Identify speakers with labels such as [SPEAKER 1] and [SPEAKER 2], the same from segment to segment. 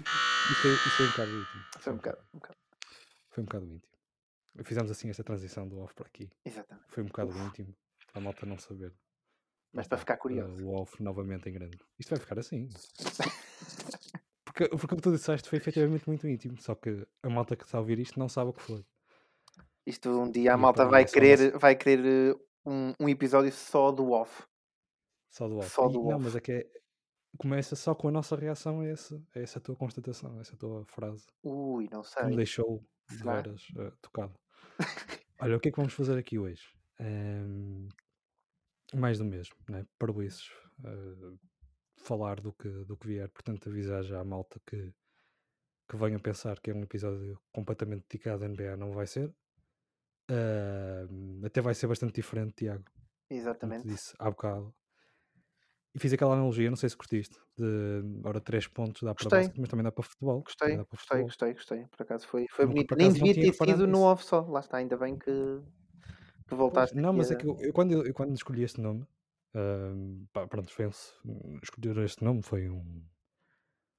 [SPEAKER 1] Isso foi, isso foi um bocado íntimo.
[SPEAKER 2] Foi um bocado. Um bocado.
[SPEAKER 1] Foi um bocado íntimo. Fizemos assim esta transição do off para aqui.
[SPEAKER 2] Exatamente.
[SPEAKER 1] Foi um bocado íntimo. Para a malta não saber.
[SPEAKER 2] Mas para ficar curioso.
[SPEAKER 1] Uh, o off novamente em grande. Isto vai ficar assim. Porque, porque o que tu disseste foi efetivamente muito íntimo. Só que a malta que está a ouvir isto não sabe o que foi.
[SPEAKER 2] Isto um dia a malta
[SPEAKER 1] para
[SPEAKER 2] vai
[SPEAKER 1] nós só
[SPEAKER 2] querer, vai querer uh, um, um episódio só do off.
[SPEAKER 1] Só do off.
[SPEAKER 2] Só do
[SPEAKER 1] E- Não,
[SPEAKER 2] off.
[SPEAKER 1] mas é que é- começa só com a nossa reação a, esse, a essa tua constatação, a essa tua frase.
[SPEAKER 2] Ui, não
[SPEAKER 1] que me
[SPEAKER 2] sei.
[SPEAKER 1] deixou de
[SPEAKER 2] Será?
[SPEAKER 1] veras eh, tocado. Olha, o que é que vamos fazer aqui hoje? Ahm, mais do mesmo, né? Parboices. eh, falar do que, do que vier. Portanto, avisar já à malta que, que venha pensar que é um episódio completamente dedicado à NBA. Não vai ser. Ahm, até vai ser bastante diferente, Tiago como te
[SPEAKER 2] Exatamente.
[SPEAKER 1] disse há bocado. E fiz aquela analogia, não sei se curtiste, de ora 3 pontos dá para
[SPEAKER 2] Gostei.
[SPEAKER 1] basquete, mas também dá para futebol.
[SPEAKER 2] Gostei,
[SPEAKER 1] também dá para
[SPEAKER 2] gostei,
[SPEAKER 1] futebol.
[SPEAKER 2] gostei, gostei. Por acaso foi, foi
[SPEAKER 1] Nunca-
[SPEAKER 2] bonito.
[SPEAKER 1] por
[SPEAKER 2] Nem
[SPEAKER 1] acaso não
[SPEAKER 2] devia
[SPEAKER 1] tinha
[SPEAKER 2] ter
[SPEAKER 1] reparado
[SPEAKER 2] sido no
[SPEAKER 1] nisso.
[SPEAKER 2] off só. Lá está, ainda bem que, que
[SPEAKER 1] Pois,
[SPEAKER 2] voltaste.
[SPEAKER 1] não,
[SPEAKER 2] aqui
[SPEAKER 1] mas
[SPEAKER 2] a-
[SPEAKER 1] é que eu, eu quando, eu quando escolhi este nome, ahm, pá, pronto, foi um s- escolher este nome foi um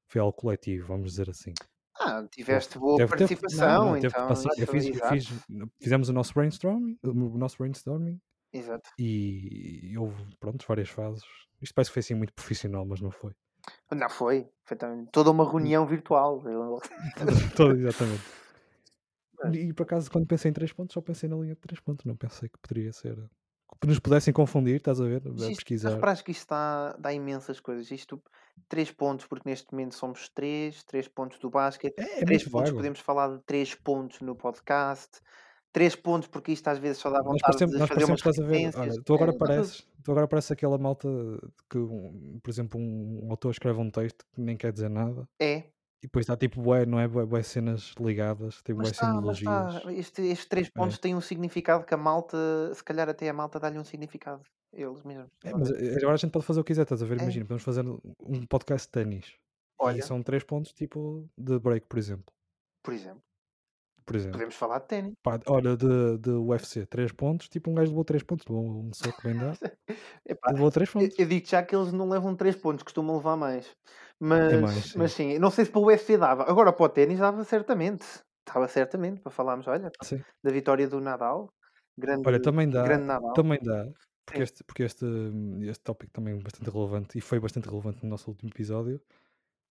[SPEAKER 1] foi algo coletivo, vamos dizer assim.
[SPEAKER 2] Ah, tiveste boa
[SPEAKER 1] Deve ter-
[SPEAKER 2] participação,
[SPEAKER 1] não, não, teve que
[SPEAKER 2] então.
[SPEAKER 1] passar, eu
[SPEAKER 2] isso-
[SPEAKER 1] fiz- eu
[SPEAKER 2] exato,
[SPEAKER 1] fiz- fizemos o nosso brainstorming, o nosso brainstorming
[SPEAKER 2] exato.
[SPEAKER 1] e houve pronto, várias fases. Isto parece que foi assim muito profissional, mas não foi.
[SPEAKER 2] Não foi. Foi também toda
[SPEAKER 1] Hum.
[SPEAKER 2] uma reunião virtual. Eu-
[SPEAKER 1] Todo, exatamente.
[SPEAKER 2] Mas-
[SPEAKER 1] E por acaso, quando pensei em 3 pontos, só pensei na linha de 3 pontos. Não pensei que poderia ser. Que nos pudessem confundir, estás a ver? A
[SPEAKER 2] Mas isto, mas
[SPEAKER 1] pesquisar.
[SPEAKER 2] reparas que isto dá, dá imensas coisas. Isto, três pontos, porque neste momento somos três, três pontos do basquete,
[SPEAKER 1] É, é
[SPEAKER 2] três
[SPEAKER 1] muito
[SPEAKER 2] pontos,
[SPEAKER 1] vago.
[SPEAKER 2] podemos falar de três pontos no podcast, três pontos, porque isto às vezes só dá
[SPEAKER 1] Nós
[SPEAKER 2] vontade
[SPEAKER 1] parecemos,
[SPEAKER 2] de
[SPEAKER 1] nós
[SPEAKER 2] fazer
[SPEAKER 1] parecemos
[SPEAKER 2] umas
[SPEAKER 1] que estás a ver.
[SPEAKER 2] referências.
[SPEAKER 1] Olha, tu agora
[SPEAKER 2] É,
[SPEAKER 1] pareces, tu agora pareces aquela malta que, um- por exemplo, um, um autor escreve um texto que nem quer dizer nada
[SPEAKER 2] É,
[SPEAKER 1] e depois está tipo, bué, não é? Bué, bué cenas ligadas, tem
[SPEAKER 2] mas
[SPEAKER 1] bué
[SPEAKER 2] está, mas
[SPEAKER 1] simbologias.
[SPEAKER 2] está. Este, estes
[SPEAKER 1] É.
[SPEAKER 2] três pontos têm um significado que a malta, se calhar até a malta dá-lhe um significado. Eles mesmos.
[SPEAKER 1] É, mas agora a gente pode fazer o que quiser, estás a ver?
[SPEAKER 2] É.
[SPEAKER 1] Imagina, podemos fazer um podcast de ténis.
[SPEAKER 2] Olha,
[SPEAKER 1] E são 3 pontos tipo de break, por exemplo.
[SPEAKER 2] por exemplo,
[SPEAKER 1] Por exemplo.
[SPEAKER 2] podemos falar de ténis.
[SPEAKER 1] Pá, olha, de, de UFC, 3 pontos, tipo um gajo levou 3 pontos, levou um soco bem dado,
[SPEAKER 2] Epá,
[SPEAKER 1] levou 3
[SPEAKER 2] Eu,
[SPEAKER 1] pontos.
[SPEAKER 2] eu digo já que eles não levam 3 pontos, costumam levar mais. Mas,
[SPEAKER 1] mais, sim.
[SPEAKER 2] mas sim, não sei se para o UFC dava. Agora para o ténis dava certamente. Dava certamente para falarmos, olha,
[SPEAKER 1] Sim.
[SPEAKER 2] da vitória do Nadal. Grande,
[SPEAKER 1] Olha, também dá,
[SPEAKER 2] grande Nadal.
[SPEAKER 1] também dá, porque,
[SPEAKER 2] Sim. Uhum.
[SPEAKER 1] este, porque este, este tópico também é bastante relevante e foi bastante relevante no nosso último episódio,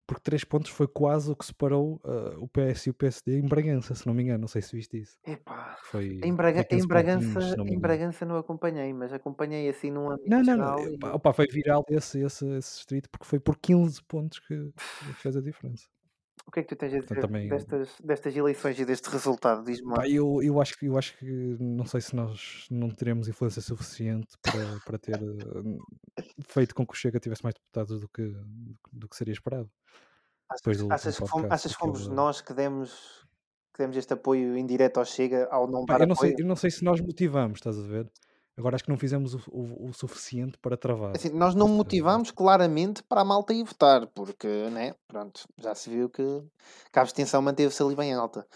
[SPEAKER 1] porque 3 pontos foi quase o que separou ah, o PS e o PSD em Bragança, se não me engano, não sei se viste isso.
[SPEAKER 2] Epá,
[SPEAKER 1] Foi,
[SPEAKER 2] em, Braga,
[SPEAKER 1] foi 15
[SPEAKER 2] em, Bragança,
[SPEAKER 1] pontinhos, se não me
[SPEAKER 2] em
[SPEAKER 1] engano.
[SPEAKER 2] Bragança não acompanhei, mas acompanhei assim num ambiente
[SPEAKER 1] Não, não,
[SPEAKER 2] geral.
[SPEAKER 1] não.
[SPEAKER 2] e-
[SPEAKER 1] Opa, opa, foi viral esse, esse, esse street porque foi por 15 pontos que fez a diferença.
[SPEAKER 2] O que é que tu tens a dizer
[SPEAKER 1] portanto, Então também-
[SPEAKER 2] destas, destas eleições e deste resultado? Diz-me lá.
[SPEAKER 1] Pá, eu, eu, acho que, eu acho que não sei se nós não teremos influência suficiente para, para ter eh, feito com que o Chega tivesse mais deputados do que, do que seria esperado. Depois do último
[SPEAKER 2] Achas que fomos,
[SPEAKER 1] podcast,
[SPEAKER 2] achas que fomos
[SPEAKER 1] aquele-
[SPEAKER 2] nós que demos, que demos este apoio indireto ao Chega ao não
[SPEAKER 1] Pá,
[SPEAKER 2] dar
[SPEAKER 1] eu, não
[SPEAKER 2] apoio?
[SPEAKER 1] sei, eu não sei se nós motivamos, estás a ver? Agora acho que não fizemos o, o- o suficiente para travar.
[SPEAKER 2] Assim, nós não
[SPEAKER 1] Esta-
[SPEAKER 2] motivamos claramente para a malta ir votar, porque, né, pronto, já se viu que, que a abstenção manteve-se ali bem alta.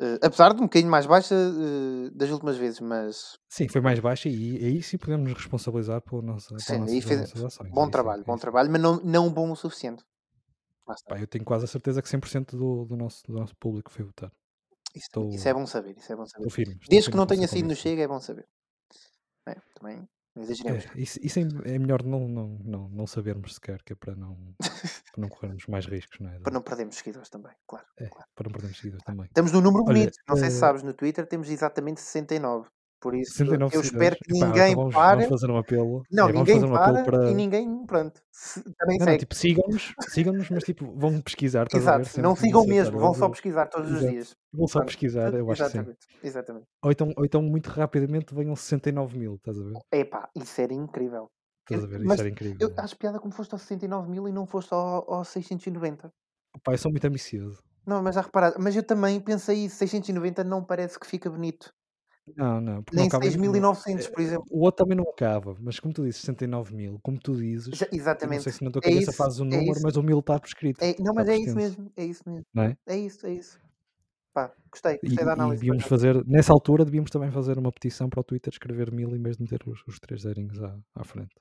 [SPEAKER 2] Eh, apesar de um bocadinho mais baixa eh, das últimas vezes, mas
[SPEAKER 1] Sim, foi mais baixa e aí sim podemos nos responsabilizar pela nossa,
[SPEAKER 2] Sim,
[SPEAKER 1] pela nossa,
[SPEAKER 2] aí
[SPEAKER 1] pelas
[SPEAKER 2] fez-
[SPEAKER 1] nossas ações. é
[SPEAKER 2] bom
[SPEAKER 1] aí sim,
[SPEAKER 2] trabalho,
[SPEAKER 1] aí
[SPEAKER 2] bom
[SPEAKER 1] sim.
[SPEAKER 2] trabalho, mas não, não bom o suficiente. Lá está.
[SPEAKER 1] Pá, eu tenho quase a certeza que 100% do, do, nosso, do nosso público foi votar.
[SPEAKER 2] Isso,
[SPEAKER 1] estou-
[SPEAKER 2] isso é bom saber, isso é bom saber.
[SPEAKER 1] Estou firme. estou
[SPEAKER 2] Desde que
[SPEAKER 1] firme
[SPEAKER 2] não
[SPEAKER 1] com essa
[SPEAKER 2] tenha sido no
[SPEAKER 1] convicção.
[SPEAKER 2] Chega, é bom saber. Né, Também não exageremos.
[SPEAKER 1] É, isso, isso é, é melhor não, não, não, não sabermos sequer, que é para não, para não corrermos mais riscos, não é?
[SPEAKER 2] Para não perdermos seguidores também, claro.
[SPEAKER 1] É, para não perdermos seguidores também.
[SPEAKER 2] Estamos num número
[SPEAKER 1] Olha,
[SPEAKER 2] bonito, não sei se
[SPEAKER 1] eh,
[SPEAKER 2] sabes, no Twitter temos exatamente 69. Por isso,
[SPEAKER 1] 69
[SPEAKER 2] eu espero
[SPEAKER 1] seguidores.
[SPEAKER 2] que
[SPEAKER 1] Epá,
[SPEAKER 2] ninguém
[SPEAKER 1] então vamos,
[SPEAKER 2] pare.
[SPEAKER 1] vamos fazer um apelo.
[SPEAKER 2] Não,
[SPEAKER 1] É, vamos
[SPEAKER 2] ninguém
[SPEAKER 1] fazer um
[SPEAKER 2] para,
[SPEAKER 1] apelo para.
[SPEAKER 2] e ninguém, pronto, se- também
[SPEAKER 1] Não, não,
[SPEAKER 2] segue.
[SPEAKER 1] tipo, sigam-nos, sigam-nos, mas tipo, vão pesquisar. estás a ver?
[SPEAKER 2] Exato,
[SPEAKER 1] Sempre
[SPEAKER 2] não
[SPEAKER 1] que nos
[SPEAKER 2] sigam
[SPEAKER 1] aceitar,
[SPEAKER 2] mesmo, vão
[SPEAKER 1] eles
[SPEAKER 2] só pesquisar todos os
[SPEAKER 1] Exato.
[SPEAKER 2] dias.
[SPEAKER 1] Vão só
[SPEAKER 2] Pronto.
[SPEAKER 1] pesquisar, eu acho que sim.
[SPEAKER 2] exatamente, exatamente.
[SPEAKER 1] Ou então, ou então muito rapidamente venham 69 mil, estás a ver?
[SPEAKER 2] Epá, isso era incrível.
[SPEAKER 1] Estás a ver?
[SPEAKER 2] Mas
[SPEAKER 1] Isso era incrível.
[SPEAKER 2] Eu
[SPEAKER 1] não é?
[SPEAKER 2] acho piada como foste ao 69 mil e não foste ao, ao 690.
[SPEAKER 1] Pá, eu sou muito ambicioso.
[SPEAKER 2] Não, mas já reparado, mas eu também pensei isso, 690 não parece que fica bonito.
[SPEAKER 1] Não, não, porque
[SPEAKER 2] Nem
[SPEAKER 1] não cabe em- não-
[SPEAKER 2] 6.900, por exemplo.
[SPEAKER 1] O outro também não acaba, mas como tu dizes, 69 mil, como tu dizes,
[SPEAKER 2] Já-
[SPEAKER 1] É, eu não sei
[SPEAKER 2] exatamente.
[SPEAKER 1] se na tua
[SPEAKER 2] É
[SPEAKER 1] cabeça
[SPEAKER 2] isso,
[SPEAKER 1] fazes o
[SPEAKER 2] é
[SPEAKER 1] número,
[SPEAKER 2] isso.
[SPEAKER 1] mas o mil está prescrito.
[SPEAKER 2] É- não,
[SPEAKER 1] está
[SPEAKER 2] mas é isso
[SPEAKER 1] presente,
[SPEAKER 2] mesmo, é isso mesmo.
[SPEAKER 1] Não é?
[SPEAKER 2] É isso, é isso. Pá, gostei,
[SPEAKER 1] E,
[SPEAKER 2] gostei da
[SPEAKER 1] e
[SPEAKER 2] análise. por
[SPEAKER 1] devíamos
[SPEAKER 2] acaso.
[SPEAKER 1] fazer, nessa altura, devíamos também fazer uma petição para o Twitter escrever mil em vez de meter os, os três zerinhos à, à frente.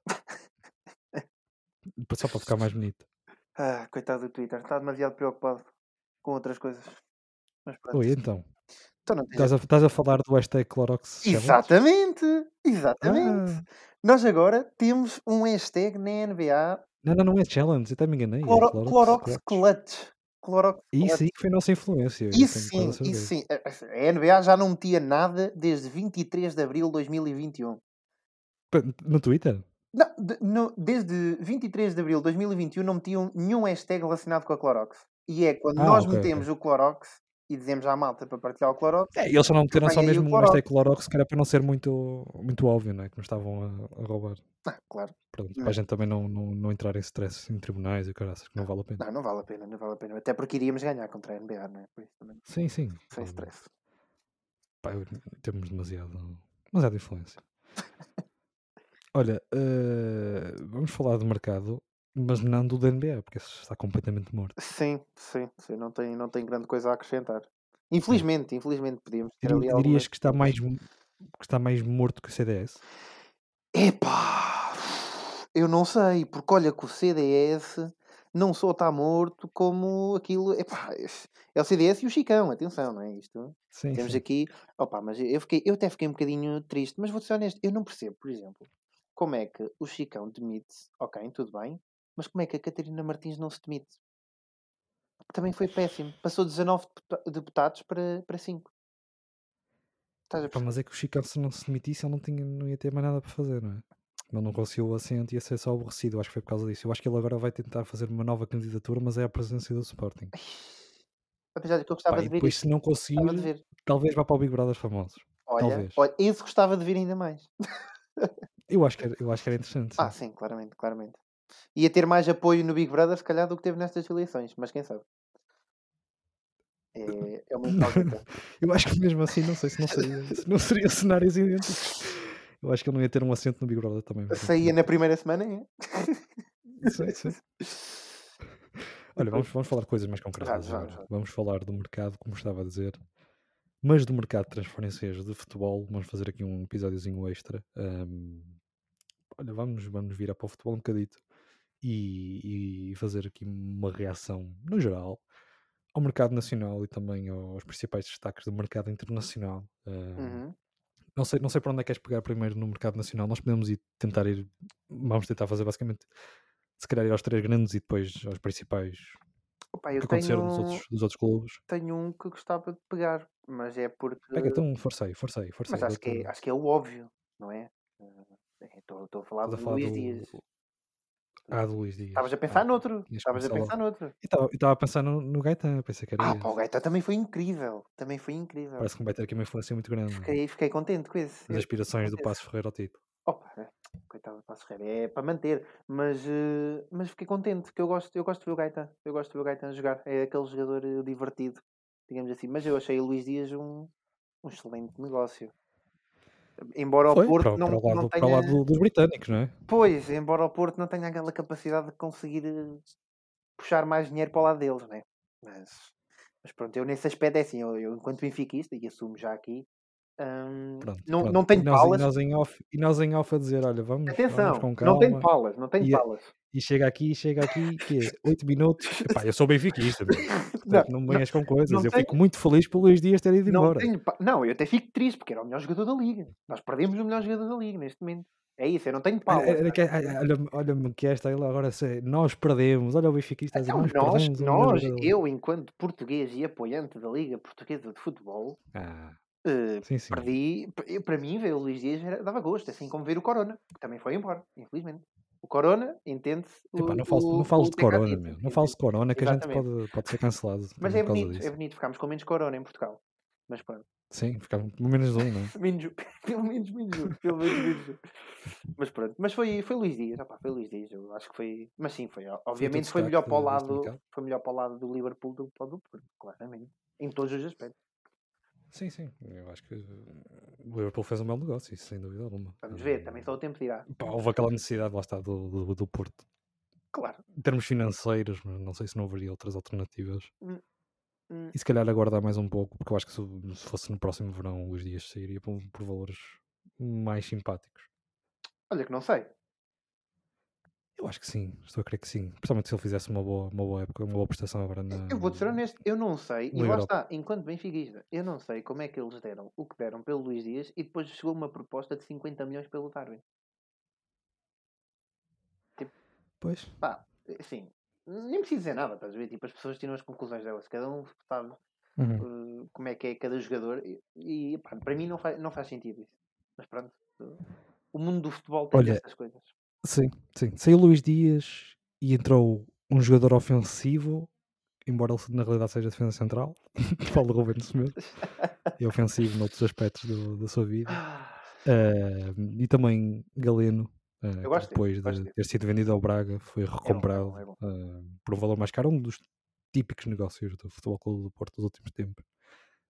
[SPEAKER 1] Só para ficar mais bonito.
[SPEAKER 2] Ah, coitado do Twitter, está demasiado preocupado. com outras coisas. Mas pronto.
[SPEAKER 1] Oi, então.
[SPEAKER 2] Então não tens
[SPEAKER 1] Estás a, estás a falar do hashtag Clorox Challenge?
[SPEAKER 2] Exatamente,
[SPEAKER 1] Ah,
[SPEAKER 2] exatamente. Nós agora temos um hashtag na NBA
[SPEAKER 1] não, não, não é challenge, eu até me enganei. é
[SPEAKER 2] Cloro-
[SPEAKER 1] Clorox
[SPEAKER 2] Clorox
[SPEAKER 1] Clutch.
[SPEAKER 2] Clutch. Clorox
[SPEAKER 1] Isso
[SPEAKER 2] Clutch.
[SPEAKER 1] sim foi nossa influência. eu tenho
[SPEAKER 2] Isso sim,
[SPEAKER 1] quase certeza.
[SPEAKER 2] isso sim. A a NBA já não metia nada desde 23 de abril de 2021.
[SPEAKER 1] Pa- No Twitter?
[SPEAKER 2] Não, de- no- desde 23 de abril de 2021 não metiam nenhum hashtag relacionado com a Clorox. E é quando
[SPEAKER 1] Ah,
[SPEAKER 2] nós
[SPEAKER 1] ok,
[SPEAKER 2] metemos o Clorox e dizemos à malta para partilhar o Clorox,
[SPEAKER 1] É, eles só não meteram só
[SPEAKER 2] Vem aí o
[SPEAKER 1] mesmo um hashtag Clorox, que era para não ser muito, muito óbvio, não é? Que nos estavam a, a roubar.
[SPEAKER 2] ah, claro,
[SPEAKER 1] Pronto, para a
[SPEAKER 2] Mas-
[SPEAKER 1] gente também não, não, não entrar em stress em tribunais e caraças, que não vale a pena.
[SPEAKER 2] não, não vale a pena, não vale a pena. Até porque iríamos ganhar contra a NBA, não é? Por isso também,
[SPEAKER 1] Sim, sim.
[SPEAKER 2] sem
[SPEAKER 1] claro.
[SPEAKER 2] stress.
[SPEAKER 1] Pá, eu- temos demasiado, demasiada influência. Olha, eh, vamos falar do mercado, mas não do da NBA, porque esse está completamente morto.
[SPEAKER 2] Sim, sim, sim, não tem, não tem grande coisa a acrescentar. Infelizmente, infelizmente, podíamos ter
[SPEAKER 1] Diri-
[SPEAKER 2] ali
[SPEAKER 1] Dirias,
[SPEAKER 2] algumas...
[SPEAKER 1] que, está mais, m- que está mais morto que o CDS?
[SPEAKER 2] Epá, eu não sei, porque olha que o CDS não só está morto, como aquilo. Epá, é o CDS e o Chicão, atenção, não é isto?
[SPEAKER 1] Sim,
[SPEAKER 2] Temos
[SPEAKER 1] sim.
[SPEAKER 2] aqui. Opa, mas eu, fiquei, eu até fiquei um bocadinho triste, mas vou-te ser honesto, eu não percebo, por exemplo, como é que o Chicão demite-se, ok, tudo bem, mas como é que a Catarina Martins não se demite? Também foi péssimo. Passou 19 deputa- deputados para, para 5. Estás a
[SPEAKER 1] Pá,
[SPEAKER 2] perceber?
[SPEAKER 1] mas é que o Chicão, se não se demitisse, ele não, tinha, não ia ter mais nada para fazer, não é? Ele não conseguiu o assento e ia ser só aborrecido. Eu acho que foi por causa disso. Eu acho que ele agora vai tentar fazer uma nova candidatura, mas é a presença do Sporting.
[SPEAKER 2] Apesar de que eu
[SPEAKER 1] Pá,
[SPEAKER 2] gostava
[SPEAKER 1] e
[SPEAKER 2] de ver
[SPEAKER 1] depois,
[SPEAKER 2] isto,
[SPEAKER 1] se não
[SPEAKER 2] gostava de
[SPEAKER 1] conseguir,
[SPEAKER 2] ver.
[SPEAKER 1] talvez vá para o Big Brother famosos.
[SPEAKER 2] Olha,
[SPEAKER 1] Talvez.
[SPEAKER 2] olha, esse gostava de vir ainda mais.
[SPEAKER 1] Eu acho que era, eu acho que era interessante.
[SPEAKER 2] Ah,
[SPEAKER 1] Sim.
[SPEAKER 2] sim, claramente, claramente. Ia ter mais apoio no Big Brother, se calhar, do que teve nestas eleições, mas quem sabe? É, é uma incógnita.
[SPEAKER 1] eu acho que mesmo assim, não sei se não seria, se não seria cenários idênticos. Eu acho que ele não ia ter um assento no Big Brother também. mas
[SPEAKER 2] Saía
[SPEAKER 1] pronto.
[SPEAKER 2] na primeira semana, é?
[SPEAKER 1] Sim, sim. Olha, vamos, vamos falar de coisas mais concretas
[SPEAKER 2] Vamos, vamos,
[SPEAKER 1] agora.
[SPEAKER 2] vamos.
[SPEAKER 1] Vamos falar do mercado, como estava a dizer, mas do mercado de transferências de futebol. Vamos fazer aqui um episódiozinho extra. Ahm, olha, vamos, vamos virar para o futebol um bocadito e, e fazer aqui uma reação, no geral, ao mercado nacional e também aos principais destaques do mercado internacional. Ahm,
[SPEAKER 2] Uhum.
[SPEAKER 1] não, sei, não sei para onde é que queres pegar primeiro no mercado nacional. Nós podemos ir tentar ir. Vamos tentar fazer basicamente, se calhar, ir aos três grandes e depois aos principais
[SPEAKER 2] Opa,
[SPEAKER 1] o
[SPEAKER 2] eu
[SPEAKER 1] que aconteceu nos
[SPEAKER 2] tenho,
[SPEAKER 1] outros, dos outros clubes.
[SPEAKER 2] tenho um que gostava de pegar, mas é porque.
[SPEAKER 1] Pega, então forcei, forcei, forcei.
[SPEAKER 2] Mas acho que, é, acho que é o óbvio, não é? Estou a falar
[SPEAKER 1] Estás a
[SPEAKER 2] do
[SPEAKER 1] falar
[SPEAKER 2] Luís
[SPEAKER 1] do.
[SPEAKER 2] Dias.
[SPEAKER 1] Ah, do Luís Dias.
[SPEAKER 2] Estavas a
[SPEAKER 1] Ah,
[SPEAKER 2] pensar
[SPEAKER 1] ok.
[SPEAKER 2] noutro.
[SPEAKER 1] Tinhas
[SPEAKER 2] Estavas a
[SPEAKER 1] começado
[SPEAKER 2] pensar noutro.
[SPEAKER 1] Eu estava a pensar no, no Gaetan, pensei que era
[SPEAKER 2] Ah,
[SPEAKER 1] esse.
[SPEAKER 2] pá, o Gaeta também foi incrível. Também foi incrível.
[SPEAKER 1] Parece que vai ter aqui uma influência muito grande. não é?
[SPEAKER 2] Fiquei, fiquei contente com esse.
[SPEAKER 1] As
[SPEAKER 2] Eu fiquei
[SPEAKER 1] aspirações do
[SPEAKER 2] contente.
[SPEAKER 1] Passo Ferreira ao título.
[SPEAKER 2] Opa, é, coitado do Passo Ferreira, é para manter, mas, eh, mas fiquei contente, que eu gosto, eu gosto de ver o Gaetan, eu gosto de ver o Gaetan jogar, é aquele jogador eh, divertido, digamos assim, mas eu achei o Luís Dias um, um excelente negócio. Embora o
[SPEAKER 1] Foi
[SPEAKER 2] Porto
[SPEAKER 1] para, o- para
[SPEAKER 2] não,
[SPEAKER 1] o
[SPEAKER 2] não
[SPEAKER 1] lado, para o
[SPEAKER 2] tenha,
[SPEAKER 1] lado do- dos britânicos, não é?
[SPEAKER 2] pois, embora o Porto não tenha aquela capacidade de conseguir eh, puxar mais dinheiro para o lado deles, né? Mas, mas pronto, eu nesse aspecto é assim, eu, eu enquanto benfiquista, e assumo já aqui, hum,
[SPEAKER 1] Pronto,
[SPEAKER 2] não,
[SPEAKER 1] pronto.
[SPEAKER 2] não
[SPEAKER 1] E
[SPEAKER 2] tenho
[SPEAKER 1] nós, e,
[SPEAKER 2] palas,
[SPEAKER 1] nós em off, e nós em off a dizer: olha, vamos, vamos
[SPEAKER 2] atenção,
[SPEAKER 1] com
[SPEAKER 2] não tenho
[SPEAKER 1] calma.
[SPEAKER 2] palas, não tenho
[SPEAKER 1] E, é
[SPEAKER 2] palas.
[SPEAKER 1] e chega aqui, chega aqui, que é 8 minutos. Epá, eu sou benfiquista, meu.
[SPEAKER 2] não,
[SPEAKER 1] Portanto, tipo, não me
[SPEAKER 2] não,
[SPEAKER 1] venhas com coisas.
[SPEAKER 2] não
[SPEAKER 1] Eu
[SPEAKER 2] tenho,
[SPEAKER 1] fico muito feliz pelo Luís Dias ter ido
[SPEAKER 2] não
[SPEAKER 1] embora.
[SPEAKER 2] tenho, pa- não, eu até fico triste porque era o melhor jogador da liga. Nós perdemos o melhor jogador da liga neste momento. É isso, eu não tenho
[SPEAKER 1] Olha,
[SPEAKER 2] palas.
[SPEAKER 1] olha
[SPEAKER 2] Mas,
[SPEAKER 1] que- é, olha- olha- olha-me que é esta ele agora se- nós perdemos. Olha o Benfiquista a dizer,
[SPEAKER 2] então,
[SPEAKER 1] nós
[SPEAKER 2] nós,
[SPEAKER 1] perdemos o melhor
[SPEAKER 2] nós,
[SPEAKER 1] jogador.
[SPEAKER 2] eu, enquanto português e apoiante da Liga Portuguesa de Futebol,
[SPEAKER 1] Ah,
[SPEAKER 2] eh,
[SPEAKER 1] sim, senhor.
[SPEAKER 2] perdi. p- eu- Para mim, ver o Luís Dias era- dava gosto, assim como ver o Corona, que também foi embora, infelizmente. O Corona, entende-se
[SPEAKER 1] Epá,
[SPEAKER 2] o,
[SPEAKER 1] não fales, não
[SPEAKER 2] o,
[SPEAKER 1] fales
[SPEAKER 2] o
[SPEAKER 1] de
[SPEAKER 2] TK
[SPEAKER 1] corona,
[SPEAKER 2] Tito,
[SPEAKER 1] meu. Não fales
[SPEAKER 2] entende?
[SPEAKER 1] de corona é que a gente
[SPEAKER 2] Exatamente.
[SPEAKER 1] pode, pode ser cancelado
[SPEAKER 2] Mas
[SPEAKER 1] também
[SPEAKER 2] é
[SPEAKER 1] por causa
[SPEAKER 2] bonito, é
[SPEAKER 1] disso.
[SPEAKER 2] bonito, ficámos com menos Corona em Portugal. Mas pronto.
[SPEAKER 1] Sim, ficar pelo menos um, não é?
[SPEAKER 2] Menos, um, pelo menos menos um, pelo menos menos um. Mas pronto, mas foi, foi Luís Dias, opá, foi Luís Dias, eu acho que foi. Mas sim, foi. o-
[SPEAKER 1] Foi o teu
[SPEAKER 2] Obviamente foi
[SPEAKER 1] destaque
[SPEAKER 2] melhor para o
[SPEAKER 1] de- deste
[SPEAKER 2] lado,
[SPEAKER 1] mercado?
[SPEAKER 2] foi melhor para o lado do Liverpool do que para o do Porto, claramente. Em todos os aspectos.
[SPEAKER 1] Sim, sim. Eu acho que o Liverpool fez um belo negócio, isso sem dúvida alguma.
[SPEAKER 2] Vamos ver, também
[SPEAKER 1] Hum,
[SPEAKER 2] só o tempo dirá.
[SPEAKER 1] pá, houve aquela necessidade, lá está, do, do, do Porto.
[SPEAKER 2] Claro.
[SPEAKER 1] Em termos financeiros, mas não sei se não haveria outras alternativas.
[SPEAKER 2] Hum, hum,
[SPEAKER 1] E se calhar aguardar mais um pouco, porque eu acho que se, o- se fosse no próximo verão, os dias sairia por, por valores mais simpáticos.
[SPEAKER 2] Olha que não sei.
[SPEAKER 1] Eu acho que sim, estou a crer que sim. Principalmente se ele fizesse uma boa, uma boa época, uma boa prestação agora na.
[SPEAKER 2] Eu vou ser honesto, eu não sei, e
[SPEAKER 1] Na
[SPEAKER 2] lá
[SPEAKER 1] Hum, Europa.
[SPEAKER 2] está, enquanto benfiquista, eu não sei como é que eles deram o que deram pelo Luís Dias e depois chegou uma proposta de 50 milhões pelo Darwin.
[SPEAKER 1] Pois.
[SPEAKER 2] Pá, assim, nem preciso dizer nada, estás a ver? Tipo, as pessoas tiram as conclusões delas, cada um sabe
[SPEAKER 1] Uhum.
[SPEAKER 2] eh, como é que é cada jogador e, e, pá, para mim não faz, não faz sentido isso. Mas pronto, eh, o mundo do futebol tem
[SPEAKER 1] Olha,
[SPEAKER 2] essas coisas.
[SPEAKER 1] Sim, sim. Saiu Luís Dias e entrou um jogador ofensivo, embora ele na realidade seja defesa central. Paulo Rubens mesmo. É ofensivo noutros aspectos do- da sua vida.
[SPEAKER 2] Ah,
[SPEAKER 1] Eh, e também Galeno, eh, que
[SPEAKER 2] gosto dele,
[SPEAKER 1] depois
[SPEAKER 2] gosto
[SPEAKER 1] de
[SPEAKER 2] dele.
[SPEAKER 1] ter sido vendido ao Braga, foi
[SPEAKER 2] é bom,
[SPEAKER 1] recomprado
[SPEAKER 2] é bom.
[SPEAKER 1] eh, por um valor mais caro, um dos típicos negócios do Futebol Clube do Porto dos últimos tempos.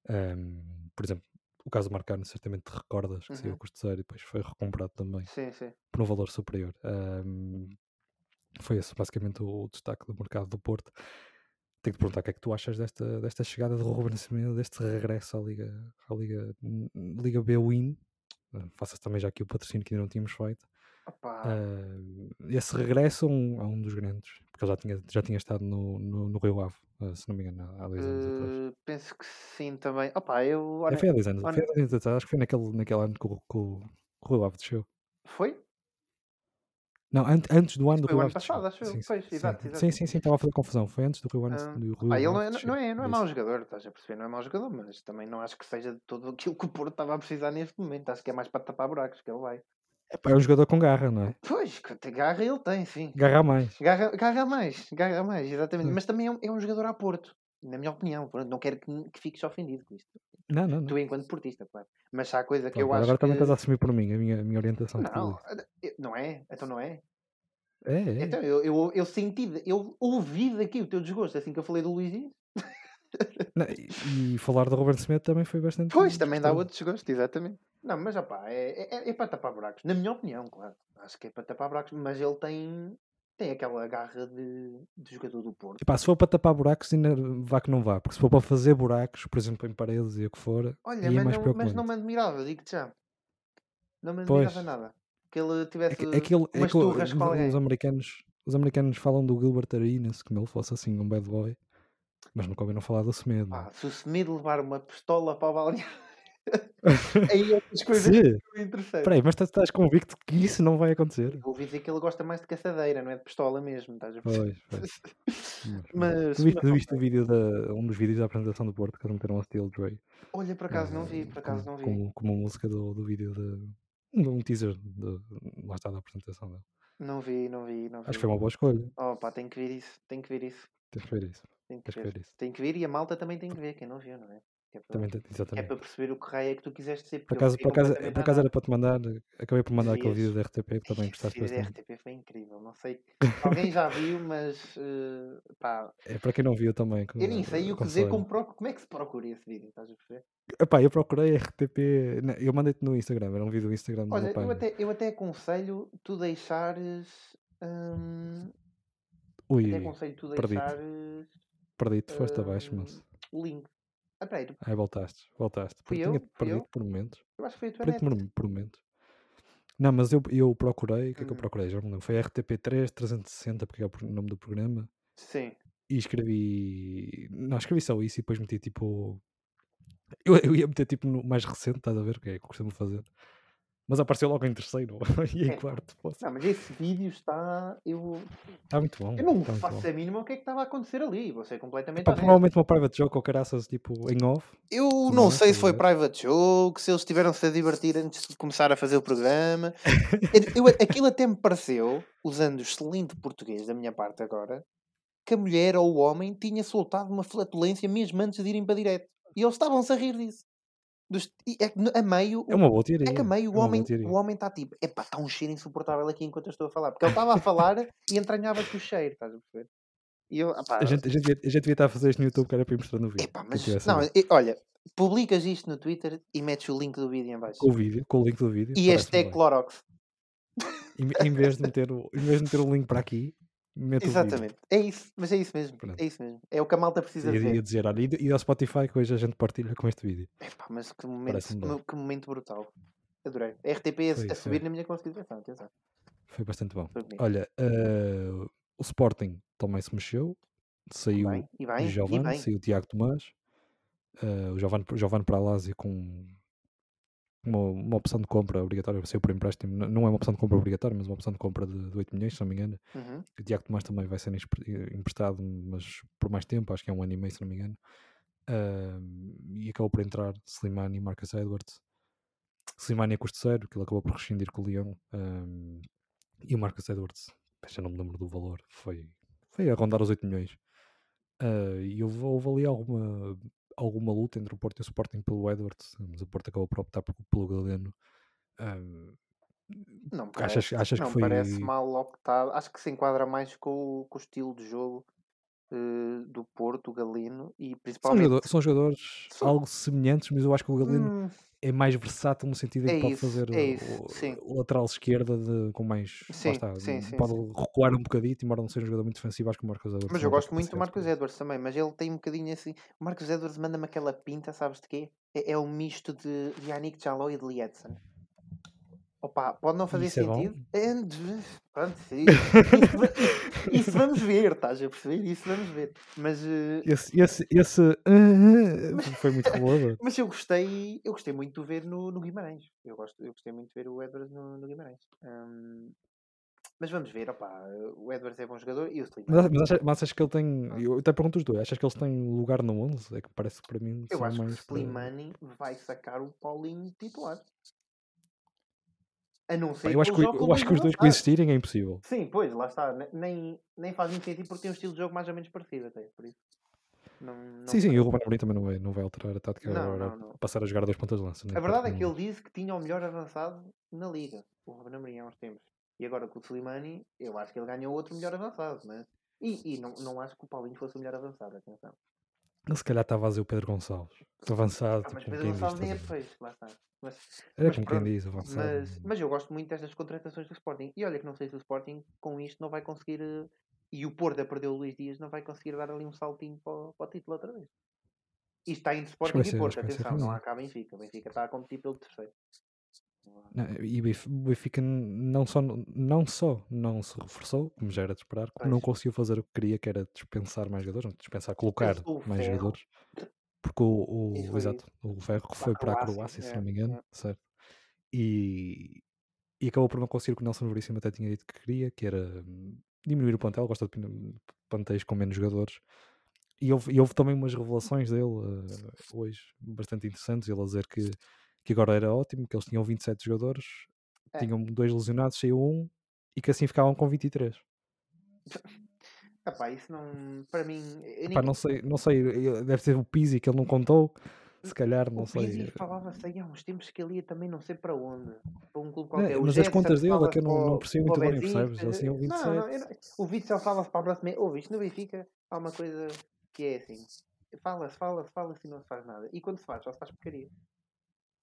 [SPEAKER 1] Ehm, por exemplo, o caso do Marcano, certamente te recordas, que saiu
[SPEAKER 2] Uhum.
[SPEAKER 1] a custo zero e depois foi recomprado também
[SPEAKER 2] Sim, sim.
[SPEAKER 1] por um valor superior. Ehm, foi esse basicamente o, o destaque do mercado do Porto. Tenho que te perguntar o que é que tu achas desta, desta chegada de Ruben Nascimento, deste regresso à Liga, à Liga, hum, Liga B Win. Eh, Faça-se também já aqui o patrocínio que ainda não tínhamos feito.
[SPEAKER 2] Opa,
[SPEAKER 1] Eh, esse regresso a um, a um dos grandes, porque ele já tinha, já tinha estado no, no, no Rio Ave, eh, se não me engano, há há dois anos atrás.
[SPEAKER 2] eh, penso que sim também. Opa, eu.
[SPEAKER 1] É,
[SPEAKER 2] olha,
[SPEAKER 1] foi há dois anos,
[SPEAKER 2] olha-
[SPEAKER 1] foi há dois anos atrás, acho que foi naquele, naquele ano que o, que o, que o Rio Ave desceu.
[SPEAKER 2] Foi?
[SPEAKER 1] Não, an- antes do ano do
[SPEAKER 2] Foi o
[SPEAKER 1] Rio
[SPEAKER 2] ano
[SPEAKER 1] Ave desceu.
[SPEAKER 2] passado, acho eu.
[SPEAKER 1] Sim, sim,
[SPEAKER 2] Pois,
[SPEAKER 1] sim.
[SPEAKER 2] exato,
[SPEAKER 1] Sim,
[SPEAKER 2] exato.
[SPEAKER 1] sim, sim, estava a fazer confusão. Foi antes do Rio, ano,
[SPEAKER 2] Ah,
[SPEAKER 1] do Rio
[SPEAKER 2] Pá, ele não
[SPEAKER 1] Ave
[SPEAKER 2] é,
[SPEAKER 1] descer.
[SPEAKER 2] não, é, não é
[SPEAKER 1] Por
[SPEAKER 2] mau
[SPEAKER 1] isso.
[SPEAKER 2] jogador, estás a perceber? Não é mau jogador, mas também não acho que seja de todo aquilo que o Porto estava a precisar neste momento. Acho que é mais para tapar buracos que ele vai.
[SPEAKER 1] Epá, É um jogador com garra, não é?
[SPEAKER 2] Pois, que te- garra ele tem, sim.
[SPEAKER 1] Garra a mais.
[SPEAKER 2] Garra, garra a mais, garra a mais, exatamente.
[SPEAKER 1] Sim.
[SPEAKER 2] Mas também é um, é um jogador a Porto, na minha opinião. Pronto, não quero que, que fiques ofendido com isto.
[SPEAKER 1] Não, não, não.
[SPEAKER 2] Tu, enquanto portista, claro. Hum. Mas se há coisa que
[SPEAKER 1] Pronto,
[SPEAKER 2] eu
[SPEAKER 1] olha,
[SPEAKER 2] acho.
[SPEAKER 1] agora também
[SPEAKER 2] que...
[SPEAKER 1] estás a assumir por mim a minha, a minha orientação.
[SPEAKER 2] Não,
[SPEAKER 1] Não.
[SPEAKER 2] eh, não é? Então não é?
[SPEAKER 1] É, é.
[SPEAKER 2] Então, eu, eu, eu senti, de- eu ouvi daqui o teu desgosto, assim que eu falei do Luís Dias.
[SPEAKER 1] Não, e, e falar do Robert Smith também foi bastante.
[SPEAKER 2] Pois, também dá
[SPEAKER 1] gostoso.
[SPEAKER 2] outro desgosto, exatamente. Hum, Não, mas opá, é, é, é para tapar buracos. Na minha opinião, claro. Acho que é para tapar buracos, mas ele tem, tem aquela garra de, de jogador do Porto.
[SPEAKER 1] Epá, se for para tapar buracos, ainda vá que não vá. Porque se for para fazer buracos, por exemplo, em paredes e o que for,
[SPEAKER 2] Olha,
[SPEAKER 1] aí é mais
[SPEAKER 2] mas não, mas não
[SPEAKER 1] preocupante.
[SPEAKER 2] me admirava, digo-te já. Não me
[SPEAKER 1] Pois.
[SPEAKER 2] admirava nada. Que ele tivesse
[SPEAKER 1] É que, é que, ele- é
[SPEAKER 2] umas
[SPEAKER 1] que o-
[SPEAKER 2] turras com alguém.
[SPEAKER 1] os, americanos, os americanos falam do Gilbert Arenas como ele fosse assim um bad boy, mas nunca ouviram falar do Semedo. não é?
[SPEAKER 2] Pá, se o Semedo levar uma pistola para o balneário, aí essas coisas
[SPEAKER 1] Se,
[SPEAKER 2] ficam interessantes.
[SPEAKER 1] peraí, mas tu estás convicto que isso não vai acontecer?
[SPEAKER 2] Eu ouvi dizer que ele gosta mais de caçadeira, não é de pistola mesmo, estás a perceber?
[SPEAKER 1] Pois, pois.
[SPEAKER 2] Mas,
[SPEAKER 1] tu viste,
[SPEAKER 2] mas,
[SPEAKER 1] tu viste o vídeo da, um dos vídeos da apresentação do Porto que eles meteram a Steel Dre
[SPEAKER 2] olha, por acaso não vi,
[SPEAKER 1] eh,
[SPEAKER 2] por acaso
[SPEAKER 1] como,
[SPEAKER 2] não vi.
[SPEAKER 1] como, como música do, do vídeo de, de um teaser de, lá está da apresentação dele.
[SPEAKER 2] Não vi, não vi, não vi.
[SPEAKER 1] Acho que foi uma boa escolha.
[SPEAKER 2] Oh pá, tem que ver isso, tem que ver isso,
[SPEAKER 1] Tens que ver isso.
[SPEAKER 2] tem que
[SPEAKER 1] Tens que
[SPEAKER 2] ver.
[SPEAKER 1] ver isso.
[SPEAKER 2] Tem que ver e a malta também tem que ver, quem não viu, não é? Que é para,
[SPEAKER 1] Também, tem-
[SPEAKER 2] que é
[SPEAKER 1] exatamente.
[SPEAKER 2] para perceber o que raio é que tu quiseste ser,
[SPEAKER 1] Por
[SPEAKER 2] porque eu um
[SPEAKER 1] acaso,
[SPEAKER 2] fiquei
[SPEAKER 1] por acaso,
[SPEAKER 2] completamente
[SPEAKER 1] por acaso
[SPEAKER 2] à
[SPEAKER 1] era para te mandar, acabei por mandar aquele
[SPEAKER 2] Devias.
[SPEAKER 1] vídeo da RTP que também gostaste
[SPEAKER 2] Esse vídeo da
[SPEAKER 1] bastante.
[SPEAKER 2] RTP foi incrível, não sei. Alguém já viu, mas eh, pá,
[SPEAKER 1] É para quem não viu também. que,
[SPEAKER 2] eu nem sei
[SPEAKER 1] eh,
[SPEAKER 2] o que dizer,
[SPEAKER 1] aconselho.
[SPEAKER 2] como, proc- como é que se procura esse vídeo, estás a perceber?
[SPEAKER 1] Epá, eu procurei RTP. na- Eu mandei-te no Instagram, era um vídeo do Instagram de uma
[SPEAKER 2] Olha, eu
[SPEAKER 1] página.
[SPEAKER 2] até, eu até aconselho tu deixares. hum,
[SPEAKER 1] Ui, ui,
[SPEAKER 2] até
[SPEAKER 1] ui,
[SPEAKER 2] aconselho tu
[SPEAKER 1] perdi-te.
[SPEAKER 2] deixares
[SPEAKER 1] perdi-te, foste abaixo,
[SPEAKER 2] hum,
[SPEAKER 1] moço.
[SPEAKER 2] o link. Ah, peraí, tu-
[SPEAKER 1] Aí voltaste, voltaste.
[SPEAKER 2] fui
[SPEAKER 1] Porque
[SPEAKER 2] eu?
[SPEAKER 1] tinha
[SPEAKER 2] Fui eu? Então
[SPEAKER 1] perdido por momentos.
[SPEAKER 2] Eu acho que foi a tua net.
[SPEAKER 1] Perdi-te por, por momentos. Não, mas eu, eu procurei, o que é que eu
[SPEAKER 2] Hum,
[SPEAKER 1] procurei? Já me lembro. Foi RTP3 360, porque é o pro- nome do programa.
[SPEAKER 2] Sim.
[SPEAKER 1] E escrevi. Não, escrevi só isso e depois meti tipo. Eu, eu ia meter tipo no mais recente, estás a ver? Que é o que eu costumo fazer. Mas apareceu logo em terceiro e em
[SPEAKER 2] É, pá.
[SPEAKER 1] quarto. poça.
[SPEAKER 2] Não, mas esse vídeo está. Eu,
[SPEAKER 1] Está muito bom.
[SPEAKER 2] eu não
[SPEAKER 1] Está muito bom.
[SPEAKER 2] faço a mínima o que é que estava a acontecer ali. Você é completamente
[SPEAKER 1] Pá,
[SPEAKER 2] honesto.
[SPEAKER 1] provavelmente uma private joke ou caraças tipo em off.
[SPEAKER 2] Eu
[SPEAKER 1] Também
[SPEAKER 2] não
[SPEAKER 1] não, é
[SPEAKER 2] sei
[SPEAKER 1] estás
[SPEAKER 2] se
[SPEAKER 1] a
[SPEAKER 2] foi
[SPEAKER 1] ver?
[SPEAKER 2] private joke, se eles tiveram-se a divertir antes de começar a fazer o programa. Eu, eu- aquilo até me pareceu, usando o excelente português da minha parte agora, que a mulher ou o homem tinha soltado uma flatulência mesmo antes de irem para direto. E eles estavam-se a rir disso. Dos- e é que no- a meio,
[SPEAKER 1] É
[SPEAKER 2] o-
[SPEAKER 1] uma boa
[SPEAKER 2] É que a
[SPEAKER 1] teoria.
[SPEAKER 2] meio
[SPEAKER 1] É
[SPEAKER 2] o
[SPEAKER 1] uma boa
[SPEAKER 2] homem
[SPEAKER 1] teoria.
[SPEAKER 2] o homem está tipo, epá, está um cheiro insuportável aqui enquanto eu estou a falar. Porque ele estava a falar e entranhava-te o cheiro, estás a perceber? E eu, "Ah pá,
[SPEAKER 1] A gente, a, gente devia, a gente devia estar a fazer isto no YouTube, que era para ir mostrar no vídeo. Tipo,
[SPEAKER 2] epá,
[SPEAKER 1] Quem
[SPEAKER 2] mas
[SPEAKER 1] tivesse a
[SPEAKER 2] não,
[SPEAKER 1] ver.
[SPEAKER 2] e- olha, publicas isto no Twitter e metes o link do vídeo em baixo.
[SPEAKER 1] Com o vídeo, com o link do vídeo,
[SPEAKER 2] é E este
[SPEAKER 1] parece-me
[SPEAKER 2] é
[SPEAKER 1] bem.
[SPEAKER 2] Clorox.
[SPEAKER 1] Em, em vez de meter o, em vez de meter o link para aqui, mete o vídeo.
[SPEAKER 2] Exatamente. É isso, mas é isso mesmo.
[SPEAKER 1] Pronto.
[SPEAKER 2] É isso mesmo. É o que a malta
[SPEAKER 1] E
[SPEAKER 2] precisa de
[SPEAKER 1] ia
[SPEAKER 2] ver.
[SPEAKER 1] dizer, olha, e, e ao Spotify que hoje a gente partilha com este vídeo.
[SPEAKER 2] Epá, mas que momento,
[SPEAKER 1] Parece-me bem.
[SPEAKER 2] que, que momento brutal. Adorei. RTP a,
[SPEAKER 1] Foi,
[SPEAKER 2] a
[SPEAKER 1] foi.
[SPEAKER 2] subir na minha consideração, atenção.
[SPEAKER 1] Foi bastante bom.
[SPEAKER 2] Foi bonito.
[SPEAKER 1] Olha, eh, o Sporting também se mexeu. Saiu
[SPEAKER 2] Bem, e
[SPEAKER 1] o
[SPEAKER 2] bem, e
[SPEAKER 1] Giovane,
[SPEAKER 2] bem.
[SPEAKER 1] saiu o Tiago Tomás. eh, o Giovane, Giovane para a Lazio com uma, uma opção de compra obrigatória, saiu por empréstimo. N- Não é uma opção de compra obrigatória, mas uma opção de compra de, de 8 milhões, se não me engano.
[SPEAKER 2] Uhum.
[SPEAKER 1] O Tiago Tomás também vai ser empre- eh, emprestado, mas por mais tempo, acho que é um ano e meio, se não me engano. Ahm, e acabou por entrar Slimani e Marcus Edwards. Slimani é custo zero, que ele acabou por rescindir com o Leão. ahm, e o Marcus Edwards, já não me lembro do valor, foi, foi a rondar os 8 milhões. Ah, e houve, houve ali alguma, alguma luta entre o Porto e o Sporting pelo Edwards, mas o Porto acabou por optar por- pelo Galeno. Ahm,
[SPEAKER 2] Não, me
[SPEAKER 1] Achas-
[SPEAKER 2] parece,
[SPEAKER 1] achas que
[SPEAKER 2] não me
[SPEAKER 1] foi-
[SPEAKER 2] parece mal optado. Acho que se enquadra mais com, o- com o estilo de jogo eh, do Porto, o Galeno e
[SPEAKER 1] São,
[SPEAKER 2] principalmente.
[SPEAKER 1] um jogador- são jogadores
[SPEAKER 2] São-
[SPEAKER 1] algo semelhantes, mas eu acho que o Galeno
[SPEAKER 2] Hum,
[SPEAKER 1] é mais versátil no sentido em que
[SPEAKER 2] É
[SPEAKER 1] pode
[SPEAKER 2] isso,
[SPEAKER 1] fazer
[SPEAKER 2] é isso,
[SPEAKER 1] o-
[SPEAKER 2] sim.
[SPEAKER 1] o lateral esquerda de- com mais. lá
[SPEAKER 2] Sim,
[SPEAKER 1] está,
[SPEAKER 2] sim, sim,
[SPEAKER 1] pode
[SPEAKER 2] sim.
[SPEAKER 1] recuar um bocadito, embora não seja um jogador muito defensivo, acho que o Marcos um Edwards.
[SPEAKER 2] mas
[SPEAKER 1] tem
[SPEAKER 2] eu
[SPEAKER 1] outra
[SPEAKER 2] gosto muito do
[SPEAKER 1] capacidade
[SPEAKER 2] Marcos
[SPEAKER 1] para isso.
[SPEAKER 2] Edwards também, mas ele tem um bocadinho assim. O Marcos Edwards manda-me aquela pinta, sabes de quê? É, é um misto de de Yannick Jaló e de Lietzen. Opa, pode não fazer
[SPEAKER 1] isso é bom?
[SPEAKER 2] sentido. É, Pronto, isso, isso va- isso vamos ver, estás a perceber? Isso vamos ver. Mas eh,
[SPEAKER 1] Esse, esse, esse "Ah, ah", foi muito revelador.
[SPEAKER 2] Mas eu gostei, eu gostei muito de ver no, no Guimarães. Eu, gosto, eu gostei muito de ver o Edwards no, no Guimarães. Hum, mas vamos ver, opá, o Edwards é bom jogador e o
[SPEAKER 1] Mas,
[SPEAKER 2] Slimani.
[SPEAKER 1] a- mas acha- mas achas, que ele tem.
[SPEAKER 2] Ah.
[SPEAKER 1] Eu até pergunto os dois: achas que eles têm lugar no 11? É que parece que para mim.
[SPEAKER 2] Eu
[SPEAKER 1] são
[SPEAKER 2] acho que o
[SPEAKER 1] mais eh, para-
[SPEAKER 2] Slimani vai sacar o Paulinho titular. A não
[SPEAKER 1] Pá,
[SPEAKER 2] ser
[SPEAKER 1] eu acho,
[SPEAKER 2] ele
[SPEAKER 1] que,
[SPEAKER 2] jogue com
[SPEAKER 1] eu acho que os dois
[SPEAKER 2] avançados.
[SPEAKER 1] coexistirem é impossível.
[SPEAKER 2] Sim, pois, lá está. ne- Nem, nem faz muito sentido porque tem um estilo de jogo mais ou menos parecido até, por isso. Não, não é.
[SPEAKER 1] sim, sim, e o Ruben Amorim também não vai, não vai alterar a tática
[SPEAKER 2] Não,
[SPEAKER 1] agora.
[SPEAKER 2] não, não.
[SPEAKER 1] Passar a jogar dois pontas de lança. né?
[SPEAKER 2] A verdade é
[SPEAKER 1] Porque
[SPEAKER 2] que
[SPEAKER 1] não-
[SPEAKER 2] ele disse que tinha o melhor avançado na liga, o Ruben Amorim, há uns tempos. E agora com o Slimani, eu acho que ele ganhou outro melhor avançado, mas... E, e não, não acho que o Paulinho fosse o melhor avançado, atenção.
[SPEAKER 1] Ele se calhar está a fazer o Pedro Gonçalves. Avançado,
[SPEAKER 2] Ah,
[SPEAKER 1] tipo,
[SPEAKER 2] mas
[SPEAKER 1] como
[SPEAKER 2] depois
[SPEAKER 1] quem diz. estás a
[SPEAKER 2] avançado é
[SPEAKER 1] ver?
[SPEAKER 2] depois, lá está. Mas,
[SPEAKER 1] Era
[SPEAKER 2] mas
[SPEAKER 1] como quem
[SPEAKER 2] pronto.
[SPEAKER 1] diz, avançado.
[SPEAKER 2] Mas, mas eu gosto muito destas contratações do Sporting. E olha que não sei se o Sporting com isto não vai conseguir... eh, E o Porto a perder o Luís Dias não vai conseguir dar ali um saltinho para, o- para o título outra vez. Isto está entre Sporting
[SPEAKER 1] vai ser-
[SPEAKER 2] e
[SPEAKER 1] acho
[SPEAKER 2] Porto,
[SPEAKER 1] que vai ser
[SPEAKER 2] atenção, não
[SPEAKER 1] ruim.
[SPEAKER 2] há cá Benfica. Benfica está a competir pelo terceiro.
[SPEAKER 1] Não, e o Benf- o Benfica não só, não só não se reforçou, como já era de esperar, como não
[SPEAKER 2] Pois.
[SPEAKER 1] conseguiu fazer o que queria, que era dispensar mais jogadores, não, dispensar, colocar
[SPEAKER 2] o
[SPEAKER 1] mais
[SPEAKER 2] Ferro.
[SPEAKER 1] jogadores. Porque o, o,
[SPEAKER 2] Isso foi
[SPEAKER 1] exato, o Ferro que foi para a
[SPEAKER 2] Croácia,
[SPEAKER 1] Croácia, se
[SPEAKER 2] é,
[SPEAKER 1] não me engano,
[SPEAKER 2] é.
[SPEAKER 1] certo? E, e acabou por não conseguir o que o Nelson Veríssimo até tinha dito que queria, que era hum, diminuir o plantel, gosta de pin- plantéis com menos jogadores. E houve, e houve também umas revelações dele eh, hoje, bastante interessantes, ele a dizer que, que agora era ótimo, que eles tinham 27 jogadores,
[SPEAKER 2] É.
[SPEAKER 1] tinham dois lesionados, saiu um, e que assim ficavam com 23.
[SPEAKER 2] Epá, isso não. Para mim. Eu nem
[SPEAKER 1] Epá, não sei, não sei, eh, deve ser o Pizzi que ele não contou, se calhar, não
[SPEAKER 2] o
[SPEAKER 1] sei.
[SPEAKER 2] Pizzi assim,
[SPEAKER 1] eh,
[SPEAKER 2] falava-se aí há uns tempos que ele ia também não sei para onde. Para um clube
[SPEAKER 1] Não,
[SPEAKER 2] qualquer. o
[SPEAKER 1] mas as
[SPEAKER 2] Gerson
[SPEAKER 1] contas dele é que eu não, não
[SPEAKER 2] falava-se
[SPEAKER 1] percebi
[SPEAKER 2] para o
[SPEAKER 1] muito bem,
[SPEAKER 2] Besiktas,
[SPEAKER 1] percebes? um Eles tinham
[SPEAKER 2] Não, não, eu
[SPEAKER 1] 27.
[SPEAKER 2] não- O Witzel falava-se para o próximo. Ouve isto no Benfica. Há uma coisa que é assim. Fala-se, fala-se, fala-se e não se faz nada. E quando se faz, só se faz porcaria.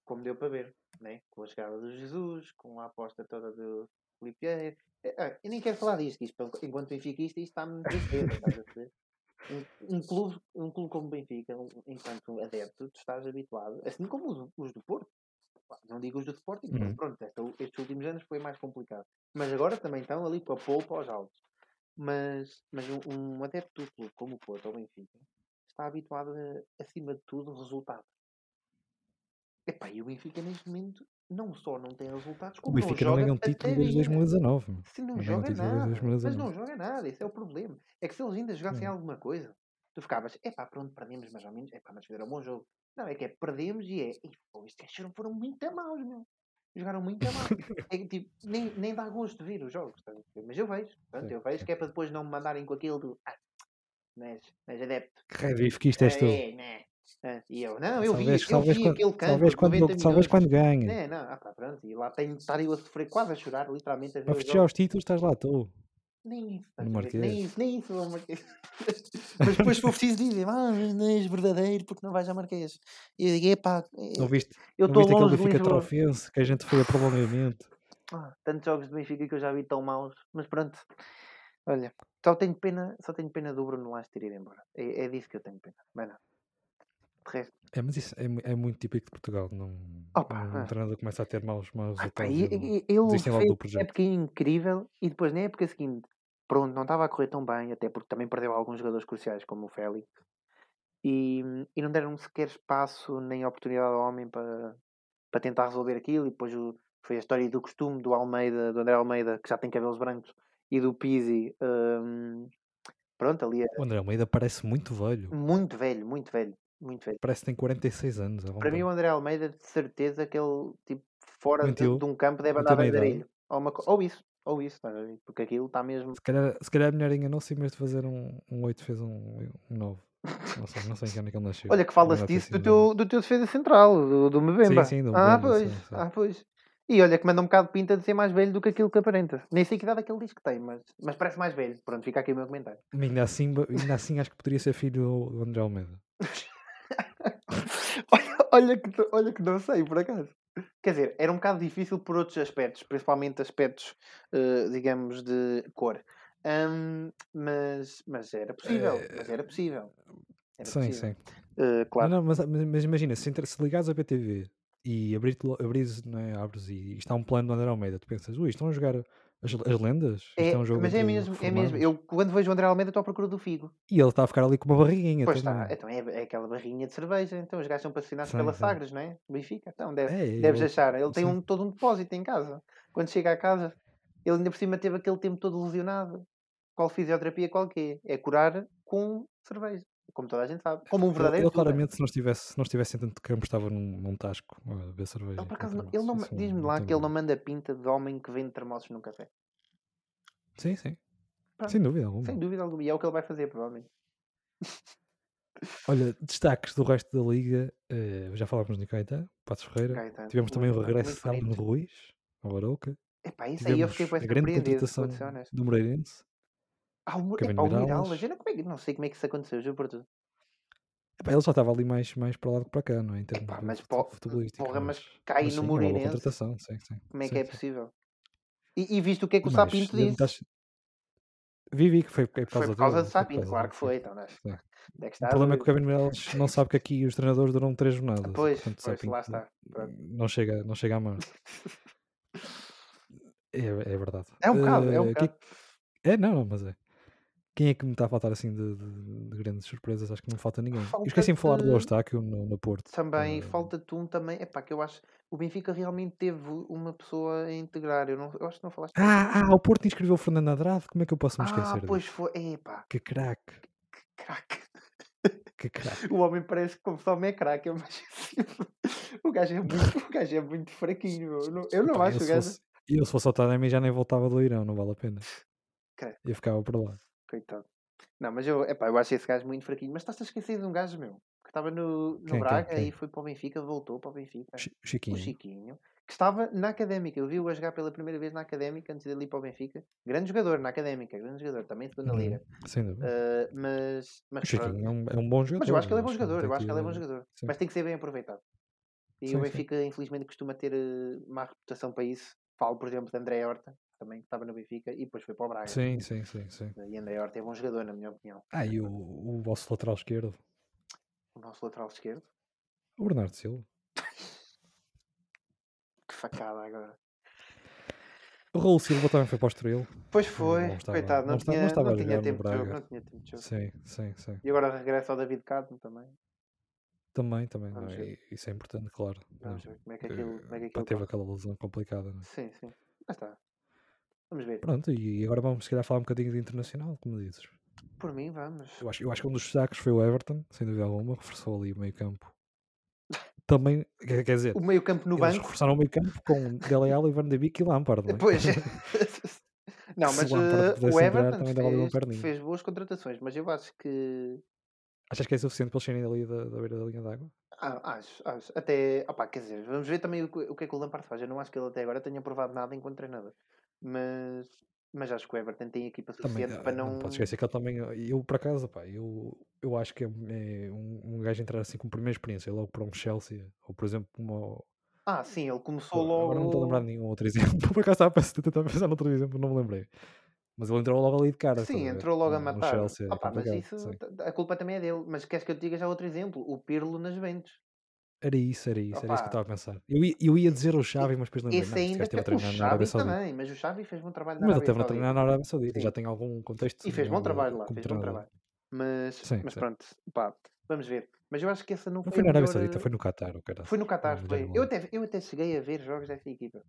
[SPEAKER 2] Como deu para ver, né? Com a chegada do Jesus, com a aposta toda do Filipe Vieira. Eh, ah, Eu nem quero falar disto, isto, pelo- enquanto benfiquista, isto está-me tristeza, estás a perceber? um, um clube, um clube como o Benfica, um- enquanto adepto, tu estás habituado, assim como os, os do Porto, Pá, não digo os do Sporting, porque
[SPEAKER 1] Uhum.
[SPEAKER 2] pronto, esta- estes últimos anos foi mais complicado, mas agora também estão ali com a polpa aos altos. Mas, mas um, um adepto do clube como o Porto ou o Benfica está habituado, a, acima de tudo, resultado. Epá, e o Benfica neste momento não só não tem resultados,
[SPEAKER 1] O
[SPEAKER 2] como não
[SPEAKER 1] Benfica não
[SPEAKER 2] joga
[SPEAKER 1] ganha um título
[SPEAKER 2] até né?
[SPEAKER 1] desde
[SPEAKER 2] vida.
[SPEAKER 1] 2019. meu.
[SPEAKER 2] Se não
[SPEAKER 1] Não ganha um
[SPEAKER 2] joga
[SPEAKER 1] título desde
[SPEAKER 2] nada, mas
[SPEAKER 1] 2019.
[SPEAKER 2] não joga nada, esse é o problema. É que se eles ainda jogassem
[SPEAKER 1] Não.
[SPEAKER 2] alguma coisa, tu ficavas, epá, pronto, perdemos mais ou menos, epá, mas fizeram um bom jogo. Não, é que é perdemos e é, "Ih, pô, estes gajos foram- foram muito a maus, meu. Jogaram muito a mal. É que, tipo, nem, nem dá gosto de ver os jogos, estás a perceber? mas eu vejo, portanto,
[SPEAKER 1] Sim,
[SPEAKER 2] eu vejo
[SPEAKER 1] sim.
[SPEAKER 2] que é para depois não me mandarem com aquilo do, ah, não és, não és adepto.
[SPEAKER 1] Que raio de bife que isto és tu.
[SPEAKER 2] É, né. Ah, E eu, não, eu vi,
[SPEAKER 1] Talvez,
[SPEAKER 2] eu
[SPEAKER 1] talvez,
[SPEAKER 2] vi
[SPEAKER 1] quando,
[SPEAKER 2] aquele canto
[SPEAKER 1] talvez,
[SPEAKER 2] de 90
[SPEAKER 1] quando,
[SPEAKER 2] minutos.
[SPEAKER 1] talvez quando ganha.
[SPEAKER 2] É, não, ah, pá, pronto, e lá tenho de estar eu a sofrer, quase a chorar, literalmente, a ver
[SPEAKER 1] Para
[SPEAKER 2] os
[SPEAKER 1] festejar
[SPEAKER 2] jogos.
[SPEAKER 1] os títulos estás lá tu.
[SPEAKER 2] Nem isso,
[SPEAKER 1] No
[SPEAKER 2] estás a ver? Nem
[SPEAKER 1] Marquês.
[SPEAKER 2] isso, nem isso, vou Marquês. Mas depois se for preciso dizer, ah, mas não és verdadeiro porque não vais a Marquês. E eu digo, epá,
[SPEAKER 1] Não
[SPEAKER 2] eh,
[SPEAKER 1] viste,
[SPEAKER 2] eu
[SPEAKER 1] não viste
[SPEAKER 2] estou
[SPEAKER 1] aquele
[SPEAKER 2] longe de
[SPEAKER 1] Benfica
[SPEAKER 2] Lisboa.
[SPEAKER 1] trofense que a gente foi a prolongamento.
[SPEAKER 2] Ah, tantos jogos de Benfica que eu já vi tão maus, mas pronto. Olha, só tenho pena, só tenho pena do Bruno Lage ter ido embora. É, é disso que eu tenho pena. Mas não. De resto,
[SPEAKER 1] É, mas isso é, mu- é muito típico de Portugal. Não,
[SPEAKER 2] Opa,
[SPEAKER 1] um
[SPEAKER 2] ah.
[SPEAKER 1] treinador começa a ter maus, maus
[SPEAKER 2] Ah, pá,
[SPEAKER 1] resultados.
[SPEAKER 2] e-
[SPEAKER 1] e não-
[SPEAKER 2] e- ele
[SPEAKER 1] desistem logo do
[SPEAKER 2] fez uma
[SPEAKER 1] projeto.
[SPEAKER 2] época É incrível e depois na época seguinte, pronto, não estava a correr tão bem, até porque também perdeu alguns jogadores cruciais como o Félix e, e não deram sequer espaço nem oportunidade ao homem para, para tentar resolver aquilo e depois o- foi a história do costume do Almeida, do André Almeida, que já tem cabelos brancos, e do Pizzi, hum, pronto, ali é
[SPEAKER 1] O André Almeida parece muito velho.
[SPEAKER 2] muito velho, muito velho, muito velho.
[SPEAKER 1] Parece que tem 46 anos. à
[SPEAKER 2] Para mim,
[SPEAKER 1] vontade.
[SPEAKER 2] o André Almeida, de certeza que ele, tipo, fora de,
[SPEAKER 1] Mentiu.
[SPEAKER 2] de um campo, deve
[SPEAKER 1] Mentiu
[SPEAKER 2] andar
[SPEAKER 1] na idade.
[SPEAKER 2] bandeirinho. Ou, uma co- ou isso, ou isso, estás a ver? porque aquilo está mesmo.
[SPEAKER 1] Se calhar, se calhar é melhor enganou-se em vez de fazer um, um 8 fez um, um 9. Não sei, não sei em que ano é que ele nasceu.
[SPEAKER 2] Olha, que fala-se
[SPEAKER 1] Melhor ter
[SPEAKER 2] disso do
[SPEAKER 1] sido
[SPEAKER 2] teu, do teu defesa central, do, do Mbemba.
[SPEAKER 1] sim, do
[SPEAKER 2] ah,
[SPEAKER 1] Mbemba,
[SPEAKER 2] pois,
[SPEAKER 1] sim, sim.
[SPEAKER 2] ah, pois. E olha que manda um bocado de pinta de ser mais velho do que aquilo que aparenta. Nem sei que idade é que ele diz que tem, mas, mas parece mais velho. Pronto, fica aqui o meu comentário.
[SPEAKER 1] Mas Ainda assim, ba- ainda assim acho que poderia ser filho do- do André Almeida.
[SPEAKER 2] olha, olha que, do- olha que não sei, por acaso. Quer dizer, era um bocado difícil por outros aspectos, principalmente aspectos, eh, digamos, de cor. Ahm, mas, mas era possível, mas era possível. Era
[SPEAKER 1] Eh, sim,
[SPEAKER 2] É possível.
[SPEAKER 1] sim.
[SPEAKER 2] Eh,
[SPEAKER 1] Não,
[SPEAKER 2] claro.
[SPEAKER 1] não, mas, mas- mas imagina, se, entra- se ligares a BTV e abrir abres, não é, abres e, e está um plano do André Almeida, tu pensas, ui, estão a jogar as, as lendas? Isto
[SPEAKER 2] É,
[SPEAKER 1] é um jogo
[SPEAKER 2] mas é
[SPEAKER 1] entre
[SPEAKER 2] mesmo, é mesmo.
[SPEAKER 1] reformados?"
[SPEAKER 2] Eu quando vejo o André Almeida estou à procura do Figo.
[SPEAKER 1] E ele está a ficar ali com uma barriguinha
[SPEAKER 2] Pois
[SPEAKER 1] também.
[SPEAKER 2] está, então é, é aquela barrinha de cerveja, então os gajos são patrocinados
[SPEAKER 1] Sim,
[SPEAKER 2] pela
[SPEAKER 1] sim.
[SPEAKER 2] Sagres, não é? O Benfica, então deve,
[SPEAKER 1] É, é,
[SPEAKER 2] deves
[SPEAKER 1] ele-
[SPEAKER 2] achar. Ele tem
[SPEAKER 1] sim.
[SPEAKER 2] um, todo um depósito em casa. Quando chega a casa, ele ainda por cima teve aquele tempo todo lesionado. Qual fisioterapia, qual quê? É curar com cerveja, como toda a gente sabe. Como um
[SPEAKER 1] Ele-
[SPEAKER 2] verdadeiro
[SPEAKER 1] Ele
[SPEAKER 2] cura.
[SPEAKER 1] claramente, se não estivesse, se não estivesse em tanto campo, estava num, num tasco a beber cerveja.
[SPEAKER 2] Ele, por
[SPEAKER 1] com
[SPEAKER 2] acaso, não-
[SPEAKER 1] termossos.
[SPEAKER 2] ele não,
[SPEAKER 1] Isso
[SPEAKER 2] diz-me
[SPEAKER 1] não
[SPEAKER 2] lá
[SPEAKER 1] tem
[SPEAKER 2] que ele não
[SPEAKER 1] dúvida.
[SPEAKER 2] manda pinta de homem que vende termossos num café.
[SPEAKER 1] Sim, sim.
[SPEAKER 2] Pronto.
[SPEAKER 1] Sem dúvida alguma.
[SPEAKER 2] Sem dúvida alguma. E é o que ele vai fazer, provavelmente.
[SPEAKER 1] Olha, destaques do resto da liga. eh, já falámos de Caetano, Patos Ferreira.
[SPEAKER 2] Gaetano,
[SPEAKER 1] Tivemos também o
[SPEAKER 2] muito-
[SPEAKER 1] regresso de
[SPEAKER 2] é muito bonito.
[SPEAKER 1] Salmo Ruiz, ao Arauca.
[SPEAKER 2] Epá, isso aí eu
[SPEAKER 1] Tivemos
[SPEAKER 2] fiquei bem
[SPEAKER 1] a grande
[SPEAKER 2] surpreendido, vou
[SPEAKER 1] contratação
[SPEAKER 2] ser honesto.
[SPEAKER 1] do Moreirense.
[SPEAKER 2] Ah, o, Mor-
[SPEAKER 1] Kevin
[SPEAKER 2] epá, o
[SPEAKER 1] Mirallas.
[SPEAKER 2] Mirallas, eu não, como é que- não sei como é que isso aconteceu, juro por tudo.
[SPEAKER 1] Epá, ele já estava ali mais, mais para lá do que para cá, não é? Em termos
[SPEAKER 2] Epá,
[SPEAKER 1] de
[SPEAKER 2] mas
[SPEAKER 1] fute-
[SPEAKER 2] po-
[SPEAKER 1] futebolístico.
[SPEAKER 2] porra, mas cai
[SPEAKER 1] mas
[SPEAKER 2] no
[SPEAKER 1] sim, é uma boa
[SPEAKER 2] Moreirense.
[SPEAKER 1] contratação, sim, sim.
[SPEAKER 2] Como é
[SPEAKER 1] sim,
[SPEAKER 2] que é
[SPEAKER 1] sim.
[SPEAKER 2] possível? E, e visto o que é que
[SPEAKER 1] E
[SPEAKER 2] o
[SPEAKER 1] mais,
[SPEAKER 2] Sapinto
[SPEAKER 1] deu-me
[SPEAKER 2] disse,
[SPEAKER 1] das- Vivi, que foi, é por
[SPEAKER 2] foi
[SPEAKER 1] causa
[SPEAKER 2] por causa
[SPEAKER 1] dele,
[SPEAKER 2] do
[SPEAKER 1] foi por
[SPEAKER 2] Sapinto,
[SPEAKER 1] causa
[SPEAKER 2] claro
[SPEAKER 1] dele, sim.
[SPEAKER 2] que foi. Então, não é?
[SPEAKER 1] Sim.
[SPEAKER 2] Onde é que
[SPEAKER 1] O
[SPEAKER 2] está a
[SPEAKER 1] problema é que o
[SPEAKER 2] dúvida?
[SPEAKER 1] Kevin Miralles não sabe que aqui os treinadores duram três jornadas.
[SPEAKER 2] Pois,
[SPEAKER 1] portanto, o
[SPEAKER 2] pois,
[SPEAKER 1] Sapinto
[SPEAKER 2] lá
[SPEAKER 1] não-
[SPEAKER 2] está. Pronto.
[SPEAKER 1] não chega, não chega a março. É, é verdade.
[SPEAKER 2] É um bocado, é um
[SPEAKER 1] Eh, quem-
[SPEAKER 2] bocado.
[SPEAKER 1] é, não, não, mas é. Quem é que me está a faltar assim de, de- de grandes surpresas? Acho que não me falta ninguém. Eu Esqueci-me de falar do
[SPEAKER 2] Falta-te-
[SPEAKER 1] Eustáquio no, no Porto.
[SPEAKER 2] Também
[SPEAKER 1] Eh,
[SPEAKER 2] falta-te um também. Epá, que eu acho. O Benfica realmente teve uma pessoa a integrar. Eu, não, eu acho que não falaste.
[SPEAKER 1] Ah, ah, o Porto inscreveu o Fernando Andrade. Como é que eu posso me
[SPEAKER 2] Ah,
[SPEAKER 1] esquecer
[SPEAKER 2] pois
[SPEAKER 1] disso?
[SPEAKER 2] foi. Epá,
[SPEAKER 1] Que craque,
[SPEAKER 2] craque.
[SPEAKER 1] que craque.
[SPEAKER 2] O homem parece que como só homem é craque, é mais o gajo é muito, o gajo é muito fraquinho. meu. Eu não, eu não
[SPEAKER 1] Pá,
[SPEAKER 2] acho
[SPEAKER 1] eu,
[SPEAKER 2] o
[SPEAKER 1] se
[SPEAKER 2] gajo.
[SPEAKER 1] fosse, eu se fosse ao Taremi já nem voltava do Irão, não vale a pena.
[SPEAKER 2] Credo.
[SPEAKER 1] Eu ficava por lá.
[SPEAKER 2] Coitado. Não, mas eu, epá, eu acho esse gajo muito fraquinho. Mas estás a esquecer de um gajo meu que estava no, no
[SPEAKER 1] Quem, quem,
[SPEAKER 2] Braga e
[SPEAKER 1] quem?
[SPEAKER 2] foi para o Benfica, voltou para o Benfica.
[SPEAKER 1] Chi-
[SPEAKER 2] O
[SPEAKER 1] Chiquinho.
[SPEAKER 2] Chiquinho, que estava na académica. Eu vi-o a jogar pela primeira vez na académica antes dele ir para o Benfica. Grande jogador na académica, grande jogador, também em segunda
[SPEAKER 1] Uhum,
[SPEAKER 2] liga.
[SPEAKER 1] Sem dúvida.
[SPEAKER 2] Ah, mas,
[SPEAKER 1] O
[SPEAKER 2] mas pronto.
[SPEAKER 1] Chiquinho é um, é um bom jogador.
[SPEAKER 2] Mas eu acho que ele é bom
[SPEAKER 1] não
[SPEAKER 2] jogador,
[SPEAKER 1] tem
[SPEAKER 2] eu acho
[SPEAKER 1] que-
[SPEAKER 2] que ele é bom jogador.
[SPEAKER 1] sim,
[SPEAKER 2] Mas tem que ser bem aproveitado. E o
[SPEAKER 1] sim, sim.
[SPEAKER 2] Benfica, infelizmente, costuma ter eh, má reputação para isso. Falo, por exemplo, de André Horta, também que estava no Benfica e depois foi para o Braga.
[SPEAKER 1] Sim, sim, sim, sim.
[SPEAKER 2] E André Horta é bom jogador, na minha opinião.
[SPEAKER 1] Ah, e o, o vosso lateral esquerdo,
[SPEAKER 2] O nosso lateral esquerdo,
[SPEAKER 1] o Bernardo Silva.
[SPEAKER 2] que facada agora.
[SPEAKER 1] O Raul Silva também foi para o Estoril.
[SPEAKER 2] Pois
[SPEAKER 1] Não-
[SPEAKER 2] foi,
[SPEAKER 1] não estava-
[SPEAKER 2] coitado,
[SPEAKER 1] não
[SPEAKER 2] não,
[SPEAKER 1] está- não
[SPEAKER 2] tinha,
[SPEAKER 1] estava
[SPEAKER 2] não
[SPEAKER 1] a
[SPEAKER 2] tinha
[SPEAKER 1] jogar no
[SPEAKER 2] tempo de jogo,
[SPEAKER 1] Braga.
[SPEAKER 2] não tinha tempo de jogo.
[SPEAKER 1] Sim, sim, sim.
[SPEAKER 2] E agora regressa ao David Carmo também.
[SPEAKER 1] Também, também. não
[SPEAKER 2] Vamos
[SPEAKER 1] é?
[SPEAKER 2] ver,
[SPEAKER 1] E- Isso é importante, claro. não é?
[SPEAKER 2] vamos ver como é que
[SPEAKER 1] Porque,
[SPEAKER 2] aquilo, como é que
[SPEAKER 1] pá,
[SPEAKER 2] aquilo
[SPEAKER 1] teve
[SPEAKER 2] corre.
[SPEAKER 1] aquela lesão complicada. não é?
[SPEAKER 2] Sim, sim. Mas está. Vamos ver.
[SPEAKER 1] Pronto, e agora vamos se calhar falar um bocadinho de internacional, como dizes.
[SPEAKER 2] Por mim, vamos.
[SPEAKER 1] Eu acho, eu acho que um dos sacos foi o Everton, sem dúvida alguma, reforçou ali o meio campo. Também, quer quer dizer,
[SPEAKER 2] O meio campo no
[SPEAKER 1] eles
[SPEAKER 2] banco.
[SPEAKER 1] reforçaram o meio campo com Dele Alli, Van de Beek e Lampard, não é?
[SPEAKER 2] Pois. não,
[SPEAKER 1] Se
[SPEAKER 2] mas
[SPEAKER 1] o Lampard
[SPEAKER 2] eh, o
[SPEAKER 1] pudesse entrar,
[SPEAKER 2] Everton
[SPEAKER 1] também dava ali uma
[SPEAKER 2] fez,
[SPEAKER 1] perninha.
[SPEAKER 2] fez boas contratações, mas eu acho que.
[SPEAKER 1] Achas que é suficiente para eles saírem ali da, da beira da linha d'água?
[SPEAKER 2] Ah, acho, acho. Até. Opá, quer dizer, vamos ver também o, que- o que é que o Lampard faz. Eu não acho que ele até agora tenha provado nada enquanto treinador. Mas. Mas acho que o Everton tem equipa
[SPEAKER 1] Também,
[SPEAKER 2] suficiente para
[SPEAKER 1] ah, não
[SPEAKER 2] não.
[SPEAKER 1] podes esquecer que ele também, ah, eu por acaso, pá, eu, eu acho que é, é um, um gajo entrar assim com primeira experiência, logo para um Chelsea, ou por exemplo, uma,
[SPEAKER 2] Ah, sim, ele começou
[SPEAKER 1] pô, agora não estou a lembrar
[SPEAKER 2] logo.
[SPEAKER 1] de nenhum outro exemplo, por acaso estava a pensar, tentava pensar noutro exemplo, não me lembrei, Mas ele entrou logo ali de cara.
[SPEAKER 2] Sim,
[SPEAKER 1] estás a ver?
[SPEAKER 2] entrou logo a
[SPEAKER 1] No- no
[SPEAKER 2] matar.
[SPEAKER 1] Chelsea, é
[SPEAKER 2] Opa, mas
[SPEAKER 1] complicado,
[SPEAKER 2] isso,
[SPEAKER 1] sim.
[SPEAKER 2] t- a culpa também é dele. Mas queres que eu te diga já outro exemplo? O Pirlo nas Juventus.
[SPEAKER 1] Era isso, era isso, era isso que eu
[SPEAKER 2] Opa.
[SPEAKER 1] estava a pensar. Eu ia, eu ia dizer o Xavi, mas depois lembrei,
[SPEAKER 2] Esse
[SPEAKER 1] não, este
[SPEAKER 2] ainda
[SPEAKER 1] gajo esteve a
[SPEAKER 2] que o
[SPEAKER 1] treinar na Arábia
[SPEAKER 2] Xavi
[SPEAKER 1] Saudita.
[SPEAKER 2] também, mas o Xavi fez bom trabalho na
[SPEAKER 1] Mas ele
[SPEAKER 2] Arábia
[SPEAKER 1] esteve a
[SPEAKER 2] Saudita.
[SPEAKER 1] treinar na Arábia Saudita,
[SPEAKER 2] Sim.
[SPEAKER 1] já tem algum contexto.
[SPEAKER 2] E fez bom
[SPEAKER 1] como-
[SPEAKER 2] trabalho lá,
[SPEAKER 1] como
[SPEAKER 2] fez bom
[SPEAKER 1] treinador.
[SPEAKER 2] trabalho. Mas,
[SPEAKER 1] Sim,
[SPEAKER 2] mas
[SPEAKER 1] sim.
[SPEAKER 2] pronto, pá, vamos ver. Mas eu acho que essa
[SPEAKER 1] Não
[SPEAKER 2] não, foi
[SPEAKER 1] foi
[SPEAKER 2] a
[SPEAKER 1] na Arábia
[SPEAKER 2] melhor,
[SPEAKER 1] Saudita,
[SPEAKER 2] eh,
[SPEAKER 1] foi no Catar, o cara.
[SPEAKER 2] Foi no Qatar,
[SPEAKER 1] Não me
[SPEAKER 2] foi.
[SPEAKER 1] lembro
[SPEAKER 2] Eu
[SPEAKER 1] lá.
[SPEAKER 2] até, eu até cheguei a ver jogos desta equipa.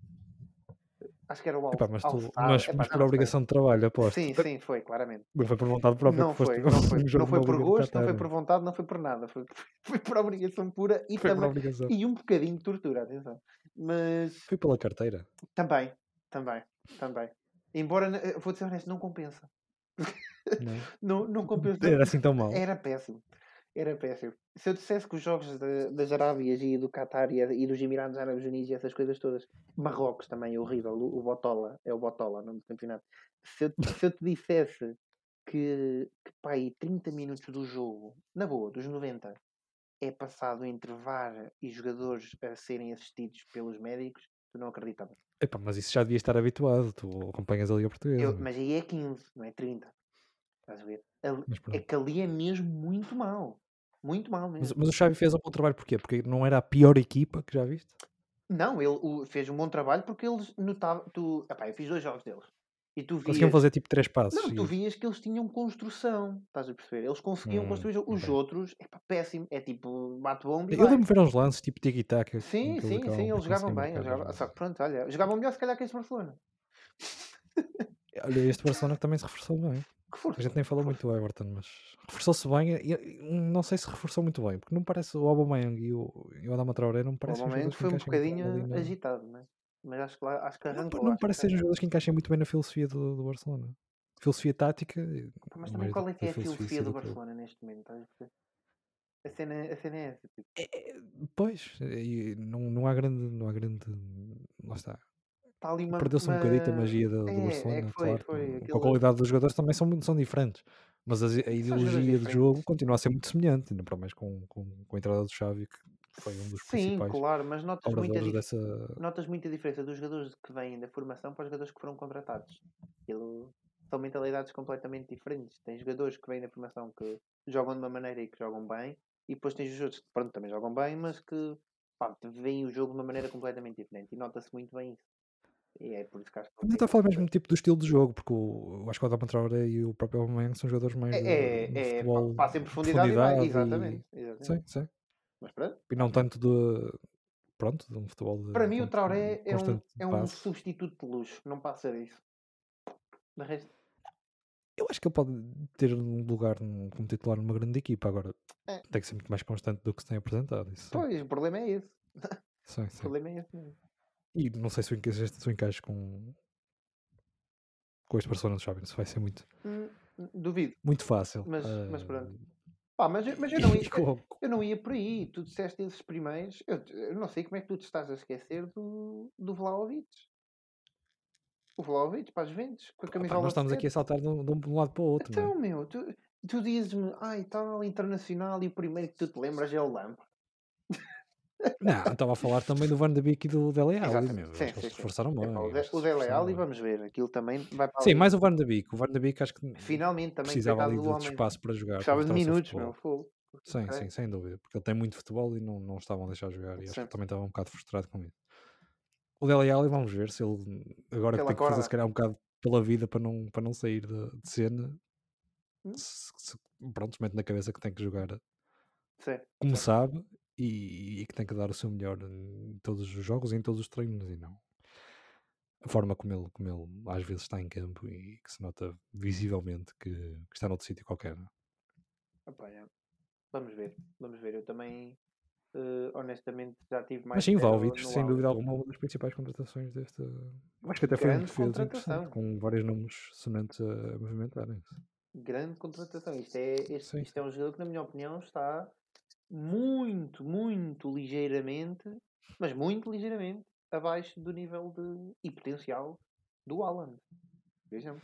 [SPEAKER 2] Acho que era o Al
[SPEAKER 1] Epá, mas, tu,
[SPEAKER 2] Al-Sadd,
[SPEAKER 1] mas,
[SPEAKER 2] epá,
[SPEAKER 1] mas
[SPEAKER 2] não
[SPEAKER 1] por
[SPEAKER 2] sei.
[SPEAKER 1] obrigação de trabalho, aposto.
[SPEAKER 2] Sim, sim, foi, claramente.
[SPEAKER 1] Mas foi por vontade própria
[SPEAKER 2] Não
[SPEAKER 1] que foste
[SPEAKER 2] foi, não foi,
[SPEAKER 1] um jogo
[SPEAKER 2] não foi
[SPEAKER 1] na
[SPEAKER 2] por
[SPEAKER 1] Liga do
[SPEAKER 2] gosto, não
[SPEAKER 1] Qatar, né?
[SPEAKER 2] foi por vontade, não foi por nada. Foi, foi por obrigação pura e,
[SPEAKER 1] Foi por
[SPEAKER 2] também,
[SPEAKER 1] obrigação.
[SPEAKER 2] e um bocadinho de tortura, atenção. Mas
[SPEAKER 1] Foi pela carteira.
[SPEAKER 2] também, também, também. Embora, eh, vou dizer honesto, não compensa.
[SPEAKER 1] não é?
[SPEAKER 2] Não, não compensa.
[SPEAKER 1] Era assim tão mal.
[SPEAKER 2] Era péssimo. Era péssimo. Se eu dissesse que os jogos da- das Arábias e do Qatar e, e dos Emirados Árabes Unidos e essas coisas todas, Marrocos também é horrível, o, o Botola, é o Botola, o nome do campeonato. Se eu, se eu te dissesse que, que pá, aí 30 minutos do jogo, na boa, dos 90, é passado entre VAR e jogadores a serem assistidos pelos médicos, tu não acreditavas.
[SPEAKER 1] Epá, mas isso já devia estar habituado. Tu acompanhas a Liga Portuguesa.
[SPEAKER 2] Eu-
[SPEAKER 1] meu.
[SPEAKER 2] mas aí é 15, não é 30. Estás a ver? Ali-
[SPEAKER 1] Mas
[SPEAKER 2] é
[SPEAKER 1] pronto.
[SPEAKER 2] que ali é mesmo muito mal. Muito mal mesmo.
[SPEAKER 1] Mas, mas o Xavi fez um bom trabalho porquê? Porque não era a pior equipa que já viste?
[SPEAKER 2] Não, ele o- fez um bom trabalho porque eles notavam. Tu, epá, eu fiz dois jogos deles. E tu vias.
[SPEAKER 1] Conseguiam fazer tipo três passos.
[SPEAKER 2] Não, tu
[SPEAKER 1] seguidos.
[SPEAKER 2] vias que eles tinham construção. Estás a perceber? Eles conseguiam
[SPEAKER 1] Hum,
[SPEAKER 2] construir. Os
[SPEAKER 1] ok.
[SPEAKER 2] outros, é péssimo. É tipo, bate bomba e
[SPEAKER 1] Eu
[SPEAKER 2] vai.
[SPEAKER 1] lembro de ver uns lances tipo tiki-taka.
[SPEAKER 2] Sim, sim, sim,
[SPEAKER 1] tipo, assim,
[SPEAKER 2] eles jogavam
[SPEAKER 1] um
[SPEAKER 2] bem. Eles jogavam, só que pronto, olha, jogavam melhor se calhar que este Barcelona.
[SPEAKER 1] Olha, este Barcelona que também se reforçou bem.
[SPEAKER 2] Que
[SPEAKER 1] A
[SPEAKER 2] força.
[SPEAKER 1] gente nem falou muito do Everton, mas reforçou-se bem. e- e- Não sei se reforçou muito bem, porque não parece o Aubameyang e o, e o Adama Traoré não
[SPEAKER 2] O
[SPEAKER 1] parecem
[SPEAKER 2] momento
[SPEAKER 1] jogadores que
[SPEAKER 2] foi um
[SPEAKER 1] encaixem muito bem
[SPEAKER 2] bocadinho
[SPEAKER 1] ali na-
[SPEAKER 2] agitado, né? mas acho que lá acho que
[SPEAKER 1] Não, pa-
[SPEAKER 2] arrancou.
[SPEAKER 1] não
[SPEAKER 2] acho que
[SPEAKER 1] parece serem
[SPEAKER 2] arrancou.
[SPEAKER 1] jogadores que encaixem muito bem na filosofia do, do Barcelona. Filosofia tática. e
[SPEAKER 2] Pá, Mas
[SPEAKER 1] a
[SPEAKER 2] também
[SPEAKER 1] maioria
[SPEAKER 2] qual é
[SPEAKER 1] da
[SPEAKER 2] que é a
[SPEAKER 1] isso
[SPEAKER 2] filosofia do
[SPEAKER 1] do clube.
[SPEAKER 2] Barcelona neste momento? Estás a perceber? A cena, a cena é essa. tipo,
[SPEAKER 1] É, é, Pois, e não, não há grande. Não há grande. Lá está.
[SPEAKER 2] Está tá ali uma.
[SPEAKER 1] Perdeu-se um bocadito a
[SPEAKER 2] uma-
[SPEAKER 1] magia do, do
[SPEAKER 2] É, é
[SPEAKER 1] Barcelona,
[SPEAKER 2] que foi,
[SPEAKER 1] claro.
[SPEAKER 2] foi,
[SPEAKER 1] com- Com
[SPEAKER 2] aquilo-
[SPEAKER 1] a qualidade dos jogadores também são, muito- são diferentes. Mas as- a,
[SPEAKER 2] jogadores
[SPEAKER 1] ideologia de
[SPEAKER 2] diferentes.
[SPEAKER 1] jogo continua a ser muito semelhante, ainda para mais com, com, com a entrada do Xavi, que foi um dos
[SPEAKER 2] Sim,
[SPEAKER 1] principais
[SPEAKER 2] claro, mas notas muita,
[SPEAKER 1] oradores
[SPEAKER 2] dif-
[SPEAKER 1] dessa.
[SPEAKER 2] notas muita diferença dos jogadores que vêm da formação para os jogadores que foram contratados. Aquilo- são mentalidades completamente diferentes. Tem jogadores que vêm da formação que jogam de uma maneira e que jogam bem, e depois tens os outros que pronto, também jogam bem, mas que pá, veem o jogo de uma maneira completamente diferente. E nota-se muito bem isso. E é por isso que acho que.
[SPEAKER 1] Mas está a falar mesmo tipo do estilo de jogo, porque o, eu acho que o Adama Traoré e o próprio Aubameyang são jogadores mais
[SPEAKER 2] É,
[SPEAKER 1] de,
[SPEAKER 2] é,
[SPEAKER 1] de
[SPEAKER 2] é,
[SPEAKER 1] futebol,
[SPEAKER 2] pa- passa em
[SPEAKER 1] de
[SPEAKER 2] profundidade, e vai.
[SPEAKER 1] profundidade
[SPEAKER 2] Exatamente. É.
[SPEAKER 1] e,
[SPEAKER 2] exatamente.
[SPEAKER 1] sim, sim.
[SPEAKER 2] Mas pronto.
[SPEAKER 1] e não tanto de pronto, de um futebol de,
[SPEAKER 2] Para mim, o
[SPEAKER 1] con- eh,
[SPEAKER 2] Traoré é um,
[SPEAKER 1] constante
[SPEAKER 2] é um
[SPEAKER 1] passe.
[SPEAKER 2] substituto de luxo, não passa disso. De resto,
[SPEAKER 1] Eu acho que ele pode ter um lugar num- como titular numa grande equipa. Agora
[SPEAKER 2] É.
[SPEAKER 1] tem que ser muito mais constante do que se tem apresentado. Isso, sim,
[SPEAKER 2] pois, o problema é esse.
[SPEAKER 1] sim,
[SPEAKER 2] O
[SPEAKER 1] sim.
[SPEAKER 2] problema é esse mesmo.
[SPEAKER 1] E não sei se o encaixe, se o encaixe com, com este Barcelona do Xavi. Isso vai ser muito,
[SPEAKER 2] Hum, hum, duvido.
[SPEAKER 1] muito fácil.
[SPEAKER 2] Mas-
[SPEAKER 1] Ah,
[SPEAKER 2] mas pronto. Pá, mas, eu- mas eu, não
[SPEAKER 1] e
[SPEAKER 2] ia,
[SPEAKER 1] com-
[SPEAKER 2] eu não ia por aí. Tu disseste esses primeiros. Eu, te- eu não sei como é que tu te estás a esquecer do, do Vlaovic. O Vlaovic para as Juventus, com a
[SPEAKER 1] Opa,
[SPEAKER 2] camisola
[SPEAKER 1] nós
[SPEAKER 2] de
[SPEAKER 1] estamos
[SPEAKER 2] sete.
[SPEAKER 1] aqui a saltar de um, de um- de um lado para o outro. não é?
[SPEAKER 2] Então, meu, tu, tu dizes-me, ai, tal, internacional, e o primeiro que tu te lembras é o Lampard.
[SPEAKER 1] Não, eu estava a falar também do Van de Beek e do Dele Alli.
[SPEAKER 2] Exatamente.
[SPEAKER 1] Meu.
[SPEAKER 2] Sim,
[SPEAKER 1] Acho que eles se
[SPEAKER 2] sim, sim.
[SPEAKER 1] esforçaram bem.
[SPEAKER 2] Epá, o
[SPEAKER 1] acho
[SPEAKER 2] De-
[SPEAKER 1] que
[SPEAKER 2] o
[SPEAKER 1] se
[SPEAKER 2] Dele
[SPEAKER 1] esforçaram
[SPEAKER 2] Alli,
[SPEAKER 1] bem.
[SPEAKER 2] vamos ver. Aquilo também vai para
[SPEAKER 1] Sim,
[SPEAKER 2] ali.
[SPEAKER 1] mais o Van de Beek. O Van de Beek acho que
[SPEAKER 2] Finalmente também,
[SPEAKER 1] Uhum. precisava
[SPEAKER 2] coitado
[SPEAKER 1] ali
[SPEAKER 2] do
[SPEAKER 1] de
[SPEAKER 2] homem. é?
[SPEAKER 1] espaço para jogar.
[SPEAKER 2] Precisava de
[SPEAKER 1] porque estava sem
[SPEAKER 2] minutos,
[SPEAKER 1] futebol.
[SPEAKER 2] meu, fogo.
[SPEAKER 1] Sim,
[SPEAKER 2] É.
[SPEAKER 1] sim, sem dúvida. Porque ele tem muito futebol e não, não estavam a deixar jogar. E acho
[SPEAKER 2] Sim.
[SPEAKER 1] que também estava um bocado frustrado com isso. O Dele Alli, vamos ver se ele agora que
[SPEAKER 2] Pela
[SPEAKER 1] tem que fazer
[SPEAKER 2] corda.
[SPEAKER 1] se calhar um bocado pela vida para não, para não sair de, de cena.
[SPEAKER 2] Hum.
[SPEAKER 1] Se, se- pronto, mete na cabeça que tem que jogar
[SPEAKER 2] Sim.
[SPEAKER 1] como sabe e, e que tem que dar o seu melhor em todos os jogos e em todos os treinos e não a forma como ele, como ele às vezes está em campo e que se
[SPEAKER 2] Uhum.
[SPEAKER 1] nota visivelmente que, que está noutro sítio qualquer. não é?
[SPEAKER 2] Opa, é. Vamos ver. Vamos ver. Eu também, eh, honestamente, já tive mais.
[SPEAKER 1] Mas sim,
[SPEAKER 2] fé no-
[SPEAKER 1] Vlaovic,
[SPEAKER 2] no
[SPEAKER 1] sem
[SPEAKER 2] Alves.
[SPEAKER 1] dúvida alguma, uma das principais contratações deste. Eu Acho que até foi um
[SPEAKER 2] Grande
[SPEAKER 1] defesa interessante,
[SPEAKER 2] contratação.
[SPEAKER 1] com vários nomes sonantes a movimentarem-se. É
[SPEAKER 2] Grande contratação. Isto é, este,
[SPEAKER 1] Sim,
[SPEAKER 2] isto é um jogador que, na minha opinião, está muito, muito ligeiramente, mas muito ligeiramente, abaixo do nível de, e potencial do Alan. Vejam.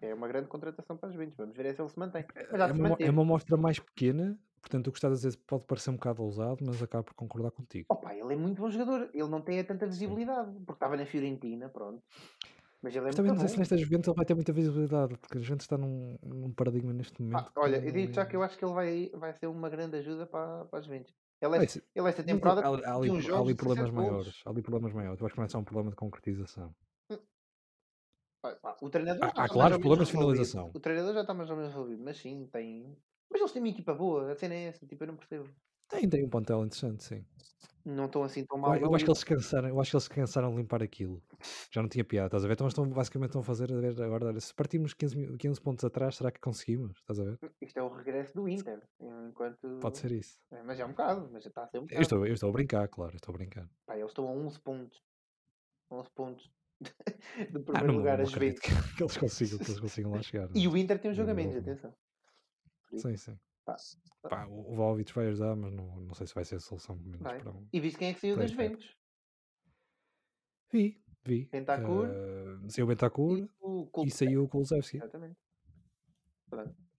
[SPEAKER 2] É uma grande contratação para os Juventus. Vamos ver se ele se mantém. Mas já
[SPEAKER 1] É
[SPEAKER 2] se
[SPEAKER 1] uma, mo-
[SPEAKER 2] manteve.
[SPEAKER 1] é uma amostra mais pequena, portanto, o que estás a dizer pode parecer um bocado ousado, mas acabo por concordar contigo.
[SPEAKER 2] Opa, ele é muito bom jogador. Ele não tem é tanta visibilidade, porque estava na Fiorentina, pronto. Mas ele é
[SPEAKER 1] Mas também não sei
[SPEAKER 2] muito
[SPEAKER 1] se
[SPEAKER 2] bom.
[SPEAKER 1] nesta Juventus ele vai ter muita visibilidade, porque a Juventus está num, num paradigma neste
[SPEAKER 2] Ah,
[SPEAKER 1] momento. que
[SPEAKER 2] olha,
[SPEAKER 1] não
[SPEAKER 2] eu digo já
[SPEAKER 1] é-
[SPEAKER 2] que eu acho que ele vai, vai ser uma grande ajuda para, para as Juventus. Ele,
[SPEAKER 1] Não,
[SPEAKER 2] esta,
[SPEAKER 1] isso-
[SPEAKER 2] ele esta
[SPEAKER 1] não tem-
[SPEAKER 2] é temporada
[SPEAKER 1] há, ali- há ali,
[SPEAKER 2] tem uns
[SPEAKER 1] há ali
[SPEAKER 2] jogos de 17
[SPEAKER 1] problemas
[SPEAKER 2] golos.
[SPEAKER 1] maiores. Há ali problemas maiores. Eu acho que não é só um problema de concretização.
[SPEAKER 2] Pá, pá, O treinador
[SPEAKER 1] Há-
[SPEAKER 2] já
[SPEAKER 1] Ah, há
[SPEAKER 2] está
[SPEAKER 1] claros
[SPEAKER 2] mais ou
[SPEAKER 1] problemas
[SPEAKER 2] menos
[SPEAKER 1] de
[SPEAKER 2] resolvido.
[SPEAKER 1] finalização.
[SPEAKER 2] O treinador já está mais ou menos resolvido, mas sim, tem. Mas eles têm uma equipa boa, a cena é essa, tipo, eu não percebo.
[SPEAKER 1] Tem, tem um plantel interessante, sim.
[SPEAKER 2] Não estão assim tão
[SPEAKER 1] Eu,
[SPEAKER 2] mal.
[SPEAKER 1] a- eu
[SPEAKER 2] não.
[SPEAKER 1] acho que eles se cansaram, eu acho que eles se cansaram de limpar aquilo. Já não tinha piada, estás a ver? Então eles estão, basicamente estão a fazer a ver agora, olha, se partimos 15, mil- 15 pontos atrás, será que conseguimos? Estás a ver?
[SPEAKER 2] Isto é o regresso do Inter. Enquanto...
[SPEAKER 1] Pode ser isso.
[SPEAKER 2] É, Mas é um bocado, mas está a ser um
[SPEAKER 1] Eu
[SPEAKER 2] bocado.
[SPEAKER 1] estou, eu estou a brincar, claro, eu estou a brincar.
[SPEAKER 2] Pá, eles estão a 11 pontos. 11 pontos. do
[SPEAKER 1] Ah,
[SPEAKER 2] primeiro
[SPEAKER 1] não,
[SPEAKER 2] lugar,
[SPEAKER 1] não
[SPEAKER 2] às vezes.
[SPEAKER 1] acredito que, que eles consigam, que eles consigam lá chegar.
[SPEAKER 2] E
[SPEAKER 1] não.
[SPEAKER 2] o Inter tem um
[SPEAKER 1] Não,
[SPEAKER 2] jogo a
[SPEAKER 1] não,
[SPEAKER 2] menos,
[SPEAKER 1] não.
[SPEAKER 2] atenção.
[SPEAKER 1] Sim, sim.
[SPEAKER 2] Pá,
[SPEAKER 1] Pá, o o Vlahovic vai ajudar, ah, mas não, não sei se vai ser a solução. Pelo menos
[SPEAKER 2] Vai.
[SPEAKER 1] para um...
[SPEAKER 2] E viste quem é que saiu
[SPEAKER 1] Para
[SPEAKER 2] das
[SPEAKER 1] a Inter.
[SPEAKER 2] Juventus?
[SPEAKER 1] Vi, vi.
[SPEAKER 2] Bentancur.
[SPEAKER 1] Eh, saiu o
[SPEAKER 2] E
[SPEAKER 1] Bentancur
[SPEAKER 2] O
[SPEAKER 1] e
[SPEAKER 2] Kulp.
[SPEAKER 1] saiu o Kulusevski.
[SPEAKER 2] Exatamente.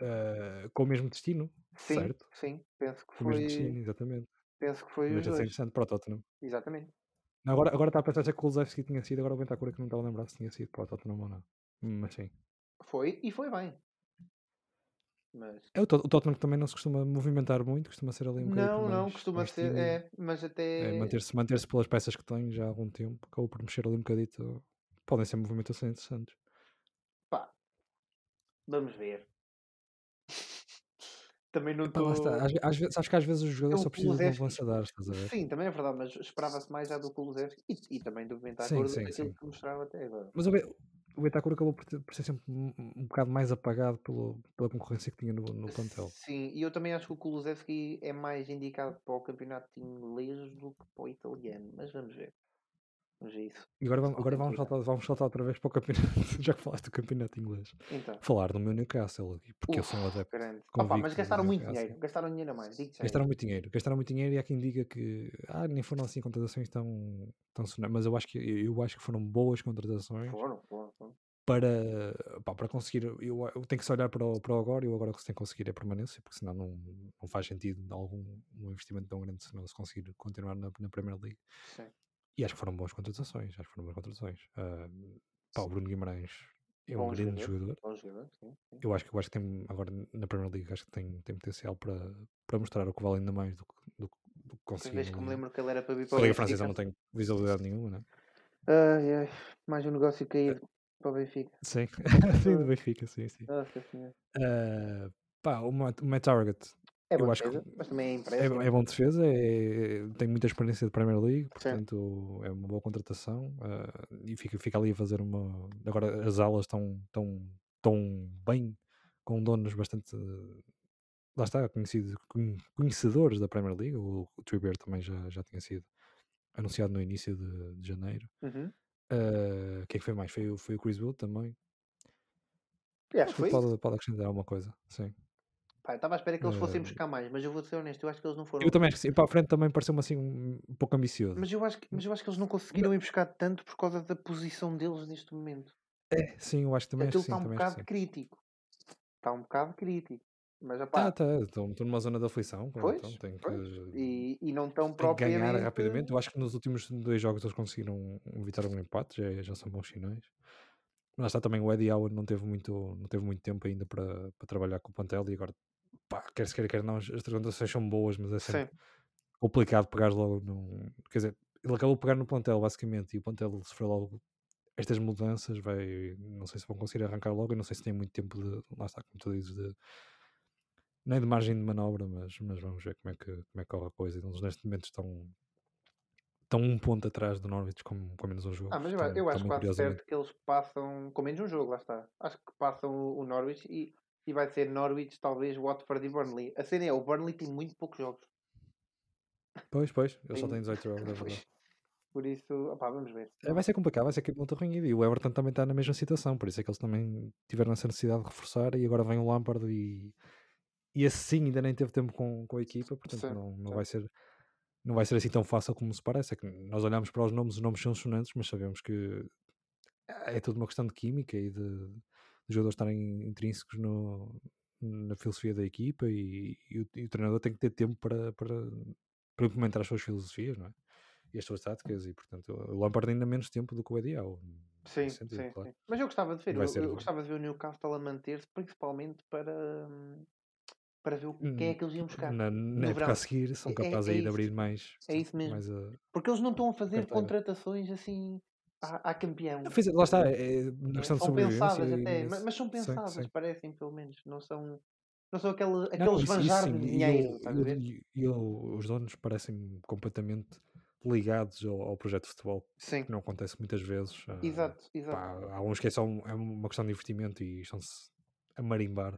[SPEAKER 1] eh, com o mesmo destino,
[SPEAKER 2] Sim,
[SPEAKER 1] certo?
[SPEAKER 2] sim. Penso que
[SPEAKER 1] Com o mesmo
[SPEAKER 2] foi.
[SPEAKER 1] destino, exatamente.
[SPEAKER 2] Penso que foi
[SPEAKER 1] Mas
[SPEAKER 2] os
[SPEAKER 1] isso é
[SPEAKER 2] dois.
[SPEAKER 1] interessante para o Tottenham.
[SPEAKER 2] Exatamente.
[SPEAKER 1] Não, Agora, agora está a pensar se é que o Kulusevski tinha sido, agora o Bentancur é que não estava a lembrar se tinha sido para o Tottenham ou não. Hum, Mas sim.
[SPEAKER 2] Foi e foi bem. Mas.
[SPEAKER 1] É, o, Tot- o Tottenham que também não se costuma movimentar muito, costuma ser ali um bocadinho
[SPEAKER 2] Não, não,
[SPEAKER 1] mais-
[SPEAKER 2] costuma
[SPEAKER 1] mais
[SPEAKER 2] ser.
[SPEAKER 1] tímido.
[SPEAKER 2] É, mas até.
[SPEAKER 1] É, manter-se manter pelas peças que tem já há algum tempo, acabou por mexer ali um bocadito. Podem ser movimentações interessantes.
[SPEAKER 2] Pá. Vamos ver. Também não
[SPEAKER 1] Pá,
[SPEAKER 2] estou.
[SPEAKER 1] lá está. Às, ve- às vezes, acho que às vezes os jogadores
[SPEAKER 2] Eu,
[SPEAKER 1] só precisam de um
[SPEAKER 2] Kulusevski-
[SPEAKER 1] lançadar, estás a ver?
[SPEAKER 2] Sim, também é verdade, mas esperava-se mais já do Kulusevski e, e também do Bentancur
[SPEAKER 1] Sim,
[SPEAKER 2] do
[SPEAKER 1] sim,
[SPEAKER 2] que aquilo
[SPEAKER 1] sim.
[SPEAKER 2] que mostrava até agora.
[SPEAKER 1] Mas o, Be o Bentancur acabou por, ter- por ser sempre um, um bocado mais apagado pelo, pela concorrência que tinha no, no plantel.
[SPEAKER 2] Sim, e eu também acho que o Kulusevski é mais indicado para o campeonato inglês do que para o italiano, mas vamos ver. Vamos ver isso.
[SPEAKER 1] E agora, vamos,
[SPEAKER 2] Só
[SPEAKER 1] agora vamos,
[SPEAKER 2] complica.
[SPEAKER 1] saltar, vamos saltar outra vez para o campeonato, já que falaste do campeonato inglês.
[SPEAKER 2] Então,
[SPEAKER 1] Falar do meu Newcastle, e porque eu sou um
[SPEAKER 2] uf,
[SPEAKER 1] adepto.
[SPEAKER 2] grande. Opa, mas
[SPEAKER 1] convicto do
[SPEAKER 2] gastaram muito
[SPEAKER 1] Newcastle.
[SPEAKER 2] dinheiro, gastaram dinheiro a mais. digo já.
[SPEAKER 1] Gastaram muito dinheiro, gastaram muito dinheiro e há quem diga que ah, nem foram assim contratações tão, tão sonar, mas eu acho que eu acho que foram boas contratações
[SPEAKER 2] Foram, foram, foram.
[SPEAKER 1] para, pá, para conseguir. Eu, eu tenho que se olhar para o, para o agora e o agora que se tem que conseguir é permanência, porque senão não, não faz sentido algum um investimento tão grande se não se conseguir continuar na, na Primeira Liga.
[SPEAKER 2] Sim.
[SPEAKER 1] E acho que foram boas contratações, acho que foram boas contratações. Ah, pá, o Bruno Guimarães é um
[SPEAKER 2] Bom
[SPEAKER 1] grande
[SPEAKER 2] jogador.
[SPEAKER 1] jogador.
[SPEAKER 2] Bom jogador, sim. sim.
[SPEAKER 1] Eu acho que eu acho que tem agora na Primeira Liga acho que tem, tem potencial para, para mostrar o que vale ainda mais do que, do, que- do que
[SPEAKER 2] Depois
[SPEAKER 1] conseguiu
[SPEAKER 2] vejo
[SPEAKER 1] na
[SPEAKER 2] que me
[SPEAKER 1] Liga.
[SPEAKER 2] lembro que ele era para vir para
[SPEAKER 1] A
[SPEAKER 2] o
[SPEAKER 1] Liga Francesa
[SPEAKER 2] Benfica.
[SPEAKER 1] não tem visibilidade nenhuma, não é?
[SPEAKER 2] Ai, ai, mais um negócio caído para o Benfica.
[SPEAKER 1] Sim, sim, do Benfica, sim, sim.
[SPEAKER 2] Nossa senhora.
[SPEAKER 1] Ah, pá, o Matt, o Matt Target
[SPEAKER 2] É
[SPEAKER 1] Eu
[SPEAKER 2] bom
[SPEAKER 1] acho que-
[SPEAKER 2] defesa, mas também é
[SPEAKER 1] é,
[SPEAKER 2] impressa.
[SPEAKER 1] é bom defesa, é- tem muita experiência de Premier League,
[SPEAKER 2] Sim.
[SPEAKER 1] portanto é uma boa contratação ah, e fica, fica ali a fazer uma. Agora as alas estão tão, tão bem, com donos bastante. Lá está, conhecido, con- conhecedores da Premier League. O, o Trippier também já, já tinha sido anunciado no início de, de janeiro.
[SPEAKER 2] Uhum.
[SPEAKER 1] Ah, quem é que foi mais? Foi, o- foi o Chris Wood também. Acho
[SPEAKER 2] E acho que
[SPEAKER 1] que
[SPEAKER 2] Ah, foi isso.
[SPEAKER 1] pode, pode acrescentar alguma coisa, sim.
[SPEAKER 2] Pá, eu estava à espera que eles fossem
[SPEAKER 1] Eh,
[SPEAKER 2] buscar mais, mas eu vou ser honesto, eu acho que eles não foram.
[SPEAKER 1] Eu também acho que sim. Para a frente também pareceu-me assim um um pouco ambicioso.
[SPEAKER 2] Mas eu, acho que, mas eu acho que eles não conseguiram ir buscar tanto por causa da posição deles neste momento.
[SPEAKER 1] É, sim, eu acho que também acho
[SPEAKER 2] Aquilo
[SPEAKER 1] que sim.
[SPEAKER 2] está
[SPEAKER 1] Também
[SPEAKER 2] um
[SPEAKER 1] acho
[SPEAKER 2] bocado
[SPEAKER 1] que sim.
[SPEAKER 2] crítico. Está um bocado crítico. Mas
[SPEAKER 1] Tá,
[SPEAKER 2] opá,
[SPEAKER 1] tá, estou numa zona de aflição. pá,
[SPEAKER 2] Pois,
[SPEAKER 1] então tenho que,
[SPEAKER 2] pois.
[SPEAKER 1] tenho
[SPEAKER 2] e, e não tão
[SPEAKER 1] que ganhar
[SPEAKER 2] propriamente.
[SPEAKER 1] rapidamente. Eu acho que nos últimos dois jogos eles conseguiram evitar um empate, já, já são bons sinais. Mas está também o Eddie Hour não teve muito, não teve muito tempo ainda para, para trabalhar com o plantel e agora, pá, quer se queira, quer não, as as transações são boas, mas é sempre
[SPEAKER 2] Sim,
[SPEAKER 1] complicado pegar logo num. Quer dizer, ele acabou de pegar no plantel, basicamente, e o plantel sofreu logo estas mudanças. Vai, não sei se vão conseguir arrancar logo, eu não sei se tem muito tempo de. Lá está, como tu dizes, de. Nem de margem de manobra, mas, mas vamos ver como é, que, como é que corre a coisa. Eles neste momento estão, estão um ponto atrás do Norwich com, com menos um jogo.
[SPEAKER 2] Ah, mas eu,
[SPEAKER 1] também-
[SPEAKER 2] eu acho
[SPEAKER 1] também
[SPEAKER 2] quase
[SPEAKER 1] curiosamente.
[SPEAKER 2] certo que eles passam, com menos um jogo, lá está. Acho que passam o, o Norwich e, e vai ser Norwich, talvez Watford e Burnley. A cena é, o Burnley tem muito poucos jogos.
[SPEAKER 1] Pois, pois, eles só
[SPEAKER 2] Tem-
[SPEAKER 1] têm 18 jogos, é
[SPEAKER 2] Pois.
[SPEAKER 1] verdade.
[SPEAKER 2] Por isso, opá, vamos ver.
[SPEAKER 1] É, Vai ser complicado, vai ser aqui muito ruim. E o Everton também está na mesma situação, por isso é que eles também tiveram essa necessidade de reforçar. E agora vem o Lampard e, e assim ainda nem teve tempo com, com a equipa, portanto
[SPEAKER 2] Sim,
[SPEAKER 1] não, não,
[SPEAKER 2] sim.
[SPEAKER 1] vai ser, não vai ser assim tão fácil como se parece. É que nós olhamos para os nomes, os nomes são sonantes, mas sabemos que é tudo uma questão de química e de, de jogadores estarem intrínsecos no, na filosofia da equipa. E, e o, e o treinador tem que ter tempo para, para, para implementar as suas filosofias, não é? e as suas táticas e portanto o Lampard ainda menos tempo do que o Eddie Howe.
[SPEAKER 2] Sim,
[SPEAKER 1] sentido,
[SPEAKER 2] sim,
[SPEAKER 1] claro.
[SPEAKER 2] sim. Mas eu gostava de ver.
[SPEAKER 1] Vai
[SPEAKER 2] Eu,
[SPEAKER 1] ser
[SPEAKER 2] eu
[SPEAKER 1] bom.
[SPEAKER 2] gostava de ver o Newcastle a manter-se, principalmente para, hum, para ver o- quem é
[SPEAKER 1] Hum,
[SPEAKER 2] que eles iam buscar.
[SPEAKER 1] Na, na
[SPEAKER 2] no
[SPEAKER 1] época
[SPEAKER 2] verão.
[SPEAKER 1] a seguir são
[SPEAKER 2] É- é-
[SPEAKER 1] capazes
[SPEAKER 2] é
[SPEAKER 1] aí de
[SPEAKER 2] isso.
[SPEAKER 1] abrir mais,
[SPEAKER 2] É isso mesmo.
[SPEAKER 1] mais a,
[SPEAKER 2] Porque eles não estão a fazer
[SPEAKER 1] Carteira.
[SPEAKER 2] contratações assim à, à campeão.
[SPEAKER 1] Não, pois é, lá está, é, na
[SPEAKER 2] né?
[SPEAKER 1] questão de
[SPEAKER 2] São
[SPEAKER 1] sobrevivência.
[SPEAKER 2] pensadas
[SPEAKER 1] e
[SPEAKER 2] até,
[SPEAKER 1] nesse-
[SPEAKER 2] mas, mas são
[SPEAKER 1] sim,
[SPEAKER 2] pensadas,
[SPEAKER 1] sim.
[SPEAKER 2] parecem pelo menos. Não são, não são aquele,
[SPEAKER 1] Não,
[SPEAKER 2] aqueles
[SPEAKER 1] isso- isso
[SPEAKER 2] banjar
[SPEAKER 1] sim,
[SPEAKER 2] de
[SPEAKER 1] e
[SPEAKER 2] dinheiro,
[SPEAKER 1] eu-
[SPEAKER 2] estás a ver?
[SPEAKER 1] eu- eu- os donos parecem completamente ligados ao, ao projeto de futebol,
[SPEAKER 2] Sim.
[SPEAKER 1] que não acontece muitas vezes. ah,
[SPEAKER 2] Exato, exato.
[SPEAKER 1] pá, há uns que é só um- é uma questão de investimento e estão-se a marimbar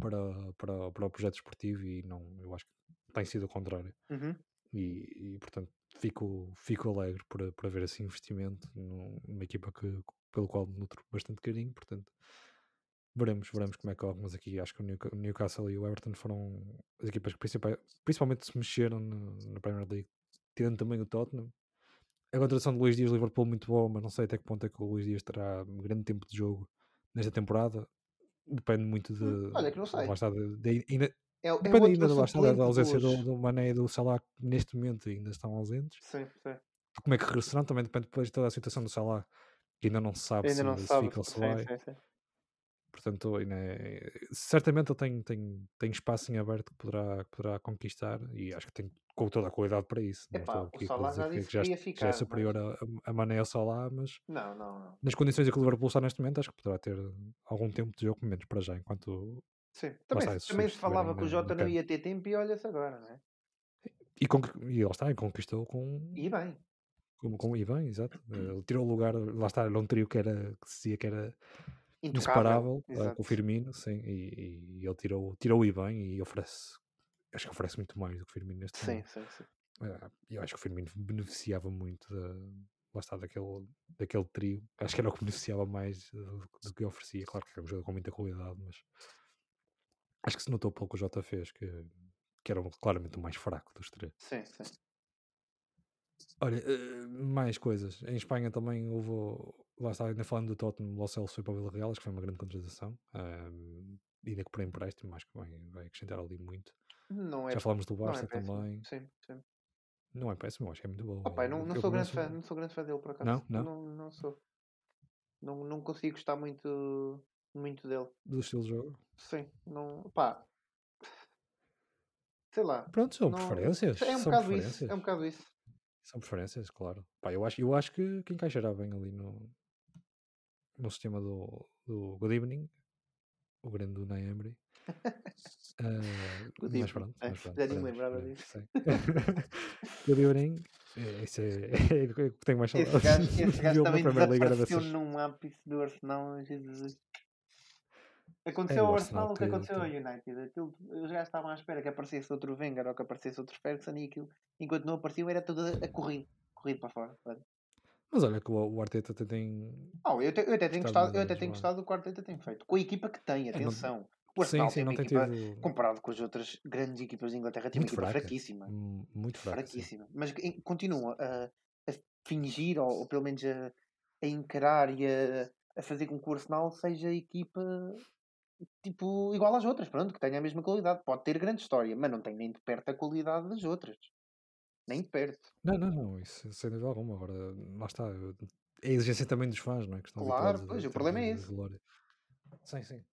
[SPEAKER 1] para, para, para o projeto esportivo e não, eu acho que tem sido o contrário.
[SPEAKER 2] Uhum.
[SPEAKER 1] E, e, portanto, fico, fico alegre por, por haver esse investimento num- numa equipa que, pelo qual nutro bastante carinho, portanto. Veremos, veremos como é que corre, mas aqui acho que o Newca- o Newcastle e o Everton foram as equipas que principalmente, principalmente se mexeram no- na Premier League, tirando também o Tottenham. A contratação de Luís Dias Liverpool muito boa, mas não sei até que ponto é que o Luís Dias terá um grande tempo de jogo nesta temporada. Depende muito de.
[SPEAKER 2] Hum, olha que não sei.
[SPEAKER 1] lá está, de- de- ainda-
[SPEAKER 2] É, é
[SPEAKER 1] depende
[SPEAKER 2] outro
[SPEAKER 1] ainda de lá está, da, da
[SPEAKER 2] suplente
[SPEAKER 1] ausência
[SPEAKER 2] de hoje.
[SPEAKER 1] do, do Mané e do Salah, que neste momento ainda estão ausentes.
[SPEAKER 2] Sim, sim.
[SPEAKER 1] Como é que regressarão também depende depois de toda a situação do Salah, que ainda não se sabe
[SPEAKER 2] Ainda
[SPEAKER 1] se,
[SPEAKER 2] não
[SPEAKER 1] se
[SPEAKER 2] sabe.
[SPEAKER 1] fica ou se
[SPEAKER 2] Sim,
[SPEAKER 1] vai.
[SPEAKER 2] sim, sim.
[SPEAKER 1] Portanto, ainda é- certamente ele tem, tem, tem espaço em aberto que poderá, que poderá conquistar e acho que tem com toda a qualidade para isso. Não
[SPEAKER 2] Epá,
[SPEAKER 1] estou
[SPEAKER 2] o
[SPEAKER 1] aqui para
[SPEAKER 2] Salah
[SPEAKER 1] dizer
[SPEAKER 2] já
[SPEAKER 1] que, é- que já,
[SPEAKER 2] disse que ia
[SPEAKER 1] que já é
[SPEAKER 2] ficar, mas...
[SPEAKER 1] superior a, a, a Mané ou Salah, mas
[SPEAKER 2] Não, não, não.
[SPEAKER 1] nas condições em que o Liverpool está neste momento, acho que poderá ter algum tempo de jogo, pelo menos para já, enquanto
[SPEAKER 2] Sim.
[SPEAKER 1] lá
[SPEAKER 2] Também,
[SPEAKER 1] está,
[SPEAKER 2] se-
[SPEAKER 1] esses
[SPEAKER 2] também
[SPEAKER 1] subs
[SPEAKER 2] se falava
[SPEAKER 1] estiverem
[SPEAKER 2] que o
[SPEAKER 1] na- no
[SPEAKER 2] Jota não
[SPEAKER 1] campo.
[SPEAKER 2] ia ter tempo e olha-se agora, não é?
[SPEAKER 1] E, conqui- e lá está, e conquistou com,
[SPEAKER 2] E bem.
[SPEAKER 1] com, com e bem, exato. Eh, Ele tirou o lugar, lá está, era um trio que, era, que se dizia que era
[SPEAKER 2] Intocável.
[SPEAKER 1] inseparável ah, com
[SPEAKER 2] Exato.
[SPEAKER 1] o Firmino, sim, e, e ele tirou, tirou e bem e oferece, acho que oferece muito mais do que o Firmino neste
[SPEAKER 2] Sim,
[SPEAKER 1] momento.
[SPEAKER 2] sim, sim.
[SPEAKER 1] Ah, eu acho que o Firmino beneficiava muito da, lá está, daquele, daquele trio, acho que era o que beneficiava mais ah, do, que- do que oferecia, claro que era um jogo com muita qualidade, mas acho que se notou pouco o Jota fez, que, que era um- claramente o mais fraco dos três.
[SPEAKER 2] Sim, sim.
[SPEAKER 1] Olha, eh, mais coisas. Em Espanha também houve. o- Lá está, ainda falando do Tottenham, o Lo Celso foi para o Villarreal, acho que foi uma grande contratação. ahm, ainda que por empréstimo, acho que vai, vai acrescentar ali muito.
[SPEAKER 2] Não é,
[SPEAKER 1] Já falámos do
[SPEAKER 2] não é
[SPEAKER 1] Barça
[SPEAKER 2] péssimo.
[SPEAKER 1] também.
[SPEAKER 2] Sim, sim.
[SPEAKER 1] Não é péssimo, eu acho que é muito bom.
[SPEAKER 2] Opa, eu não,
[SPEAKER 1] Eu-
[SPEAKER 2] não
[SPEAKER 1] eu
[SPEAKER 2] sou
[SPEAKER 1] pelo
[SPEAKER 2] grande
[SPEAKER 1] menos
[SPEAKER 2] fã,
[SPEAKER 1] o-
[SPEAKER 2] não sou grande fã dele por acaso.
[SPEAKER 1] Não, não.
[SPEAKER 2] Não, não sou. Não, não consigo gostar muito, muito dele.
[SPEAKER 1] Do estilo de jogo.
[SPEAKER 2] Sim, não. Pá, sei lá.
[SPEAKER 1] Pronto, são
[SPEAKER 2] Não,
[SPEAKER 1] preferências.
[SPEAKER 2] é um
[SPEAKER 1] são
[SPEAKER 2] bocado isso. É um
[SPEAKER 1] preferências.
[SPEAKER 2] bocado isso.
[SPEAKER 1] São preferências, claro. Pá, eu acho, eu acho que, que encaixará bem ali no, no sistema do, do Good Evening, o grande do Unai Emery. Ah,
[SPEAKER 2] Good
[SPEAKER 1] mas
[SPEAKER 2] evening,
[SPEAKER 1] pronto,
[SPEAKER 2] né?
[SPEAKER 1] mas pronto, veremos.
[SPEAKER 2] Fizeram-me lembrar
[SPEAKER 1] veremos,
[SPEAKER 2] disso.
[SPEAKER 1] sim. Good evening. É, isso é, é o que eu tenho mais
[SPEAKER 2] Esse
[SPEAKER 1] saudades.
[SPEAKER 2] gajo, esse
[SPEAKER 1] Viu
[SPEAKER 2] gajo
[SPEAKER 1] uma
[SPEAKER 2] também
[SPEAKER 1] Premier League era
[SPEAKER 2] desapareceu
[SPEAKER 1] dessas.
[SPEAKER 2] num ápice do Arsenal. Jesus.
[SPEAKER 1] É,
[SPEAKER 2] Aconteceu
[SPEAKER 1] o
[SPEAKER 2] ao
[SPEAKER 1] Arsenal
[SPEAKER 2] Arsenal o que
[SPEAKER 1] teve-
[SPEAKER 2] aconteceu ao
[SPEAKER 1] teve-
[SPEAKER 2] United. Aquilo, os gajos estavam à espera que aparecesse outro Wenger ou que aparecesse outro Ferguson e aquilo, enquanto não apareceu, era tudo a, a correr, correr para fora. sabe?
[SPEAKER 1] Mas olha que o, o Arteta até tem.
[SPEAKER 2] Não, eu, te- eu até tenho
[SPEAKER 1] Gostava
[SPEAKER 2] gostado,
[SPEAKER 1] mais
[SPEAKER 2] eu
[SPEAKER 1] ou
[SPEAKER 2] até
[SPEAKER 1] menos
[SPEAKER 2] tenho
[SPEAKER 1] lá.
[SPEAKER 2] gostado do que o Arteta tem feito. Com a equipa que tem,
[SPEAKER 1] É, não-
[SPEAKER 2] atenção. O
[SPEAKER 1] sim,
[SPEAKER 2] Arsenal
[SPEAKER 1] sim,
[SPEAKER 2] tem uma
[SPEAKER 1] não tem
[SPEAKER 2] equipa,
[SPEAKER 1] tido. É
[SPEAKER 2] comparado com as outras grandes equipas da Inglaterra, tem uma
[SPEAKER 1] Muito
[SPEAKER 2] equipa
[SPEAKER 1] fraca.
[SPEAKER 2] fraquíssima.
[SPEAKER 1] Hum, Muito fraca, sim.
[SPEAKER 2] Fraquíssima. Mas que- em- continua a, a fingir, ou, ou pelo menos a, a encarar e a, a fazer com que o Arsenal seja a equipa tipo, igual às outras, pronto, que tenha a mesma qualidade. Pode ter grande história, mas não tem nem de perto a qualidade das outras. Nem de perto.
[SPEAKER 1] Não, não, não, isso sem dúvida alguma. Agora, lá está. eu- É a exigência também dos fãs, não é? Que estão
[SPEAKER 2] Claro,
[SPEAKER 1] habituados a
[SPEAKER 2] pois, o
[SPEAKER 1] termos
[SPEAKER 2] problema é
[SPEAKER 1] a
[SPEAKER 2] esse.
[SPEAKER 1] glória. Sim, sim.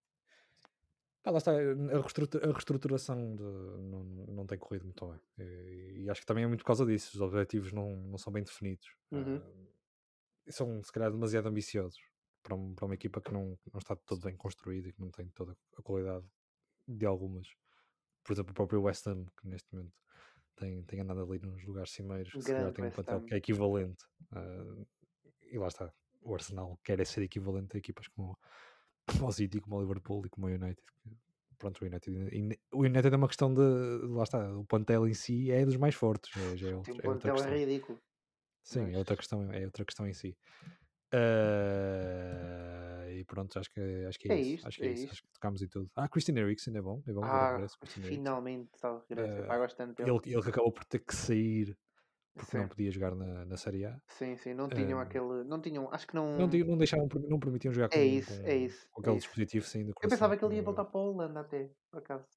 [SPEAKER 1] Ah, lá está, a, reestrutu- a reestruturação de- não, não tem corrido muito bem. E, e acho que também é muito por causa disso. Os objetivos não, não são bem definidos.
[SPEAKER 2] Uhum.
[SPEAKER 1] Ah, e são, se calhar, demasiado ambiciosos para, um- para uma equipa que não, não está de todo bem construída e que não tem toda a qualidade de algumas. Por exemplo, o próprio West Ham, que neste momento tem, tem andado ali nos lugares cimeiros, que se calhar
[SPEAKER 2] Grande
[SPEAKER 1] tem um
[SPEAKER 2] West
[SPEAKER 1] plantel
[SPEAKER 2] Ham.
[SPEAKER 1] que é equivalente. ah, e lá está. O Arsenal quer é ser equivalente a equipas como, o- como o City, como o Liverpool e como o United. que- Pronto, o United, ainda- ainda- o United é uma questão de. Lá está, o plantel em si é dos mais fortes, é, já é
[SPEAKER 2] Tem um
[SPEAKER 1] outra- é outra
[SPEAKER 2] plantel
[SPEAKER 1] questão.
[SPEAKER 2] ridículo.
[SPEAKER 1] Sim, é outra
[SPEAKER 2] Mas-
[SPEAKER 1] questão, é outra questão em si.
[SPEAKER 2] Uhum.
[SPEAKER 1] Ah, e pronto, acho que, acho que é
[SPEAKER 2] É
[SPEAKER 1] isso.
[SPEAKER 2] isto,
[SPEAKER 1] Acho que
[SPEAKER 2] é
[SPEAKER 1] é isso.
[SPEAKER 2] isto.
[SPEAKER 1] Acho que tocámos em tudo. Ah, Christian Eriksen é bom, é bom ver o
[SPEAKER 2] Ah,
[SPEAKER 1] regresso. Christian Eriksen.
[SPEAKER 2] finalmente está de regresso.
[SPEAKER 1] Ah,
[SPEAKER 2] Epá, gosto tanto dele.
[SPEAKER 1] ele, ele que acabou por ter que sair porque não
[SPEAKER 2] Sim,
[SPEAKER 1] podia jogar na, na Série A.
[SPEAKER 2] sim, sim. Não tinham
[SPEAKER 1] Ah,
[SPEAKER 2] aquele. Não tinham. Acho que não.
[SPEAKER 1] não, di- não deixaram, per- não permitiam jogar
[SPEAKER 2] Hum. É
[SPEAKER 1] com,
[SPEAKER 2] isso, é
[SPEAKER 1] com,
[SPEAKER 2] isso,
[SPEAKER 1] com
[SPEAKER 2] é
[SPEAKER 1] aquele
[SPEAKER 2] isso.
[SPEAKER 1] dispositivo sim do
[SPEAKER 2] Eu
[SPEAKER 1] coração.
[SPEAKER 2] pensava que ele ia
[SPEAKER 1] eh.
[SPEAKER 2] voltar para a Holanda até, por acaso.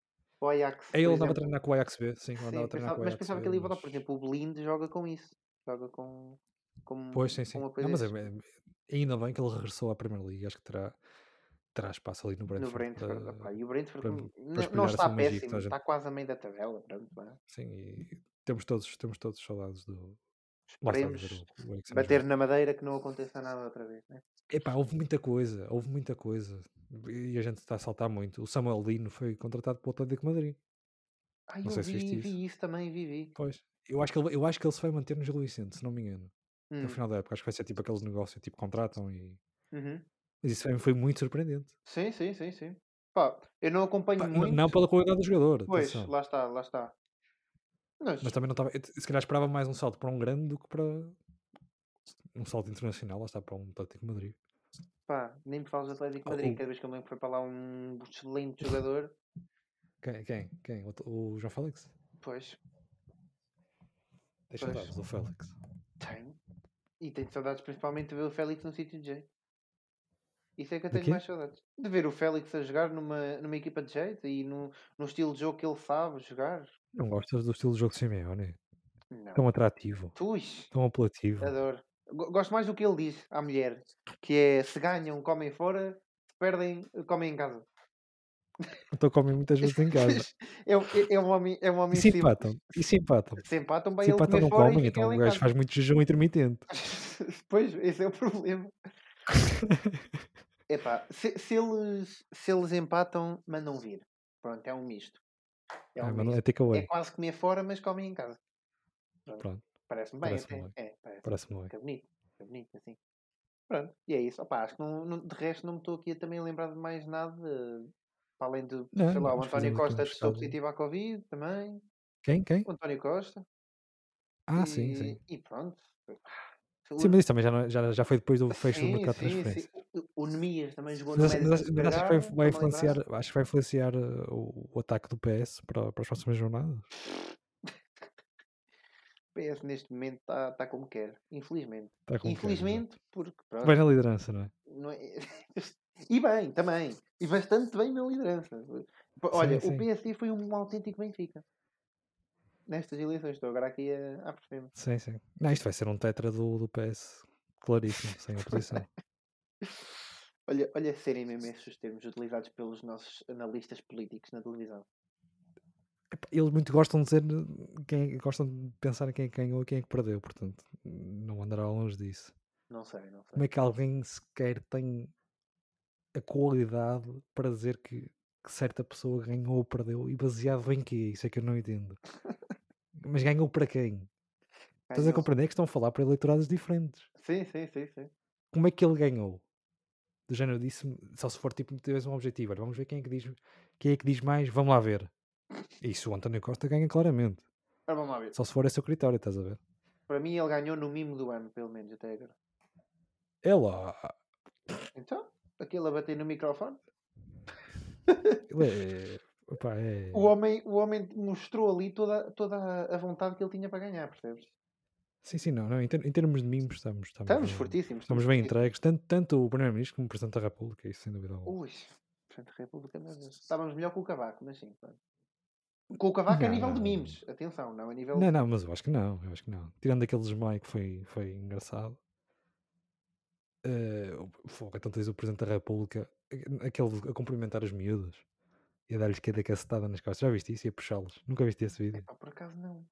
[SPEAKER 2] O Ajax,
[SPEAKER 1] É,
[SPEAKER 2] por
[SPEAKER 1] ele andava a
[SPEAKER 2] exemplo.
[SPEAKER 1] treinar com o Ajax B, sim, ele andava
[SPEAKER 2] Sim,
[SPEAKER 1] a treinar
[SPEAKER 2] pensava-
[SPEAKER 1] com o
[SPEAKER 2] mas
[SPEAKER 1] Ajax
[SPEAKER 2] pensava
[SPEAKER 1] B,
[SPEAKER 2] que ele
[SPEAKER 1] eh,
[SPEAKER 2] ia
[SPEAKER 1] mas
[SPEAKER 2] voltar. Por exemplo, o Blind joga hum, com isso. Joga com. Como,
[SPEAKER 1] Pois, sim, sim.
[SPEAKER 2] como uma
[SPEAKER 1] Não,
[SPEAKER 2] coisa
[SPEAKER 1] mas é,
[SPEAKER 2] desse.
[SPEAKER 1] é- ainda bem que ele regressou à Primeira Liga. Acho que terá, terá espaço ali no
[SPEAKER 2] tipo, no
[SPEAKER 1] Brentford.
[SPEAKER 2] Brentford.
[SPEAKER 1] para-
[SPEAKER 2] opá, e o Brentford
[SPEAKER 1] para-
[SPEAKER 2] não-
[SPEAKER 1] para
[SPEAKER 2] não, não
[SPEAKER 1] espalhar a
[SPEAKER 2] está
[SPEAKER 1] sua magia que
[SPEAKER 2] péssimo,
[SPEAKER 1] toda a gente-
[SPEAKER 2] está quase a meio da tabela. Pronto, é? vá.
[SPEAKER 1] Sim, e temos todos, temos todos saudades do. Lá está, de ver
[SPEAKER 2] Esperemos
[SPEAKER 1] o- o Eriksen a
[SPEAKER 2] bater
[SPEAKER 1] jogar.
[SPEAKER 2] na madeira que não aconteça nada outra vez. Né?
[SPEAKER 1] Epá, houve muita coisa, houve muita coisa. E a gente está a saltar muito. O Samuel Lino foi contratado pelo Atlético de Madrid.
[SPEAKER 2] Ah,
[SPEAKER 1] Não
[SPEAKER 2] eu
[SPEAKER 1] sei se
[SPEAKER 2] vi,
[SPEAKER 1] viste isso.
[SPEAKER 2] vi isso também, vi, vi.
[SPEAKER 1] Pois. Eu acho, que ele, eu acho que ele se vai manter no Gil Vicente, se não me engano.
[SPEAKER 2] Hum,
[SPEAKER 1] No final da época, acho que vai ser tipo aqueles negócios, tipo, contratam e.
[SPEAKER 2] uhum.
[SPEAKER 1] Mas isso foi- foi muito surpreendente.
[SPEAKER 2] Sim, sim, sim, sim. Pá, eu não acompanho
[SPEAKER 1] Pá, n-
[SPEAKER 2] muito.
[SPEAKER 1] Não pela qualidade do jogador.
[SPEAKER 2] Pois,
[SPEAKER 1] atenção.
[SPEAKER 2] lá está, lá está. Mas,
[SPEAKER 1] Mas também não estava. eu te- Se calhar esperava mais um salto para um grande do que para um salto internacional, lá está para um Atlético de Madrid.
[SPEAKER 2] pá, nem me falas do Atlético de
[SPEAKER 1] Ah,
[SPEAKER 2] Madrid.
[SPEAKER 1] o-
[SPEAKER 2] Cada vez que eu lembro foi para lá um excelente jogador.
[SPEAKER 1] Quem? Quem? quem? O, o João Félix?
[SPEAKER 2] Pois,
[SPEAKER 1] Deixa
[SPEAKER 2] Pois.
[SPEAKER 1] saudades do Félix.
[SPEAKER 2] tenho. E tenho saudades principalmente de ver o Félix no sítio de jeito. Isso é que eu
[SPEAKER 1] De
[SPEAKER 2] tenho
[SPEAKER 1] quê?
[SPEAKER 2] mais saudades. De ver o Félix a jogar numa, numa equipa de jeito e no, no estilo de jogo que ele sabe jogar.
[SPEAKER 1] Não gostas do estilo de jogo de Simeone?
[SPEAKER 2] Não.
[SPEAKER 1] Tão atrativo,
[SPEAKER 2] Ui,
[SPEAKER 1] tão apelativo.
[SPEAKER 2] adoro. Go- Gosto mais do que ele diz à mulher, que é se ganham, comem fora, se perdem, comem em casa.
[SPEAKER 1] Então comem muitas vezes em casa.
[SPEAKER 2] é, um- é, é um homem, é um
[SPEAKER 1] E
[SPEAKER 2] homem
[SPEAKER 1] se
[SPEAKER 2] simples.
[SPEAKER 1] empatam, e se empatam.
[SPEAKER 2] Se empatam, vai
[SPEAKER 1] Se
[SPEAKER 2] ele
[SPEAKER 1] empatam
[SPEAKER 2] comer
[SPEAKER 1] não
[SPEAKER 2] fora
[SPEAKER 1] comem,
[SPEAKER 2] e
[SPEAKER 1] então
[SPEAKER 2] fica
[SPEAKER 1] o
[SPEAKER 2] ele em
[SPEAKER 1] gajo
[SPEAKER 2] casa.
[SPEAKER 1] faz muito jejum intermitente.
[SPEAKER 2] pois, esse é o problema. Epá, se, se, eles, se eles empatam, mandam vir. Pronto, é um misto. É,
[SPEAKER 1] É,
[SPEAKER 2] um
[SPEAKER 1] mas não- é
[SPEAKER 2] misto.
[SPEAKER 1] takeaway.
[SPEAKER 2] é quase comer fora, mas comem em casa.
[SPEAKER 1] Pronto,
[SPEAKER 2] Parece-me bem,
[SPEAKER 1] Parece-me
[SPEAKER 2] até. É, parece.
[SPEAKER 1] parece-me bem.
[SPEAKER 2] Fica bonito. Fica bonito, assim. Pronto, e é isso. Opá, acho que não, não- de resto não me estou aqui a também lembrar de mais nada. eh, Para além de,
[SPEAKER 1] Não,
[SPEAKER 2] sei lá, o
[SPEAKER 1] nós
[SPEAKER 2] António
[SPEAKER 1] fizemos aqui um
[SPEAKER 2] Costa testou
[SPEAKER 1] estado-
[SPEAKER 2] positivo à Covid também.
[SPEAKER 1] Quem? Quem?
[SPEAKER 2] O António Costa.
[SPEAKER 1] Ah,
[SPEAKER 2] e,
[SPEAKER 1] sim, sim.
[SPEAKER 2] E pronto. Pá,
[SPEAKER 1] Sim,
[SPEAKER 2] saúde.
[SPEAKER 1] mas isso também já, não- é, já, já foi depois do fecho do
[SPEAKER 2] Sim,
[SPEAKER 1] mercado de
[SPEAKER 2] sim, sim.
[SPEAKER 1] transferências.
[SPEAKER 2] O, o Nemias também jogou no
[SPEAKER 1] Mas, acho-
[SPEAKER 2] médico.
[SPEAKER 1] mas acho mas acho que vai,
[SPEAKER 2] Vergara,
[SPEAKER 1] vai
[SPEAKER 2] estou-me a lembrar.
[SPEAKER 1] influenciar, acho que vai influenciar uh, o, o ataque do PS para, para as próximas jornadas.
[SPEAKER 2] PS neste momento está tá como quer, infelizmente.
[SPEAKER 1] Está com quem,
[SPEAKER 2] infelizmente, porque pronto,
[SPEAKER 1] não é? Vai na liderança, não é?
[SPEAKER 2] não é- e bem também, e bastante bem na liderança. Olha,
[SPEAKER 1] sim.
[SPEAKER 2] o PSD foi um autêntico Benfica nestas eleições. Estou agora aqui a, a perceber-me.
[SPEAKER 1] Sim, sim. Não, isto vai ser um tetra do, do PS claríssimo, sem oposição.
[SPEAKER 2] Olha, olha serem mesmo esses os termos utilizados pelos nossos analistas políticos na televisão.
[SPEAKER 1] Epá, Eles muito gostam de dizer quem gostam de pensar em quem é que ganhou e quem é que perdeu, portanto, não andará longe disso.
[SPEAKER 2] Não sei, não sei.
[SPEAKER 1] Como é que alguém sequer tem a qualidade para dizer que, que certa pessoa ganhou ou perdeu e baseado em quê? Isso é que eu não entendo. Mas ganhou para quem? Estás a
[SPEAKER 2] Ganhou-
[SPEAKER 1] compreender que estão a falar para eleitorados diferentes.
[SPEAKER 2] Sim, sim, sim, sim.
[SPEAKER 1] Como é que ele ganhou? Do género disse só se for tipo, tivesse um objetivo, olha, vamos ver quem é que diz, quem é que diz mais, vamos lá ver. Isso o António Costa ganha claramente.
[SPEAKER 2] Ora, Ah, vamos lá ver.
[SPEAKER 1] Só se for esse o critério, estás a ver?
[SPEAKER 2] Para mim ele ganhou no mimo do ano, pelo menos até agora.
[SPEAKER 1] É lá.
[SPEAKER 2] Então, aquele a bater no microfone.
[SPEAKER 1] Ele é. Opa, é...
[SPEAKER 2] O homem, o homem mostrou ali toda, toda a- a vontade que ele tinha para ganhar, percebes?
[SPEAKER 1] Sim, sim, não, não. Em, ter- em termos de mimos, estamos. Estamos,
[SPEAKER 2] Estamos
[SPEAKER 1] eh,
[SPEAKER 2] fortíssimos.
[SPEAKER 1] estamos bem
[SPEAKER 2] fortíssimos.
[SPEAKER 1] entregues, tanto, tanto o Primeiro-Ministro como o Presidente da República, isso sem dúvida alguma.
[SPEAKER 2] Ui, Presidente da República, meu Deus. Estávamos melhor com o Cavaco, mas sim. pronto. Com o Cavaco a
[SPEAKER 1] Não,
[SPEAKER 2] nível de
[SPEAKER 1] não.
[SPEAKER 2] mimos. Atenção, não a nível.
[SPEAKER 1] Não, não, mas eu acho que não, eu acho que não. Tirando aquele desmaio que foi, foi engraçado. eh, o- fogo, então tens o Presidente da República a- aquele a cumprimentar os miúdos e a dar-lhes cada cacetada nas costas. Já viste isso? E a puxá-los. Nunca viste esse vídeo?
[SPEAKER 2] Epá, por acaso não.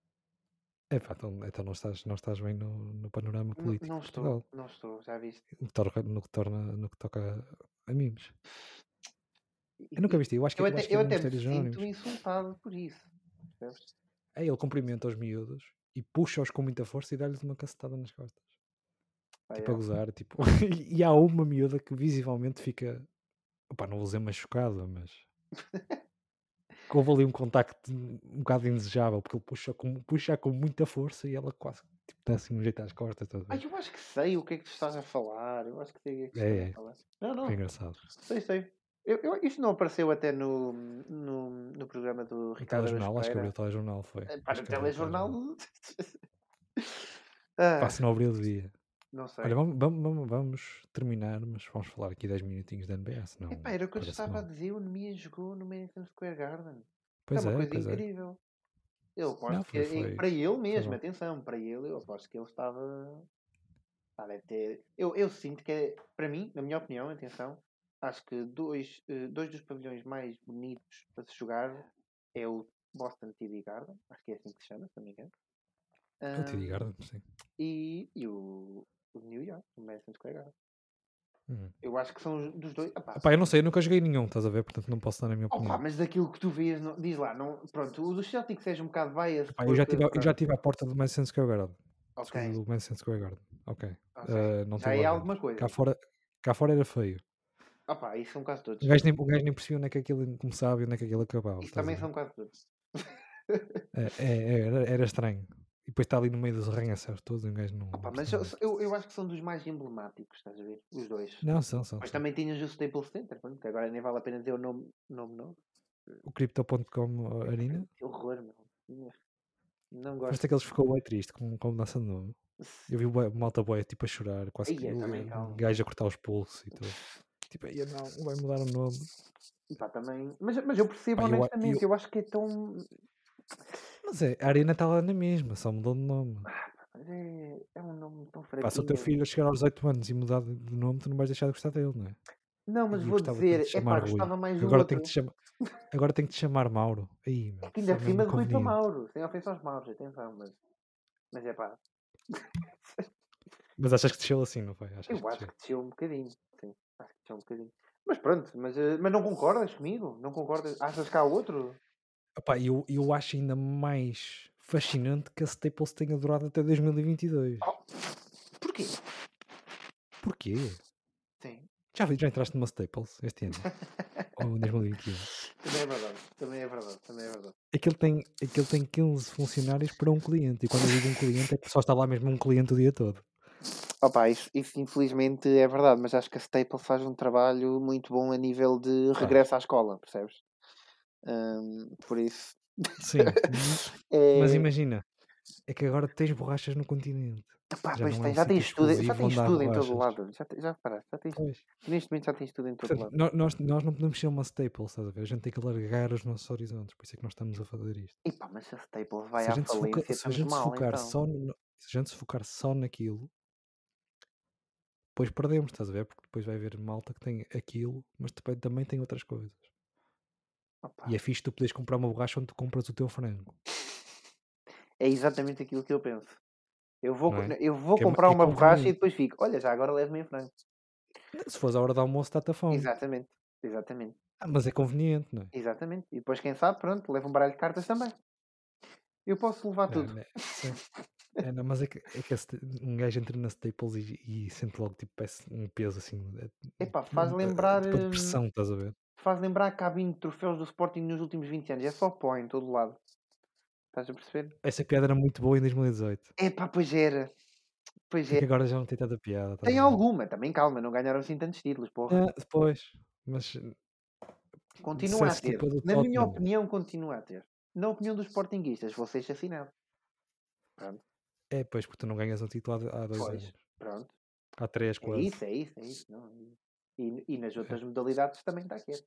[SPEAKER 1] É pá, então, então não, estás, não estás bem no, no panorama
[SPEAKER 2] Não-
[SPEAKER 1] político.
[SPEAKER 2] Não
[SPEAKER 1] de
[SPEAKER 2] estou,
[SPEAKER 1] Portugal.
[SPEAKER 2] não estou, já viste.
[SPEAKER 1] no que torna, no que, torna- no que toca a memes.
[SPEAKER 2] E-
[SPEAKER 1] Eu nunca
[SPEAKER 2] e-
[SPEAKER 1] vi isto, eu acho que
[SPEAKER 2] Eu
[SPEAKER 1] eu
[SPEAKER 2] até,
[SPEAKER 1] acho que
[SPEAKER 2] eu
[SPEAKER 1] é
[SPEAKER 2] até
[SPEAKER 1] no
[SPEAKER 2] me
[SPEAKER 1] Mistério
[SPEAKER 2] sinto
[SPEAKER 1] Anónimos.
[SPEAKER 2] insultado por isso. percebes?
[SPEAKER 1] É, ele cumprimenta os miúdos e puxa-os com muita força e dá-lhes uma cacetada nas costas.
[SPEAKER 2] Pá,
[SPEAKER 1] Tipo, a
[SPEAKER 2] é.
[SPEAKER 1] gozar, tipo... e há uma miúda que visivelmente fica... Opá, não vou dizer mais chocada, mas... que Houve ali um contacto um bocado indesejável, porque ele puxa com, puxa com muita força e ela quase tipo, dá assim um jeito às costas. estás a ver?
[SPEAKER 2] Ai, eu acho que sei o que é que tu estás a falar. Eu acho que sei o que é que tu
[SPEAKER 1] É,
[SPEAKER 2] estás
[SPEAKER 1] é.
[SPEAKER 2] a falar. Não, não.
[SPEAKER 1] Foi engraçado.
[SPEAKER 2] Sei, sei. Eu, eu- isto não apareceu até no, no, no programa do
[SPEAKER 1] O
[SPEAKER 2] Ricardo Araújo
[SPEAKER 1] telejornal, acho que
[SPEAKER 2] Pereira.
[SPEAKER 1] abriu o telejornal, foi.
[SPEAKER 2] Eh, Para
[SPEAKER 1] Acho
[SPEAKER 2] o
[SPEAKER 1] que abriu
[SPEAKER 2] telejornal. Ah,
[SPEAKER 1] Pá, se não abriu, devia.
[SPEAKER 2] não sei.
[SPEAKER 1] Olha, vamos, vamos, vamos- vamos terminar, mas vamos falar aqui 10 minutinhos da NBA, senão.
[SPEAKER 2] Epá, era o que eu te
[SPEAKER 1] parece
[SPEAKER 2] estava a
[SPEAKER 1] mal.
[SPEAKER 2] dizer. O Nemia jogou no Madison Square Garden.
[SPEAKER 1] Pois
[SPEAKER 2] é uma
[SPEAKER 1] é,
[SPEAKER 2] coisa
[SPEAKER 1] pois é.
[SPEAKER 2] incrível. Eu
[SPEAKER 1] foi-
[SPEAKER 2] aposto que é-
[SPEAKER 1] foi-
[SPEAKER 2] para ele mesmo,
[SPEAKER 1] bom.
[SPEAKER 2] atenção, para ele, eu aposto que ele estava Pá, deve ter- Eu, eu sinto que é, para mim, na minha opinião, atenção, acho que dois, eh, dois dos pavilhões mais bonitos para se jogar é o Boston TD Garden, acho que é assim que se chama, se não me engano.
[SPEAKER 1] É o TD
[SPEAKER 2] Ahm,
[SPEAKER 1] Garden, sim.
[SPEAKER 2] e, e o, o New York, o Madison Square Garden.
[SPEAKER 1] Uhum.
[SPEAKER 2] Eu acho que são os- dos dois. Epá,
[SPEAKER 1] Epá, eu não sei, eu nunca joguei nenhum, estás a ver? Portanto, não posso dar a minha
[SPEAKER 2] Ah, Opa,
[SPEAKER 1] opinião.
[SPEAKER 2] mas daquilo que tu vês, não- diz lá, não, pronto, o dos Celtics seja um bocado biased.
[SPEAKER 1] Pá, eu, já
[SPEAKER 2] porque,
[SPEAKER 1] tive, a- eu já
[SPEAKER 2] pronto,
[SPEAKER 1] tive a porta do Madison Square Garden.
[SPEAKER 2] ok,
[SPEAKER 1] segunda do Madison Square Garden. Ok.
[SPEAKER 2] ok.
[SPEAKER 1] eh, não estou
[SPEAKER 2] já é
[SPEAKER 1] lá
[SPEAKER 2] alguma
[SPEAKER 1] dentro.
[SPEAKER 2] coisa.
[SPEAKER 1] Cá fora, cá fora era feio.
[SPEAKER 2] Opa, isso são quase todos.
[SPEAKER 1] O gajo nem, o gajo nem percebia onde é que aquilo começava e onde é que aquilo acabava.
[SPEAKER 2] Isso
[SPEAKER 1] estás a
[SPEAKER 2] também um
[SPEAKER 1] ver?
[SPEAKER 2] são quase todos.
[SPEAKER 1] É- é- é- era, era estranho. E depois está ali no meio dos arranha-céus todos e um gajo não.
[SPEAKER 2] Opa,
[SPEAKER 1] não
[SPEAKER 2] mas eu,
[SPEAKER 1] percebe
[SPEAKER 2] eu, eu acho que são dos mais emblemáticos, estás a ver? Os dois.
[SPEAKER 1] nada. Não, são, são.
[SPEAKER 2] Mas
[SPEAKER 1] são.
[SPEAKER 2] também tinhas o Staples Center, pronto, que agora nem vale a pena dizer o nome, nome novo.
[SPEAKER 1] O Crypto.com Arena.
[SPEAKER 2] Que horror, meu. Não gosto.
[SPEAKER 1] Mas aqueles ficou bem triste com, com a mudança de nome. Eu vi bué- malta boia tipo a chorar, quase que
[SPEAKER 2] Ia,
[SPEAKER 1] o
[SPEAKER 2] também,
[SPEAKER 1] um
[SPEAKER 2] calma.
[SPEAKER 1] gajo a cortar os pulsos e tudo. Tipo, ia não, vai mudar o nome.
[SPEAKER 2] Pá, também... mas, mas eu percebo
[SPEAKER 1] Pá, eu a-
[SPEAKER 2] honestamente, eu... acho que é tão.
[SPEAKER 1] Mas é, a Arena está lá na mesma, só mudou de nome.
[SPEAKER 2] mas É, é um nome tão fraquinho.
[SPEAKER 1] Pá, se o teu filho chegar aos 18 anos e mudar de de nome, tu não vais deixar de gostar dele, não é?
[SPEAKER 2] Não, mas
[SPEAKER 1] E
[SPEAKER 2] vou
[SPEAKER 1] gostava tanto de
[SPEAKER 2] dizer, é pá,
[SPEAKER 1] chamar Rui.
[SPEAKER 2] gostava mais do
[SPEAKER 1] Agora
[SPEAKER 2] outro.
[SPEAKER 1] tenho, que te chamar, agora tenho que te chamar Mauro. Aí, meu,
[SPEAKER 2] É
[SPEAKER 1] isso
[SPEAKER 2] que ainda por
[SPEAKER 1] é mesmo
[SPEAKER 2] cima de Rui para
[SPEAKER 1] inconveniente.
[SPEAKER 2] Mauro, sem ofensa aos Mauros, atenção, mas. Mas é pá,
[SPEAKER 1] Mas achas que desceu assim, não foi? Achas
[SPEAKER 2] eu
[SPEAKER 1] que
[SPEAKER 2] acho
[SPEAKER 1] desceu.
[SPEAKER 2] que desceu um bocadinho. Sim, acho que desceu um bocadinho. Mas pronto, mas, eh, mas não concordas comigo? Não concordas? Achas que há outro?
[SPEAKER 1] Epá, eu, eu acho ainda mais fascinante que a Staples tenha durado até 2022.
[SPEAKER 2] Oh, Porquê?
[SPEAKER 1] Porquê?
[SPEAKER 2] Sim,
[SPEAKER 1] Já, vi- já entraste numa Staples este ano? Ou em 2021?
[SPEAKER 2] também é verdade, também é verdade, também é verdade.
[SPEAKER 1] Aquilo tem, aquilo tem 15 funcionários para um cliente. E quando eu digo um cliente, é que só está lá mesmo um cliente o dia todo.
[SPEAKER 2] Opa, isso, isso infelizmente é verdade, mas acho que a Staple faz um trabalho muito bom a nível de regresso à escola, percebes? Ahm, por isso.
[SPEAKER 1] Sim.
[SPEAKER 2] É,
[SPEAKER 1] Mas imagina, é que agora tens borrachas no continente.
[SPEAKER 2] pá,
[SPEAKER 1] já
[SPEAKER 2] pois
[SPEAKER 1] não é
[SPEAKER 2] tem-
[SPEAKER 1] um
[SPEAKER 2] já tens
[SPEAKER 1] sítio
[SPEAKER 2] tudo, já
[SPEAKER 1] exclusivo
[SPEAKER 2] tens
[SPEAKER 1] onde há
[SPEAKER 2] tudo em todo o
[SPEAKER 1] borrachas.
[SPEAKER 2] lado. Já, te- já reparaste, já tens,
[SPEAKER 1] Pois.
[SPEAKER 2] neste momento já tens tudo em todo o
[SPEAKER 1] Portanto,
[SPEAKER 2] lado.
[SPEAKER 1] nó- nós, nós, não podemos ser uma staple, estás a ver? A gente tem que largar os nossos horizontes, por isso é que nós estamos a fazer isto.
[SPEAKER 2] E pá, mas se a Staple vai
[SPEAKER 1] se a
[SPEAKER 2] à
[SPEAKER 1] gente se,
[SPEAKER 2] falência,
[SPEAKER 1] foca- se a
[SPEAKER 2] estamos
[SPEAKER 1] gente se
[SPEAKER 2] mal,
[SPEAKER 1] focar
[SPEAKER 2] então.
[SPEAKER 1] só no- se a gente se focar só naquilo, depois perdemos, estás a ver? Porque depois vai haver malta que tem aquilo, mas depois também tem outras coisas.
[SPEAKER 2] Opa,
[SPEAKER 1] E é fixe tu poderes comprar uma borracha onde tu compras o teu frango.
[SPEAKER 2] É exatamente aquilo que eu penso. Eu vou,
[SPEAKER 1] Não é?
[SPEAKER 2] co- eu vou
[SPEAKER 1] Que é ma-
[SPEAKER 2] comprar
[SPEAKER 1] é
[SPEAKER 2] uma borracha e
[SPEAKER 1] conveniente.
[SPEAKER 2] depois fico, olha, já agora leve-me em frango.
[SPEAKER 1] Se fores à hora do almoço, está-te a fome.
[SPEAKER 2] Exatamente, exatamente,
[SPEAKER 1] Ah, mas é conveniente, não é?
[SPEAKER 2] exatamente. E depois, quem sabe, pronto, leva um baralho de cartas também. Eu posso levar
[SPEAKER 1] Não,
[SPEAKER 2] tudo.
[SPEAKER 1] não é- sim. É, não, mas é que, é que a sta- um gajo entra na Staples e, e sente logo tipo, parece um peso assim. é-
[SPEAKER 2] Epá, faz
[SPEAKER 1] um- é-
[SPEAKER 2] lembrar,
[SPEAKER 1] Tipo de
[SPEAKER 2] hum,
[SPEAKER 1] pressão, estás a ver?
[SPEAKER 2] Faz lembrar a cabine de troféus do Sporting nos últimos 20 anos. É só pó em todo lado. Estás a perceber?
[SPEAKER 1] Essa piada era muito boa em 2018.
[SPEAKER 2] Epá, pois era. Pois
[SPEAKER 1] É
[SPEAKER 2] é.
[SPEAKER 1] que agora já não é? tem tanta piada. estás
[SPEAKER 2] Tem
[SPEAKER 1] a ver?
[SPEAKER 2] alguma, também calma, não ganharam assim tantos títulos, porra.
[SPEAKER 1] Ah, depois. Mas
[SPEAKER 2] Continua a
[SPEAKER 1] dissesse,
[SPEAKER 2] ter.
[SPEAKER 1] tipo, a do
[SPEAKER 2] Na minha
[SPEAKER 1] Tottenham.
[SPEAKER 2] opinião, continua a ter. Na opinião dos sportinguistas, vocês assim assinado. Pronto,
[SPEAKER 1] é, pois, porque tu não ganhas um título há, há dois
[SPEAKER 2] Pois.
[SPEAKER 1] anos.
[SPEAKER 2] pronto.
[SPEAKER 1] Há três,
[SPEAKER 2] É
[SPEAKER 1] quase.
[SPEAKER 2] isso, é isso, é isso. Não, e- e, e nas outras modalidades também está quieto.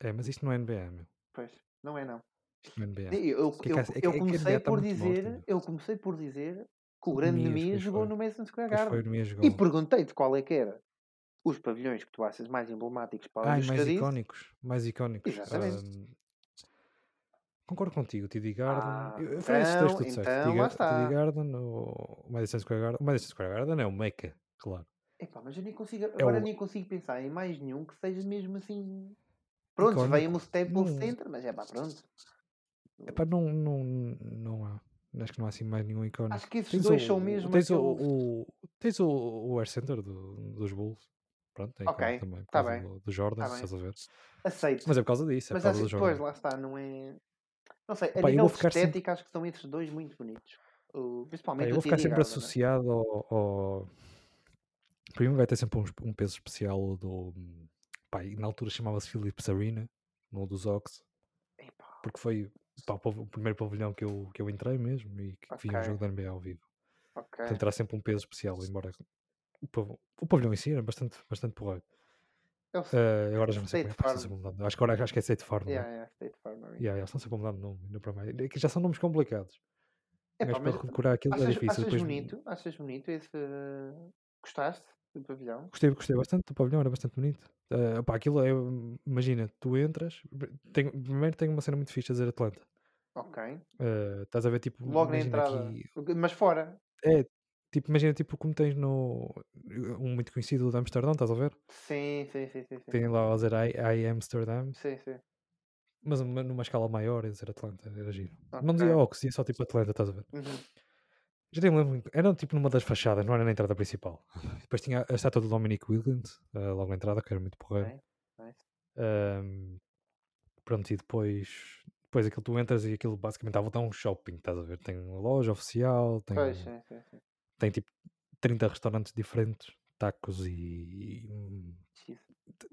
[SPEAKER 1] É, mas isto não é NBA, meu.
[SPEAKER 2] Pois, não é não.
[SPEAKER 1] Isto não é NBA.
[SPEAKER 2] Eu, eu,
[SPEAKER 1] que é que
[SPEAKER 2] eu-
[SPEAKER 1] há- é que-
[SPEAKER 2] eu
[SPEAKER 1] é que a
[SPEAKER 2] comecei
[SPEAKER 1] NBA tá
[SPEAKER 2] por
[SPEAKER 1] muito morta,
[SPEAKER 2] dizer,
[SPEAKER 1] meu.
[SPEAKER 2] eu comecei por dizer que o
[SPEAKER 1] O
[SPEAKER 2] grande
[SPEAKER 1] Mias,
[SPEAKER 2] Mias
[SPEAKER 1] pois
[SPEAKER 2] jogou
[SPEAKER 1] foi.
[SPEAKER 2] no Madison Square
[SPEAKER 1] Depois foi
[SPEAKER 2] Garden.
[SPEAKER 1] o Mias
[SPEAKER 2] E
[SPEAKER 1] Gol.
[SPEAKER 2] perguntei-te qual é que era os pavilhões que tu achas mais emblemáticos para além
[SPEAKER 1] Ai,
[SPEAKER 2] dos
[SPEAKER 1] mais
[SPEAKER 2] que eu disse.
[SPEAKER 1] icónicos. Mais icónicos.
[SPEAKER 2] Exatamente.
[SPEAKER 1] Ahm, concordo contigo, T.D. Garden.
[SPEAKER 2] Ah,
[SPEAKER 1] eu, eu- foi esses dois
[SPEAKER 2] então,
[SPEAKER 1] que tu disseste.
[SPEAKER 2] então lá
[SPEAKER 1] T.D.
[SPEAKER 2] está.
[SPEAKER 1] Garden ou o Madison Square Garden. O Madison Square Garden é o Meca, claro.
[SPEAKER 2] Epá, mas eu nem consigo, agora
[SPEAKER 1] É o-
[SPEAKER 2] nem consigo pensar em mais nenhum que seja mesmo assim. Pronto, veio-me o
[SPEAKER 1] Icónico.
[SPEAKER 2] Staples
[SPEAKER 1] Não.
[SPEAKER 2] Center, mas é pá, pronto.
[SPEAKER 1] Epá, não, não, não há. Acho que não há assim mais nenhum icónico.
[SPEAKER 2] Acho que esses
[SPEAKER 1] Tens
[SPEAKER 2] dois
[SPEAKER 1] o-
[SPEAKER 2] são
[SPEAKER 1] o-
[SPEAKER 2] mesmo
[SPEAKER 1] Tens o,
[SPEAKER 2] aqueles-
[SPEAKER 1] o- tens o, o Air Center do- dos Bulls. Pronto, é
[SPEAKER 2] Ok,
[SPEAKER 1] icónico também. Por
[SPEAKER 2] tá
[SPEAKER 1] causa
[SPEAKER 2] bem,
[SPEAKER 1] do, do Jordan,
[SPEAKER 2] tá bem.
[SPEAKER 1] estás a ver?
[SPEAKER 2] Aceito.
[SPEAKER 1] Mas é por causa disso, é
[SPEAKER 2] Mas assim,
[SPEAKER 1] por causa
[SPEAKER 2] acho
[SPEAKER 1] do
[SPEAKER 2] que depois,
[SPEAKER 1] Jordan.
[SPEAKER 2] lá está, não é. Não sei, a
[SPEAKER 1] Pá, eu
[SPEAKER 2] nível
[SPEAKER 1] vou
[SPEAKER 2] de
[SPEAKER 1] ficar sempre-
[SPEAKER 2] estética, acho que são esses dois muito bonitos. O-
[SPEAKER 1] Pá,
[SPEAKER 2] principalmente
[SPEAKER 1] eu
[SPEAKER 2] o
[SPEAKER 1] vou ficar
[SPEAKER 2] TD
[SPEAKER 1] sempre
[SPEAKER 2] Garden. né?
[SPEAKER 1] associado ao. ao... Primeiro vai ter sempre um, esp- um peso especial do. Pá, e na altura chamava-se Philips Arena, no dos Ox,
[SPEAKER 2] Epá,
[SPEAKER 1] porque foi pá, o pav- o primeiro pavilhão que eu, que eu entrei mesmo e que vi um
[SPEAKER 2] Ok.
[SPEAKER 1] jogo da NBA ao vivo.
[SPEAKER 2] ok.
[SPEAKER 1] Portanto, terá sempre um peso especial, embora o, pav- o pavilhão em si era bastante, bastante porreiro.
[SPEAKER 2] Eu sei.
[SPEAKER 1] Ah, agora já não sei como é
[SPEAKER 2] State
[SPEAKER 1] que estão
[SPEAKER 2] Farm.
[SPEAKER 1] sempre mudando. Acho que agora acho que é State Farm. não é?
[SPEAKER 2] Yeah, yeah, State Farm Arena.
[SPEAKER 1] Yeah, eles estão sempre a mudar de nome, ainda para mais. É que já são nomes complicados.
[SPEAKER 2] É,
[SPEAKER 1] mas
[SPEAKER 2] pá, mas
[SPEAKER 1] para decorar aquilo é
[SPEAKER 2] achas,
[SPEAKER 1] difícil.
[SPEAKER 2] achas
[SPEAKER 1] depois-
[SPEAKER 2] bonito? Achas bonito esse. eh, Gostaste do pavilhão?
[SPEAKER 1] Gostei, gostei bastante, o pavilhão era bastante bonito. Ah, pá, aquilo é, imagina, tu entras, tem- primeiro tem uma cena muito fixe a dizer Atlanta.
[SPEAKER 2] Ok.
[SPEAKER 1] Ah, estás a ver tipo.
[SPEAKER 2] Logo na
[SPEAKER 1] imagina
[SPEAKER 2] entrada.
[SPEAKER 1] aqui-
[SPEAKER 2] Mas fora.
[SPEAKER 1] é, tipo, imagina tipo como tens no. Um muito conhecido de Amsterdão, estás a ver?
[SPEAKER 2] Sim, sim, sim, sim. Sim,
[SPEAKER 1] Tem lá a dizer I, I Amsterdam,
[SPEAKER 2] sim. sim.
[SPEAKER 1] mas numa numa escala maior a dizer Atlanta, era giro. Não
[SPEAKER 2] Ok.
[SPEAKER 1] dizia Ox, ia só tipo Atlanta, estás a ver?
[SPEAKER 2] Uhum.
[SPEAKER 1] Já nem me lembro, muito. era tipo numa das fachadas, não era na entrada principal. Depois tinha a estátua do Dominic Wilkins, ah, logo na entrada, que era muito porreiro.
[SPEAKER 2] Ok, nice.
[SPEAKER 1] Ahm, pronto, e depois, depois aquilo tu entras e aquilo basicamente está a voltar a um shopping, estás a ver? Tem loja oficial, tem, um
[SPEAKER 2] Pois, sim, sim, sim.
[SPEAKER 1] tem tipo 30 restaurantes diferentes, tacos e, e, hum,
[SPEAKER 2] Jeez.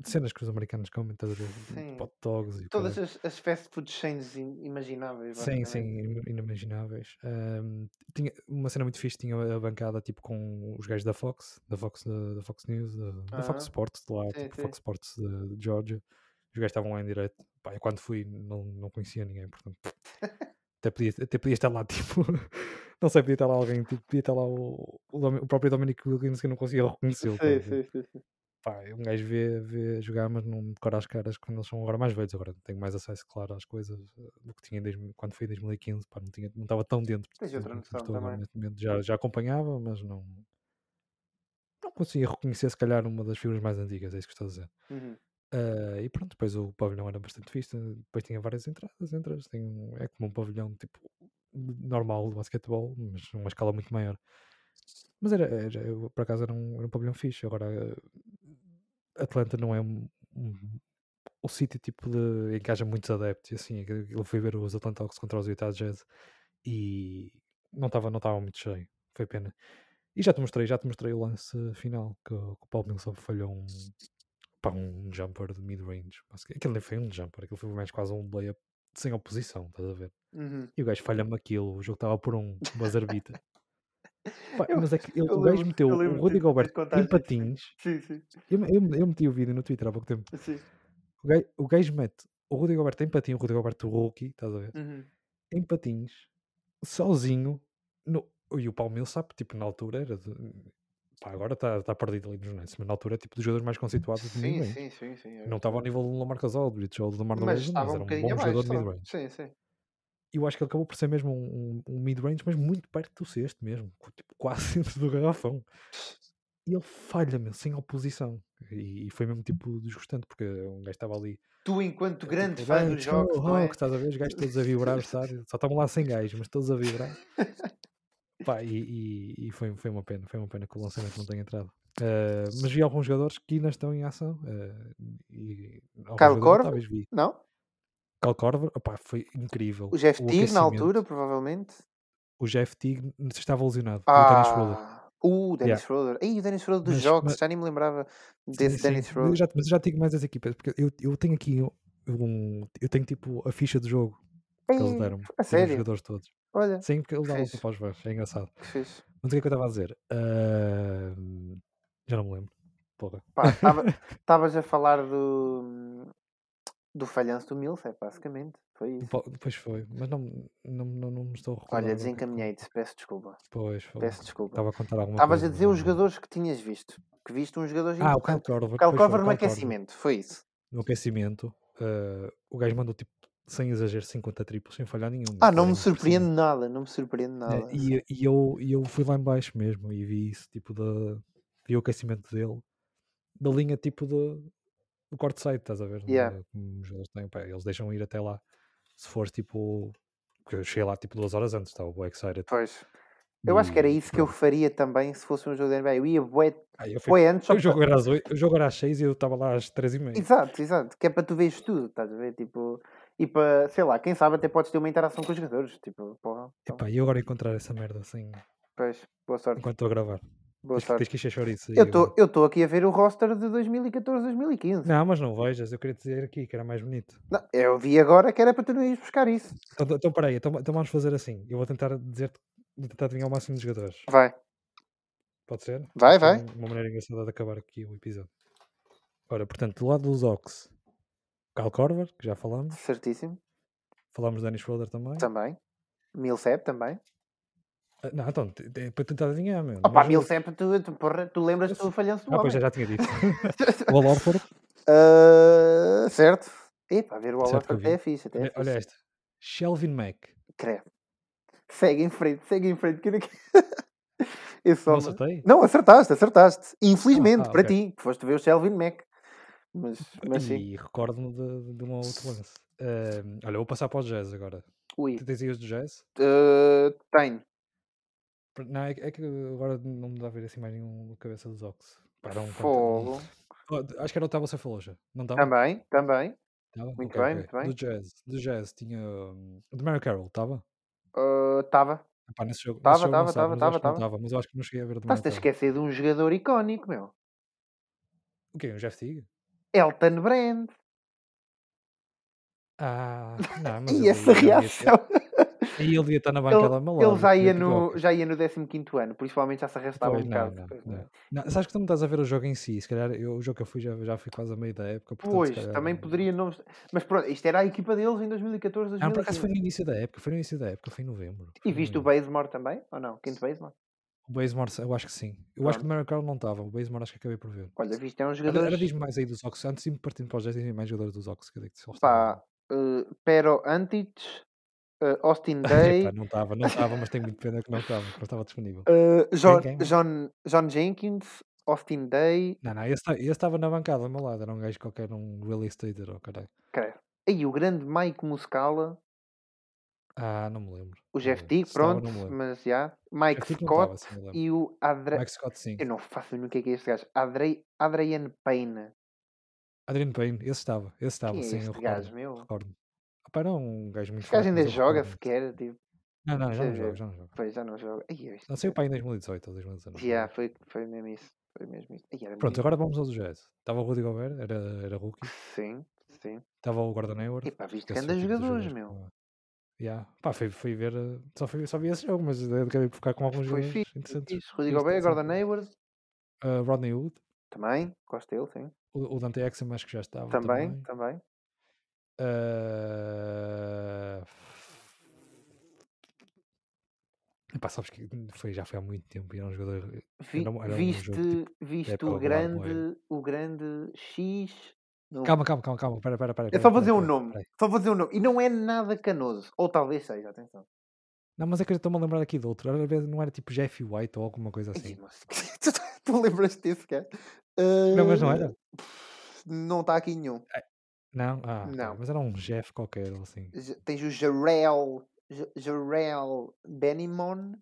[SPEAKER 1] de cenas que os americanos comem, estás a ver?
[SPEAKER 2] Sim.
[SPEAKER 1] Tipo hot dogs e o
[SPEAKER 2] Todas
[SPEAKER 1] caralho.
[SPEAKER 2] as, as fast food chains im- imagináveis.
[SPEAKER 1] Sim, sim,
[SPEAKER 2] basicamente.
[SPEAKER 1] inu- inimagináveis. Ahm, tinha uma cena muito fixe, tinha a bancada tipo com os gajos da Fox, da Fox, eh, da Fox News, da, da
[SPEAKER 2] Aham.
[SPEAKER 1] Fox Sports, de lá,
[SPEAKER 2] Sim,
[SPEAKER 1] tipo
[SPEAKER 2] sim.
[SPEAKER 1] Fox Sports de, de Georgia. Os gajos estavam lá em direto. Pá, eu quando fui não, não conhecia ninguém, portanto. Até podia, até podia estar lá, tipo. Não sei, podia estar lá alguém, tipo, podia estar lá o, o, Domi- o próprio Dominic Wilkins que eu não conseguia reconhecê-lo. estás a
[SPEAKER 2] Sim,
[SPEAKER 1] ver?
[SPEAKER 2] sim, sim, sim.
[SPEAKER 1] Pá, um gajo vê, vê jogar, mas não decora as caras quando eles são agora mais velhos. Agora tenho mais acesso, claro, às coisas eh, do que tinha em 2000 quando foi em 2015. Pá, não, tinha, não estava tão dentro
[SPEAKER 2] Tens
[SPEAKER 1] de
[SPEAKER 2] outra
[SPEAKER 1] como
[SPEAKER 2] noção
[SPEAKER 1] estou agora
[SPEAKER 2] também.
[SPEAKER 1] neste momento. Já, já acompanhava, mas não, não conseguia reconhecer, se calhar, uma das figuras mais antigas. É isso que estou a dizer.
[SPEAKER 2] Uhum.
[SPEAKER 1] Ah, e pronto, depois o pavilhão era bastante fixe. Depois tinha várias entradas. Entras, tem um- é como um pavilhão tipo normal de basquetebol, mas numa escala muito maior. Mas era, era eu, por acaso, era um, era um pavilhão fixe. Agora, eh, Atlanta não é um, um- o sítio tipo de. em que haja muitos adeptos. e Assim, eu fui ver os Atlanta Hawks contra os Utah Jazz e não estava não tava muito cheio. Foi pena. E já te mostrei, já te mostrei o lance final que, o- que o Paul Millsap falhou um, pá, um jumper de mid-range. basicamente. Aquilo nem foi um jumper, aquilo foi mais quase um layup sem oposição, estás a ver?
[SPEAKER 2] Uhum.
[SPEAKER 1] E o gajo falha-me aquilo, o jogo estava por um, buzzer beater. Pá,
[SPEAKER 2] Eu-
[SPEAKER 1] mas é que ele-
[SPEAKER 2] eu
[SPEAKER 1] o gajo
[SPEAKER 2] lembro-
[SPEAKER 1] meteu
[SPEAKER 2] eu
[SPEAKER 1] o
[SPEAKER 2] lembro
[SPEAKER 1] Rodrigo
[SPEAKER 2] de- de
[SPEAKER 1] Alberto
[SPEAKER 2] contar
[SPEAKER 1] em
[SPEAKER 2] isso, sim.
[SPEAKER 1] patins.
[SPEAKER 2] Sim, sim.
[SPEAKER 1] Eu, me- eu, me- eu meti o vídeo no Twitter há pouco tempo.
[SPEAKER 2] sim.
[SPEAKER 1] O gajo, o gajo mete o Rodrigo Alberto em patins, o Rodrigo Alberto rookie, estás a ver?
[SPEAKER 2] Uhum.
[SPEAKER 1] Em patins, sozinho. No, e o Palmeiras sabe, tipo, na altura era. de- pá, agora está tá perdido ali nos Nets, mas na altura é tipo dos jogadores mais conceituados do
[SPEAKER 2] Sim,
[SPEAKER 1] mid-range.
[SPEAKER 2] sim, sim, sim. é
[SPEAKER 1] Não estava ao
[SPEAKER 2] verdade.
[SPEAKER 1] nível do Lamar Aldridge ou do Lamar
[SPEAKER 2] Mas
[SPEAKER 1] Odom,
[SPEAKER 2] estava um
[SPEAKER 1] era um
[SPEAKER 2] bocadinho
[SPEAKER 1] bom jogador
[SPEAKER 2] abaixo.
[SPEAKER 1] de
[SPEAKER 2] só.
[SPEAKER 1] mid-range.
[SPEAKER 2] Sim, sim.
[SPEAKER 1] E eu acho que ele acabou por ser mesmo um, um- um mid-range, mas muito perto do sexto mesmo, co- tipo, quase dentro do garrafão. E ele falha, meu, sem oposição. E, e foi mesmo tipo desgostante, porque um gajo estava ali.
[SPEAKER 2] Tu, enquanto
[SPEAKER 1] eh,
[SPEAKER 2] grande
[SPEAKER 1] tipo,
[SPEAKER 2] fã
[SPEAKER 1] "Vai,
[SPEAKER 2] dos
[SPEAKER 1] go,
[SPEAKER 2] jogos, não é?
[SPEAKER 1] Hawks", estás a ver? Os gajos todos a vibrar o estádio. Só estavam lá 100 gajos, mas todos a vibrar. Pá, e, e- e foi, foi uma pena, foi uma pena que o lançamento não tenha entrado. Eh, mas vi alguns jogadores que ainda estão em ação. eh, e alguns
[SPEAKER 2] Kyle
[SPEAKER 1] jogadores
[SPEAKER 2] Korver?
[SPEAKER 1] notáveis vi.
[SPEAKER 2] Não?
[SPEAKER 1] Cal Corver, opá, foi incrível.
[SPEAKER 2] O Jeff Teague, na
[SPEAKER 1] aquecimento.
[SPEAKER 2] altura, provavelmente.
[SPEAKER 1] O Jeff Teague n- estava lesionado. E o Dennis Schroeder.
[SPEAKER 2] Ah! O Dennis
[SPEAKER 1] Yeah.
[SPEAKER 2] Schroeder. Ei, o Dennis Schroeder dos
[SPEAKER 1] Mas-
[SPEAKER 2] jogos.
[SPEAKER 1] mas-
[SPEAKER 2] Já nem me lembrava
[SPEAKER 1] Sim,
[SPEAKER 2] desse
[SPEAKER 1] sim.
[SPEAKER 2] Dennis
[SPEAKER 1] Mas eu
[SPEAKER 2] Schroeder.
[SPEAKER 1] já, mas eu já tenho mais das equipas. Porque eu, eu tenho aqui um- um. Eu tenho tipo a ficha de jogo que eles
[SPEAKER 2] Ei,
[SPEAKER 1] deram.
[SPEAKER 2] a
[SPEAKER 1] Tinha os
[SPEAKER 2] sério?
[SPEAKER 1] jogadores todos.
[SPEAKER 2] Olha,
[SPEAKER 1] Sim, porque eles davam
[SPEAKER 2] Fixe.
[SPEAKER 1] sempre aos versos. É engraçado.
[SPEAKER 2] que fixe.
[SPEAKER 1] Mas o que é que eu estava a dizer? Ah, já não me lembro. Porra.
[SPEAKER 2] Pá, estavas a falar do, do falhanço do Millsap, basicamente. Foi
[SPEAKER 1] Do
[SPEAKER 2] isso.
[SPEAKER 1] Pau- Depois foi. Mas não, não, não, não me estou a recordar. agora o que é que
[SPEAKER 2] Olha,
[SPEAKER 1] eu-
[SPEAKER 2] desencaminhei-te. Peço desculpa.
[SPEAKER 1] Pois foi.
[SPEAKER 2] Peço desculpa.
[SPEAKER 1] Estava a contar alguma
[SPEAKER 2] Estavas
[SPEAKER 1] coisa.
[SPEAKER 2] a
[SPEAKER 1] mas
[SPEAKER 2] dizer
[SPEAKER 1] não me
[SPEAKER 2] os
[SPEAKER 1] lembro.
[SPEAKER 2] jogadores que tinhas visto. Que viste uns jogadores
[SPEAKER 1] Ah, o Cal
[SPEAKER 2] importantes.
[SPEAKER 1] Corver.
[SPEAKER 2] Cal
[SPEAKER 1] pois foi, o
[SPEAKER 2] Cover no
[SPEAKER 1] Kyle Korver.
[SPEAKER 2] aquecimento. Foi isso.
[SPEAKER 1] no aquecimento, eh, o gajo mandou tipo, sem exagero, 50 triplos, sem falhar nenhum.
[SPEAKER 2] Ah, não me surpreende
[SPEAKER 1] surpreende
[SPEAKER 2] nada. Não me surpreende nada.
[SPEAKER 1] É, E, eu- e eu, e eu fui lá em baixo mesmo e vi isso, tipo, da, vi o aquecimento dele, da linha tipo de, do corte side, estás a ver?
[SPEAKER 2] Yeah.
[SPEAKER 1] Eh, como os jogadores têm, pá, eles deixam ir até lá. Se for tipo. Porque eu cheguei lá tipo duas horas antes, estava bem excited.
[SPEAKER 2] Pois. Eu acho que era
[SPEAKER 1] e
[SPEAKER 2] isso que eu
[SPEAKER 1] pronto.
[SPEAKER 2] faria também se fosse um jogo da NBA. Eu ia bué,
[SPEAKER 1] Aí eu fui-
[SPEAKER 2] bué antes. Só
[SPEAKER 1] o
[SPEAKER 2] para...
[SPEAKER 1] jogo era às oito- o jogo era às 6 e eu estava lá às 3 e meia.
[SPEAKER 2] Exato, exato. Que é para tu veres tudo, estás a ver? Tipo, e para, sei lá, quem sabe até podes ter uma interação com os jogadores. Tipo, porra. então,
[SPEAKER 1] Epá, e eu agora encontrar essa merda assim,
[SPEAKER 2] pois, boa sorte.
[SPEAKER 1] enquanto estou a gravar. Tens
[SPEAKER 2] Boa
[SPEAKER 1] que-
[SPEAKER 2] sorte.
[SPEAKER 1] Tens que encher isso aí.
[SPEAKER 2] Eu
[SPEAKER 1] agora.
[SPEAKER 2] tô, estou aqui a ver o roster de 2014, 2015.
[SPEAKER 1] Não, mas não vejas, eu queria dizer aqui que era mais bonito.
[SPEAKER 2] Não, eu vi agora que era para tu não ires buscar isso.
[SPEAKER 1] Então, então peraí, então, então vamos fazer assim. Eu vou tentar dizer-te, vou tentar adivinhar o máximo de jogadores.
[SPEAKER 2] Vai,
[SPEAKER 1] Pode ser?
[SPEAKER 2] vai,
[SPEAKER 1] Isto é
[SPEAKER 2] vai.
[SPEAKER 1] um- Uma maneira engraçada de acabar aqui o episódio. Ora, portanto, do lado dos Ox, Cal Corver, que já falámos.
[SPEAKER 2] Certíssimo.
[SPEAKER 1] Uhum.
[SPEAKER 2] Então.
[SPEAKER 1] Falámos de Dennis Schroeder também. Uhum.
[SPEAKER 2] Também. Milcep também.
[SPEAKER 1] Ah, Não, então, t- é para tentar adivinhar, meu.
[SPEAKER 2] Opa,
[SPEAKER 1] mas-
[SPEAKER 2] Millsap, tu, tu, porra, tu lembras do falhanço do
[SPEAKER 1] Ah,
[SPEAKER 2] homem.
[SPEAKER 1] pois, já, já tinha dito. o Alorford,
[SPEAKER 2] Ah, certo. Epá, ver o
[SPEAKER 1] Certo
[SPEAKER 2] Olaf
[SPEAKER 1] que eu
[SPEAKER 2] até
[SPEAKER 1] vi.
[SPEAKER 2] é fixe. Até é
[SPEAKER 1] olha, olha
[SPEAKER 2] fixe.
[SPEAKER 1] esta. Shelvin Mack.
[SPEAKER 2] Credo. Segue em frente, segue em frente. Que eu não quero- Esse
[SPEAKER 1] Não
[SPEAKER 2] homem-
[SPEAKER 1] acertei?
[SPEAKER 2] Não, acertaste, acertaste.
[SPEAKER 1] Ah,
[SPEAKER 2] Infelizmente,
[SPEAKER 1] ah,
[SPEAKER 2] para
[SPEAKER 1] ok.
[SPEAKER 2] ti, que foste ver o Selvin Mac. Mas, mas sim.
[SPEAKER 1] E recordo-me de, de um ou outro lance. Ahm, olha, vou passar para o jazz agora.
[SPEAKER 2] Ui,
[SPEAKER 1] Tu Tens aí os do jazz?
[SPEAKER 2] eh, tenho.
[SPEAKER 1] Não, é, que- é que agora não me dá a ver assim mais nenhum do cabeça dos Ox. Pá, um não- não-
[SPEAKER 2] Fogo.
[SPEAKER 1] Oh, Acho que era o Tava Cefaluja. Não estava?
[SPEAKER 2] Também, também.
[SPEAKER 1] Tava?
[SPEAKER 2] Muito
[SPEAKER 1] Ok,
[SPEAKER 2] bem,
[SPEAKER 1] ok.
[SPEAKER 2] muito bem.
[SPEAKER 1] Do jazz. Do jazz tinha. hum, O de Mary Carroll, estava?
[SPEAKER 2] Ah, Estava.
[SPEAKER 1] Pá, nesse jogo,
[SPEAKER 2] Tava,
[SPEAKER 1] nesse jogo
[SPEAKER 2] tava,
[SPEAKER 1] não sabe,
[SPEAKER 2] tava,
[SPEAKER 1] mas eu acho que
[SPEAKER 2] tava,
[SPEAKER 1] não
[SPEAKER 2] tava.
[SPEAKER 1] estava. Mas eu acho que não cheguei a ver o de Mary
[SPEAKER 2] Estás-te a
[SPEAKER 1] Carroll.
[SPEAKER 2] esquecer de um jogador icónico, meu.
[SPEAKER 1] O quê? O Jeff Teague?
[SPEAKER 2] Elton Brand.
[SPEAKER 1] Ah, não, mas
[SPEAKER 2] E
[SPEAKER 1] ele
[SPEAKER 2] essa
[SPEAKER 1] aí já devia
[SPEAKER 2] reação.
[SPEAKER 1] estar- aí ele devia estar na banca da
[SPEAKER 2] Ele,
[SPEAKER 1] malada.
[SPEAKER 2] ele já,
[SPEAKER 1] tinha
[SPEAKER 2] ia
[SPEAKER 1] piroca.
[SPEAKER 2] no, já ia no 15 ano, principalmente já se arrastava
[SPEAKER 1] Pois,
[SPEAKER 2] um
[SPEAKER 1] não,
[SPEAKER 2] bocado.
[SPEAKER 1] não,
[SPEAKER 2] Pois,
[SPEAKER 1] não.
[SPEAKER 2] não.
[SPEAKER 1] não. Sabes que tu não estás a ver o jogo em si. Se calhar eu, o jogo que eu fui já, já fui quase a meio da época, portanto, se
[SPEAKER 2] Pois,
[SPEAKER 1] calhar.
[SPEAKER 2] também
[SPEAKER 1] não-
[SPEAKER 2] poderia não. Mas pronto, isto era a equipa deles em 2014,
[SPEAKER 1] Não, Ah, por acaso
[SPEAKER 2] 2015.
[SPEAKER 1] foi no início da época, foi no início da época, foi em novembro.
[SPEAKER 2] E
[SPEAKER 1] foi Hum. em
[SPEAKER 2] viste o
[SPEAKER 1] novembro.
[SPEAKER 2] Basemore também? Ou não? Quinto Basemore?
[SPEAKER 1] O Basemore, eu acho que sim. Eu acho que o Mary Carroll não estava, o Basemore acho que acabei por ver.
[SPEAKER 2] Olha, viste, é um
[SPEAKER 1] Era,
[SPEAKER 2] jogador.
[SPEAKER 1] era diz-me mais aí dos Ox, antes de me partindo para os 10, diz-me mais jogadores dos Ox, que eu digo se eles estavam.
[SPEAKER 2] Pá, eh, Pero Antic, eh, Austin Day,
[SPEAKER 1] Epá, não estava, não estava, mas tenho muito pena que não estava, porque não estava disponível.
[SPEAKER 2] eh, John,
[SPEAKER 1] quem mais?
[SPEAKER 2] John, John Jenkins, Austin Day.
[SPEAKER 1] Não, não, esse ta- esse estava na bancada ao meu lado, era um gajo qualquer, um real estate ou caralho.
[SPEAKER 2] Creio. Aí o grande Mike Muscala,
[SPEAKER 1] Ah, não me lembro.
[SPEAKER 2] o
[SPEAKER 1] não me
[SPEAKER 2] Jeff
[SPEAKER 1] lembro.
[SPEAKER 2] Teague,
[SPEAKER 1] Se estava,
[SPEAKER 2] pronto,
[SPEAKER 1] não me lembro.
[SPEAKER 2] mas já. Mike
[SPEAKER 1] Jeff Teague não
[SPEAKER 2] Scott
[SPEAKER 1] estava, se me lembro.
[SPEAKER 2] e o Adre...
[SPEAKER 1] Mike Scott, sim.
[SPEAKER 2] Eu não faço no que é que é este gajo. Adre... Adrian Payne.
[SPEAKER 1] Adrian Payne, esse estava, esse estava,
[SPEAKER 2] Quem é
[SPEAKER 1] sim, eu
[SPEAKER 2] este
[SPEAKER 1] recordo.
[SPEAKER 2] gajo, meu?
[SPEAKER 1] Recordo. Opa, era um gajo muito
[SPEAKER 2] Este gajo
[SPEAKER 1] fraco,
[SPEAKER 2] ainda
[SPEAKER 1] mas eu
[SPEAKER 2] joga
[SPEAKER 1] recordo.
[SPEAKER 2] sequer, tipo,
[SPEAKER 1] Não, não, já não joga,
[SPEAKER 2] saber.
[SPEAKER 1] já não joga.
[SPEAKER 2] Pois já não joga. Ai, eu
[SPEAKER 1] Não
[SPEAKER 2] isto.
[SPEAKER 1] sei para em 2018 ou 2019.
[SPEAKER 2] Já,
[SPEAKER 1] agora.
[SPEAKER 2] foi, foi mesmo isso. Foi mesmo isso. Ai, era
[SPEAKER 1] Pronto,
[SPEAKER 2] muito.
[SPEAKER 1] agora vamos ao do Jazz. Estava o Rudy Gobert, era, era rookie.
[SPEAKER 2] Sim, sim.
[SPEAKER 1] Estava o Gordon
[SPEAKER 2] E
[SPEAKER 1] Hayward.
[SPEAKER 2] pá, viste
[SPEAKER 1] que
[SPEAKER 2] que
[SPEAKER 1] Esses
[SPEAKER 2] anda
[SPEAKER 1] são tipos de
[SPEAKER 2] jogadores,
[SPEAKER 1] jogadores. que
[SPEAKER 2] meu.
[SPEAKER 1] não- Yeah. Pá, fui, fui ver. eh, Só, fui, só vi esse jogo, mas eh, acabei por ficar com alguns
[SPEAKER 2] Foi
[SPEAKER 1] jogadores
[SPEAKER 2] fixe, foi
[SPEAKER 1] interessantes. assim
[SPEAKER 2] fixe. Rodrigo
[SPEAKER 1] Isto,
[SPEAKER 2] Alberto,
[SPEAKER 1] sim.
[SPEAKER 2] Gordon Hayward,
[SPEAKER 1] Eh, Rodney Hood.
[SPEAKER 2] também. Gosto dele, sim.
[SPEAKER 1] O, o Dante Exum acho que já estava
[SPEAKER 2] Também,
[SPEAKER 1] também.
[SPEAKER 2] também.
[SPEAKER 1] Eh, Pá, sabes que foi, já foi há muito tempo e era um jogador.
[SPEAKER 2] Vi-
[SPEAKER 1] Era, um- era um jogo tipo.
[SPEAKER 2] viste viste
[SPEAKER 1] época
[SPEAKER 2] o
[SPEAKER 1] regular bué.
[SPEAKER 2] grande, o grande X. Não.
[SPEAKER 1] Calma, calma, calma, calma. Pera, pera, pera.
[SPEAKER 2] Hum. É
[SPEAKER 1] pera,
[SPEAKER 2] só
[SPEAKER 1] pera,
[SPEAKER 2] fazer um
[SPEAKER 1] pera,
[SPEAKER 2] nome.
[SPEAKER 1] pera.
[SPEAKER 2] Só fazer um nome. E não é nada canoso. Ou talvez seja, atenção.
[SPEAKER 1] Não, mas é que eu estou-me a lembrar aqui de outro. Era- Não era tipo Jeff White ou alguma coisa
[SPEAKER 2] Ai,
[SPEAKER 1] assim.
[SPEAKER 2] não sei. Tipo tu, tu lembras desse cara?
[SPEAKER 1] Não, mas não é? era?
[SPEAKER 2] Hum, Não está aqui nenhum.
[SPEAKER 1] Não? Ah, pá,
[SPEAKER 2] Não.
[SPEAKER 1] mas era um Jeff qualquer ou assim.
[SPEAKER 2] J- Tens o Jarrell. J- Jarrell Benimon.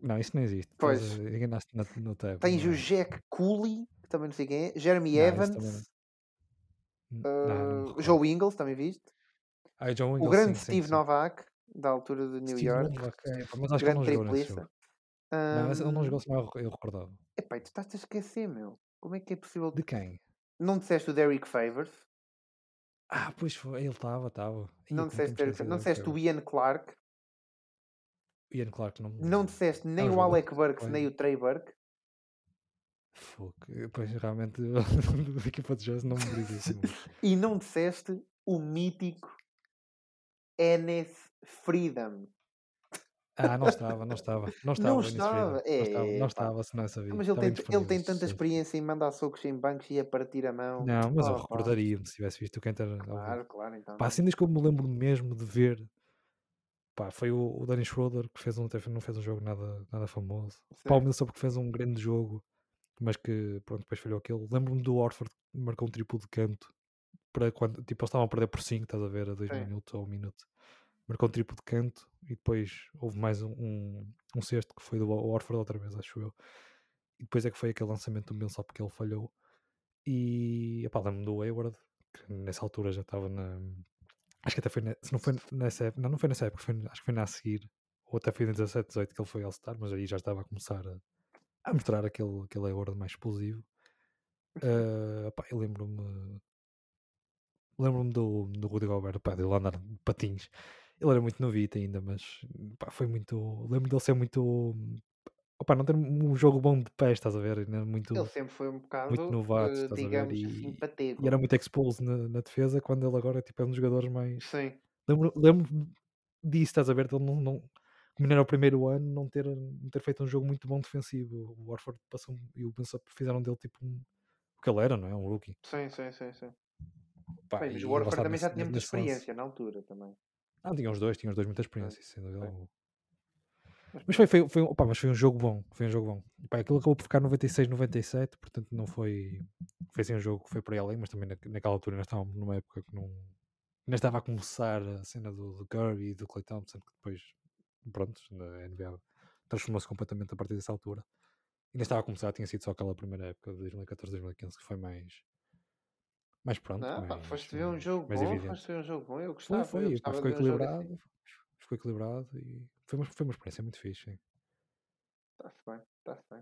[SPEAKER 1] Não, isso não existe.
[SPEAKER 2] Pois.
[SPEAKER 1] Estás a- Enganaste na- no tab.
[SPEAKER 2] Tens
[SPEAKER 1] não
[SPEAKER 2] o
[SPEAKER 1] é.
[SPEAKER 2] Jack Cooley, que também não sei quem é. Jeremy
[SPEAKER 1] Não, esse também N-
[SPEAKER 2] Evans.
[SPEAKER 1] Não, não me
[SPEAKER 2] ah, o
[SPEAKER 1] recordo.
[SPEAKER 2] Joe Ingles, também viste.
[SPEAKER 1] Ah, o John
[SPEAKER 2] O
[SPEAKER 1] Ingles, sim,
[SPEAKER 2] grande
[SPEAKER 1] sim,
[SPEAKER 2] Steve
[SPEAKER 1] sim.
[SPEAKER 2] Novak, da altura de New
[SPEAKER 1] Steve
[SPEAKER 2] York.
[SPEAKER 1] Novak, é, pá, mas acho que ele
[SPEAKER 2] grande
[SPEAKER 1] não jogou nesse
[SPEAKER 2] triplista. Hum.
[SPEAKER 1] jogo. Não, esse- ele não
[SPEAKER 2] Ahm,
[SPEAKER 1] jogou, senão eu rec- eu recordava.
[SPEAKER 2] epá, e tu estás a esquecer, meu. Como é que é possível?
[SPEAKER 1] De quem?
[SPEAKER 2] Não disseste o Derek Favors.
[SPEAKER 1] Ah, pois foi, ele estava, estava. Ia
[SPEAKER 2] Não
[SPEAKER 1] como é que eu
[SPEAKER 2] disseste,
[SPEAKER 1] me
[SPEAKER 2] Derek,
[SPEAKER 1] esqueci
[SPEAKER 2] Fa-
[SPEAKER 1] do
[SPEAKER 2] não
[SPEAKER 1] Derek
[SPEAKER 2] disseste o
[SPEAKER 1] Favors.
[SPEAKER 2] Ian Clark.
[SPEAKER 1] Ian Clark, não me
[SPEAKER 2] Não
[SPEAKER 1] lembro.
[SPEAKER 2] disseste
[SPEAKER 1] É
[SPEAKER 2] nem
[SPEAKER 1] um
[SPEAKER 2] o
[SPEAKER 1] jogador
[SPEAKER 2] Alec Burks, nem
[SPEAKER 1] qualquer.
[SPEAKER 2] o Trey Burke.
[SPEAKER 1] Fuck. eh, Pois realmente, da equipa de jazz não me diz assim muito.
[SPEAKER 2] E não disseste o mítico Enes Freedom.
[SPEAKER 1] Ah, não estava, não estava. Não estava,
[SPEAKER 2] Não
[SPEAKER 1] Enes Freedom.
[SPEAKER 2] estava.
[SPEAKER 1] Não estava, não é
[SPEAKER 2] Epá.
[SPEAKER 1] estava, senão eu sabia.
[SPEAKER 2] Mas ele
[SPEAKER 1] Estava
[SPEAKER 2] tem, t- ele
[SPEAKER 1] indisponível.
[SPEAKER 2] tem tanta
[SPEAKER 1] sim.
[SPEAKER 2] experiência em mandar socos em bancos e a partir a mão.
[SPEAKER 1] Não, mas eu
[SPEAKER 2] Opa.
[SPEAKER 1] recordaria-me se tivesse visto o Kenter ao vivo.
[SPEAKER 2] Claro, claro, então.
[SPEAKER 1] Pá,
[SPEAKER 2] não.
[SPEAKER 1] assim desde que eu me lembro mesmo de ver, pá, foi o, o Dennis Schroeder que fez um, até não fez um jogo nada, nada famoso. Pá, o
[SPEAKER 2] Certo.
[SPEAKER 1] Millsap que fez um grande jogo, mas que pronto, depois falhou aquele. Lembro-me do Orford que marcou um triplo de canto para quando, tipo, eles estavam a perder por 5, estás a ver, a 2
[SPEAKER 2] Sim.
[SPEAKER 1] minutos ou 1 minuto. Marcou um triplo de canto e depois houve mais um, um, um sexto que foi do Or- Orford outra vez, acho eu. E depois é que foi aquele lançamento do Millsap que ele falhou. E epá, lembro-me do Hayward, que nessa altura já estava na. Acho que até foi. ne- Se não foi nessa época. Não, não foi nessa época, foi, acho que foi na a seguir. Ou até foi em 17, 18 que ele foi All-Star, mas aí já estava a começar a, a mostrar aquele, aquele Hayward mais explosivo.
[SPEAKER 2] Sim.
[SPEAKER 1] Ah, pá, eu lembro-me. Lembro-me do, do Rudy Gobert, pá, dele andar de patins. Ele era muito novito ainda, mas pá, foi muito. Lembro dele ser muito. Opá, não ter um jogo bom de pés, estás a ver? Ainda
[SPEAKER 2] Ele
[SPEAKER 1] muito
[SPEAKER 2] sempre foi um
[SPEAKER 1] muito
[SPEAKER 2] bocado,
[SPEAKER 1] novato,
[SPEAKER 2] eh,
[SPEAKER 1] estás a ver?
[SPEAKER 2] digamos assim,
[SPEAKER 1] E, e
[SPEAKER 2] patego.
[SPEAKER 1] era muito exposed na, na defesa, quando ele agora tipo, é um dos jogadores mais.
[SPEAKER 2] Sim.
[SPEAKER 1] Lembro-me lembro lembro-me disso, estás a ver? Ele não, não, como era o primeiro ano, não ter, não ter feito um jogo muito bom defensivo. O Warford passou um, e o Bensup fizeram dele tipo um, o que ele era, não é? Um rookie.
[SPEAKER 2] Sim, sim, sim, sim.
[SPEAKER 1] Pá,
[SPEAKER 2] Bem, mas
[SPEAKER 1] e
[SPEAKER 2] o
[SPEAKER 1] lá
[SPEAKER 2] Warford
[SPEAKER 1] está,
[SPEAKER 2] também
[SPEAKER 1] nesse-
[SPEAKER 2] já tinha muita
[SPEAKER 1] nesse lance.
[SPEAKER 2] experiência na altura também.
[SPEAKER 1] Não, Ah, tinha os dois, tinha os dois muita experiência, sem dúvida.
[SPEAKER 2] Sim.
[SPEAKER 1] alguma. Mas foi, foi, foi, um- opá, mas foi um jogo bom. Foi um jogo bom. E pá, aquilo acabou por ficar 96, 97, portanto não foi. Foi assim um jogo que foi para além, mas também na- naquela altura ainda estávamos numa época que não. Ainda estava a começar a cena do, do Curry e do Clay Thompson, que depois, pronto, a NBA transformou-se completamente a partir dessa altura. Ainda estava a começar, tinha sido só aquela primeira época de 2014, 2015 que foi mais. Mais pronto.
[SPEAKER 2] Não, pá,
[SPEAKER 1] mais,
[SPEAKER 2] foste ver um
[SPEAKER 1] mais-
[SPEAKER 2] jogo
[SPEAKER 1] mais
[SPEAKER 2] bom,
[SPEAKER 1] evidente.
[SPEAKER 2] foste ver um jogo bom, eu
[SPEAKER 1] Foi,
[SPEAKER 2] gostava. eu
[SPEAKER 1] foi, pá,
[SPEAKER 2] gostava
[SPEAKER 1] ficou
[SPEAKER 2] de ver um jogo assim.
[SPEAKER 1] equilibrado. Ficou equilibrado e foi uma, foi uma experiência muito fixe. sim.
[SPEAKER 2] Está-se bem, está-se bem.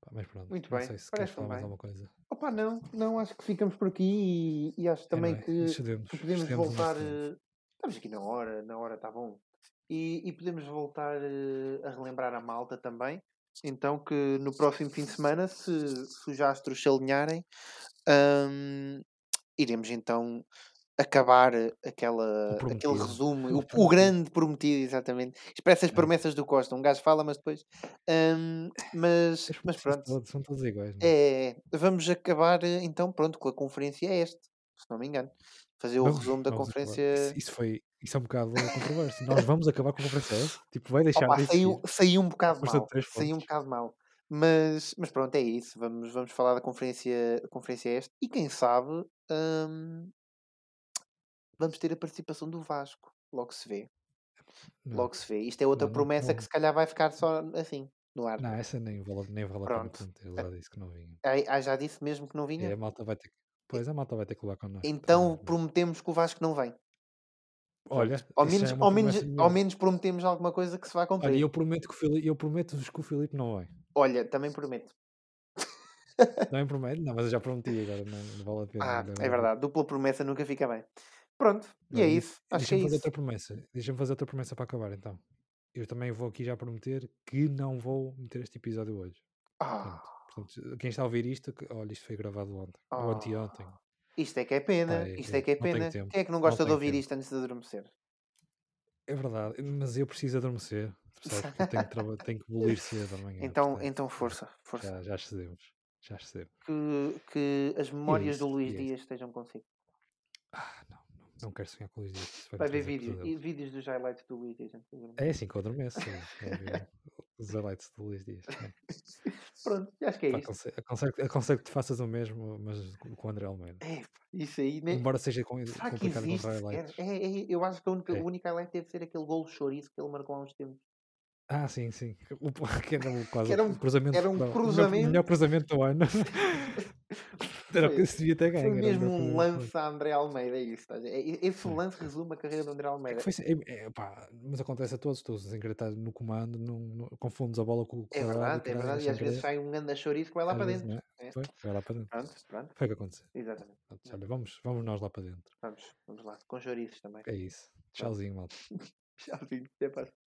[SPEAKER 1] Pá, mas pronto,
[SPEAKER 2] Muito
[SPEAKER 1] não
[SPEAKER 2] bem,
[SPEAKER 1] sei se queres
[SPEAKER 2] parece-me
[SPEAKER 1] falar mais
[SPEAKER 2] bem.
[SPEAKER 1] alguma coisa. É,
[SPEAKER 2] Opa, não, não, acho que ficamos por aqui e, e acho
[SPEAKER 1] É, não
[SPEAKER 2] também
[SPEAKER 1] é?
[SPEAKER 2] que,
[SPEAKER 1] Cedemos-
[SPEAKER 2] que
[SPEAKER 1] cedemos
[SPEAKER 2] podemos
[SPEAKER 1] um o nosso
[SPEAKER 2] voltar.
[SPEAKER 1] tempo.
[SPEAKER 2] eh, Estamos aqui na hora, na hora está bom. E, e podemos voltar eh, a relembrar a malta também. Então, que no próximo fim de semana, se, se os astros se alinharem, ahm, iremos então acabar eh, aquela, aquele
[SPEAKER 1] prometido.
[SPEAKER 2] resumo, o, o
[SPEAKER 1] prometido.
[SPEAKER 2] grande prometido, exatamente. Espera essas
[SPEAKER 1] É.
[SPEAKER 2] promessas do Costa. Um gajo fala, mas depois. ahm, mas,
[SPEAKER 1] As
[SPEAKER 2] mas
[SPEAKER 1] pessoas
[SPEAKER 2] pronto.
[SPEAKER 1] todas- são todos iguais. não é?
[SPEAKER 2] É, vamos acabar eh, então, pronto, com a conferência é este, se não me engano. Fazer o
[SPEAKER 1] Vamos-
[SPEAKER 2] resumo da
[SPEAKER 1] vamos acabar.
[SPEAKER 2] conferência.
[SPEAKER 1] Isso, isso foi. Isso é um bocado controverso. Nós vamos acabar com a conferência. S? Tipo, vai deixar
[SPEAKER 2] Opa,
[SPEAKER 1] de existir.
[SPEAKER 2] saiu, saiu um bocado
[SPEAKER 1] Custa
[SPEAKER 2] mal.
[SPEAKER 1] três
[SPEAKER 2] Saiu um
[SPEAKER 1] pontos.
[SPEAKER 2] bocado mal. Mas, mas pronto, é isso. Vamos, vamos falar da conferência, a conferência é este. E quem sabe hum, vamos ter a participação do Vasco. Logo se vê.
[SPEAKER 1] Não,
[SPEAKER 2] Logo se vê. Isto é outra
[SPEAKER 1] Não, não-
[SPEAKER 2] promessa
[SPEAKER 1] não.
[SPEAKER 2] que se calhar vai ficar só assim, no ar.
[SPEAKER 1] não, é essa nem vale, nem vale a pena
[SPEAKER 2] Pronto.
[SPEAKER 1] prometer. Eu já disse que não vinha.
[SPEAKER 2] Ai- ai, já disse mesmo que não
[SPEAKER 1] E
[SPEAKER 2] vinha.
[SPEAKER 1] a malta vai ter que. Pois a malta vai ter que levar connosco.
[SPEAKER 2] Então
[SPEAKER 1] talvez, mas-
[SPEAKER 2] prometemos que o Vasco não vem.
[SPEAKER 1] Olha,
[SPEAKER 2] Ao
[SPEAKER 1] isso já
[SPEAKER 2] menos,
[SPEAKER 1] é uma
[SPEAKER 2] ao, menos,
[SPEAKER 1] promessa minha.
[SPEAKER 2] ao menos prometemos alguma coisa que se vai cumprir.
[SPEAKER 1] Olha,
[SPEAKER 2] Olha,
[SPEAKER 1] eu prometo que o Fili- eu prometo-vos que o Filipe não vai.
[SPEAKER 2] também prometo.
[SPEAKER 1] Também prometo, não, mas eu já prometi agora, não, não vale a pena.
[SPEAKER 2] Ah,
[SPEAKER 1] ainda
[SPEAKER 2] é
[SPEAKER 1] agora.
[SPEAKER 2] verdade, dupla promessa nunca fica bem. Pronto, e é
[SPEAKER 1] Olha,
[SPEAKER 2] isso. Acho que é
[SPEAKER 1] Deixa-me fazer
[SPEAKER 2] isso.
[SPEAKER 1] outra promessa. Deixa-me fazer outra promessa para acabar então. Eu também vou aqui já prometer que não vou meter este episódio hoje.
[SPEAKER 2] Ah,
[SPEAKER 1] Pronto. Portanto, quem está a ouvir isto, que- olha, isto foi gravado ontem. Ou
[SPEAKER 2] Ah,
[SPEAKER 1] anteontem.
[SPEAKER 2] isto é que é pena,
[SPEAKER 1] Pá, é-
[SPEAKER 2] isto é que é
[SPEAKER 1] não tenho
[SPEAKER 2] pena.
[SPEAKER 1] tempo,
[SPEAKER 2] Quem é que não
[SPEAKER 1] não
[SPEAKER 2] gosta de
[SPEAKER 1] tenho
[SPEAKER 2] ouvir
[SPEAKER 1] tempo.
[SPEAKER 2] isto antes de adormecer?
[SPEAKER 1] É verdade, mas eu preciso adormecer, percebes? Porque eu tenho que, traba- tenho que bolir cedo amanhã.
[SPEAKER 2] Então,
[SPEAKER 1] portanto,
[SPEAKER 2] então força, força.
[SPEAKER 1] Já, já cedemos. Já cedemos.
[SPEAKER 2] Que, que as memórias
[SPEAKER 1] isso,
[SPEAKER 2] do Luís
[SPEAKER 1] e é isso.
[SPEAKER 2] Dias estejam consigo.
[SPEAKER 1] Ah, não, não, não quero sonhar com os dias. isso
[SPEAKER 2] Vai
[SPEAKER 1] vai-me
[SPEAKER 2] ver
[SPEAKER 1] trazer
[SPEAKER 2] vídeo,
[SPEAKER 1] pesadelos.
[SPEAKER 2] e vídeos dos highlights do Luís Dias antes de adormecer.
[SPEAKER 1] É assim que eu adormeço, sim. é ver Os highlights do Luís Dias. é.
[SPEAKER 2] Pronto, acho que é
[SPEAKER 1] Pá,
[SPEAKER 2] isto.
[SPEAKER 1] aconse- aconselho, aconselho que te faças o mesmo, mas com com o André Almeida.
[SPEAKER 2] É, pá, isso aí. nem-
[SPEAKER 1] Embora seja com-
[SPEAKER 2] Será que
[SPEAKER 1] complicado
[SPEAKER 2] existe?
[SPEAKER 1] encontrar
[SPEAKER 2] sequer?
[SPEAKER 1] highlights.
[SPEAKER 2] É, é, eu acho que a única,
[SPEAKER 1] É.
[SPEAKER 2] o único highlight deve ser aquele golo chouriço que ele marcou há uns tempos.
[SPEAKER 1] Ah, sim, sim. O, que era um, quase,
[SPEAKER 2] era
[SPEAKER 1] um
[SPEAKER 2] um-
[SPEAKER 1] cruzamento.
[SPEAKER 2] era um
[SPEAKER 1] não, o melhor-
[SPEAKER 2] cruzamento.
[SPEAKER 1] O melhor cruzamento do ano. era o
[SPEAKER 2] Foi-
[SPEAKER 1] que se devia ter ganho. era
[SPEAKER 2] Foi
[SPEAKER 1] o melhor
[SPEAKER 2] mesmo um
[SPEAKER 1] cruzamento do
[SPEAKER 2] lance a André Almeida, é isso. estás a ver? É- é- Esse
[SPEAKER 1] Sim.
[SPEAKER 2] lance resume a carreira do André
[SPEAKER 1] ano. É
[SPEAKER 2] Almeira.
[SPEAKER 1] que foi se- é- é, pá, mas acontece a todos, todos sem querer estar no comando, não, não- confundes a bola com o
[SPEAKER 2] É
[SPEAKER 1] quadrado
[SPEAKER 2] verdade,
[SPEAKER 1] e
[SPEAKER 2] é
[SPEAKER 1] caralho,
[SPEAKER 2] verdade. E
[SPEAKER 1] sem
[SPEAKER 2] às vezes
[SPEAKER 1] querer.
[SPEAKER 2] sai um grande chouriço que vai lá
[SPEAKER 1] Às
[SPEAKER 2] para
[SPEAKER 1] vezes,
[SPEAKER 2] dentro.
[SPEAKER 1] não é?
[SPEAKER 2] É.
[SPEAKER 1] Foi, foi lá para dentro.
[SPEAKER 2] Pronto, pronto,
[SPEAKER 1] Foi o que aconteceu.
[SPEAKER 2] exatamente.
[SPEAKER 1] Pronto, olha, vamos, vamos nós lá para dentro.
[SPEAKER 2] Vamos, vamos lá, com chouriços também.
[SPEAKER 1] É isso. Tchauzinho, malta.
[SPEAKER 2] Tchauzinho, até para.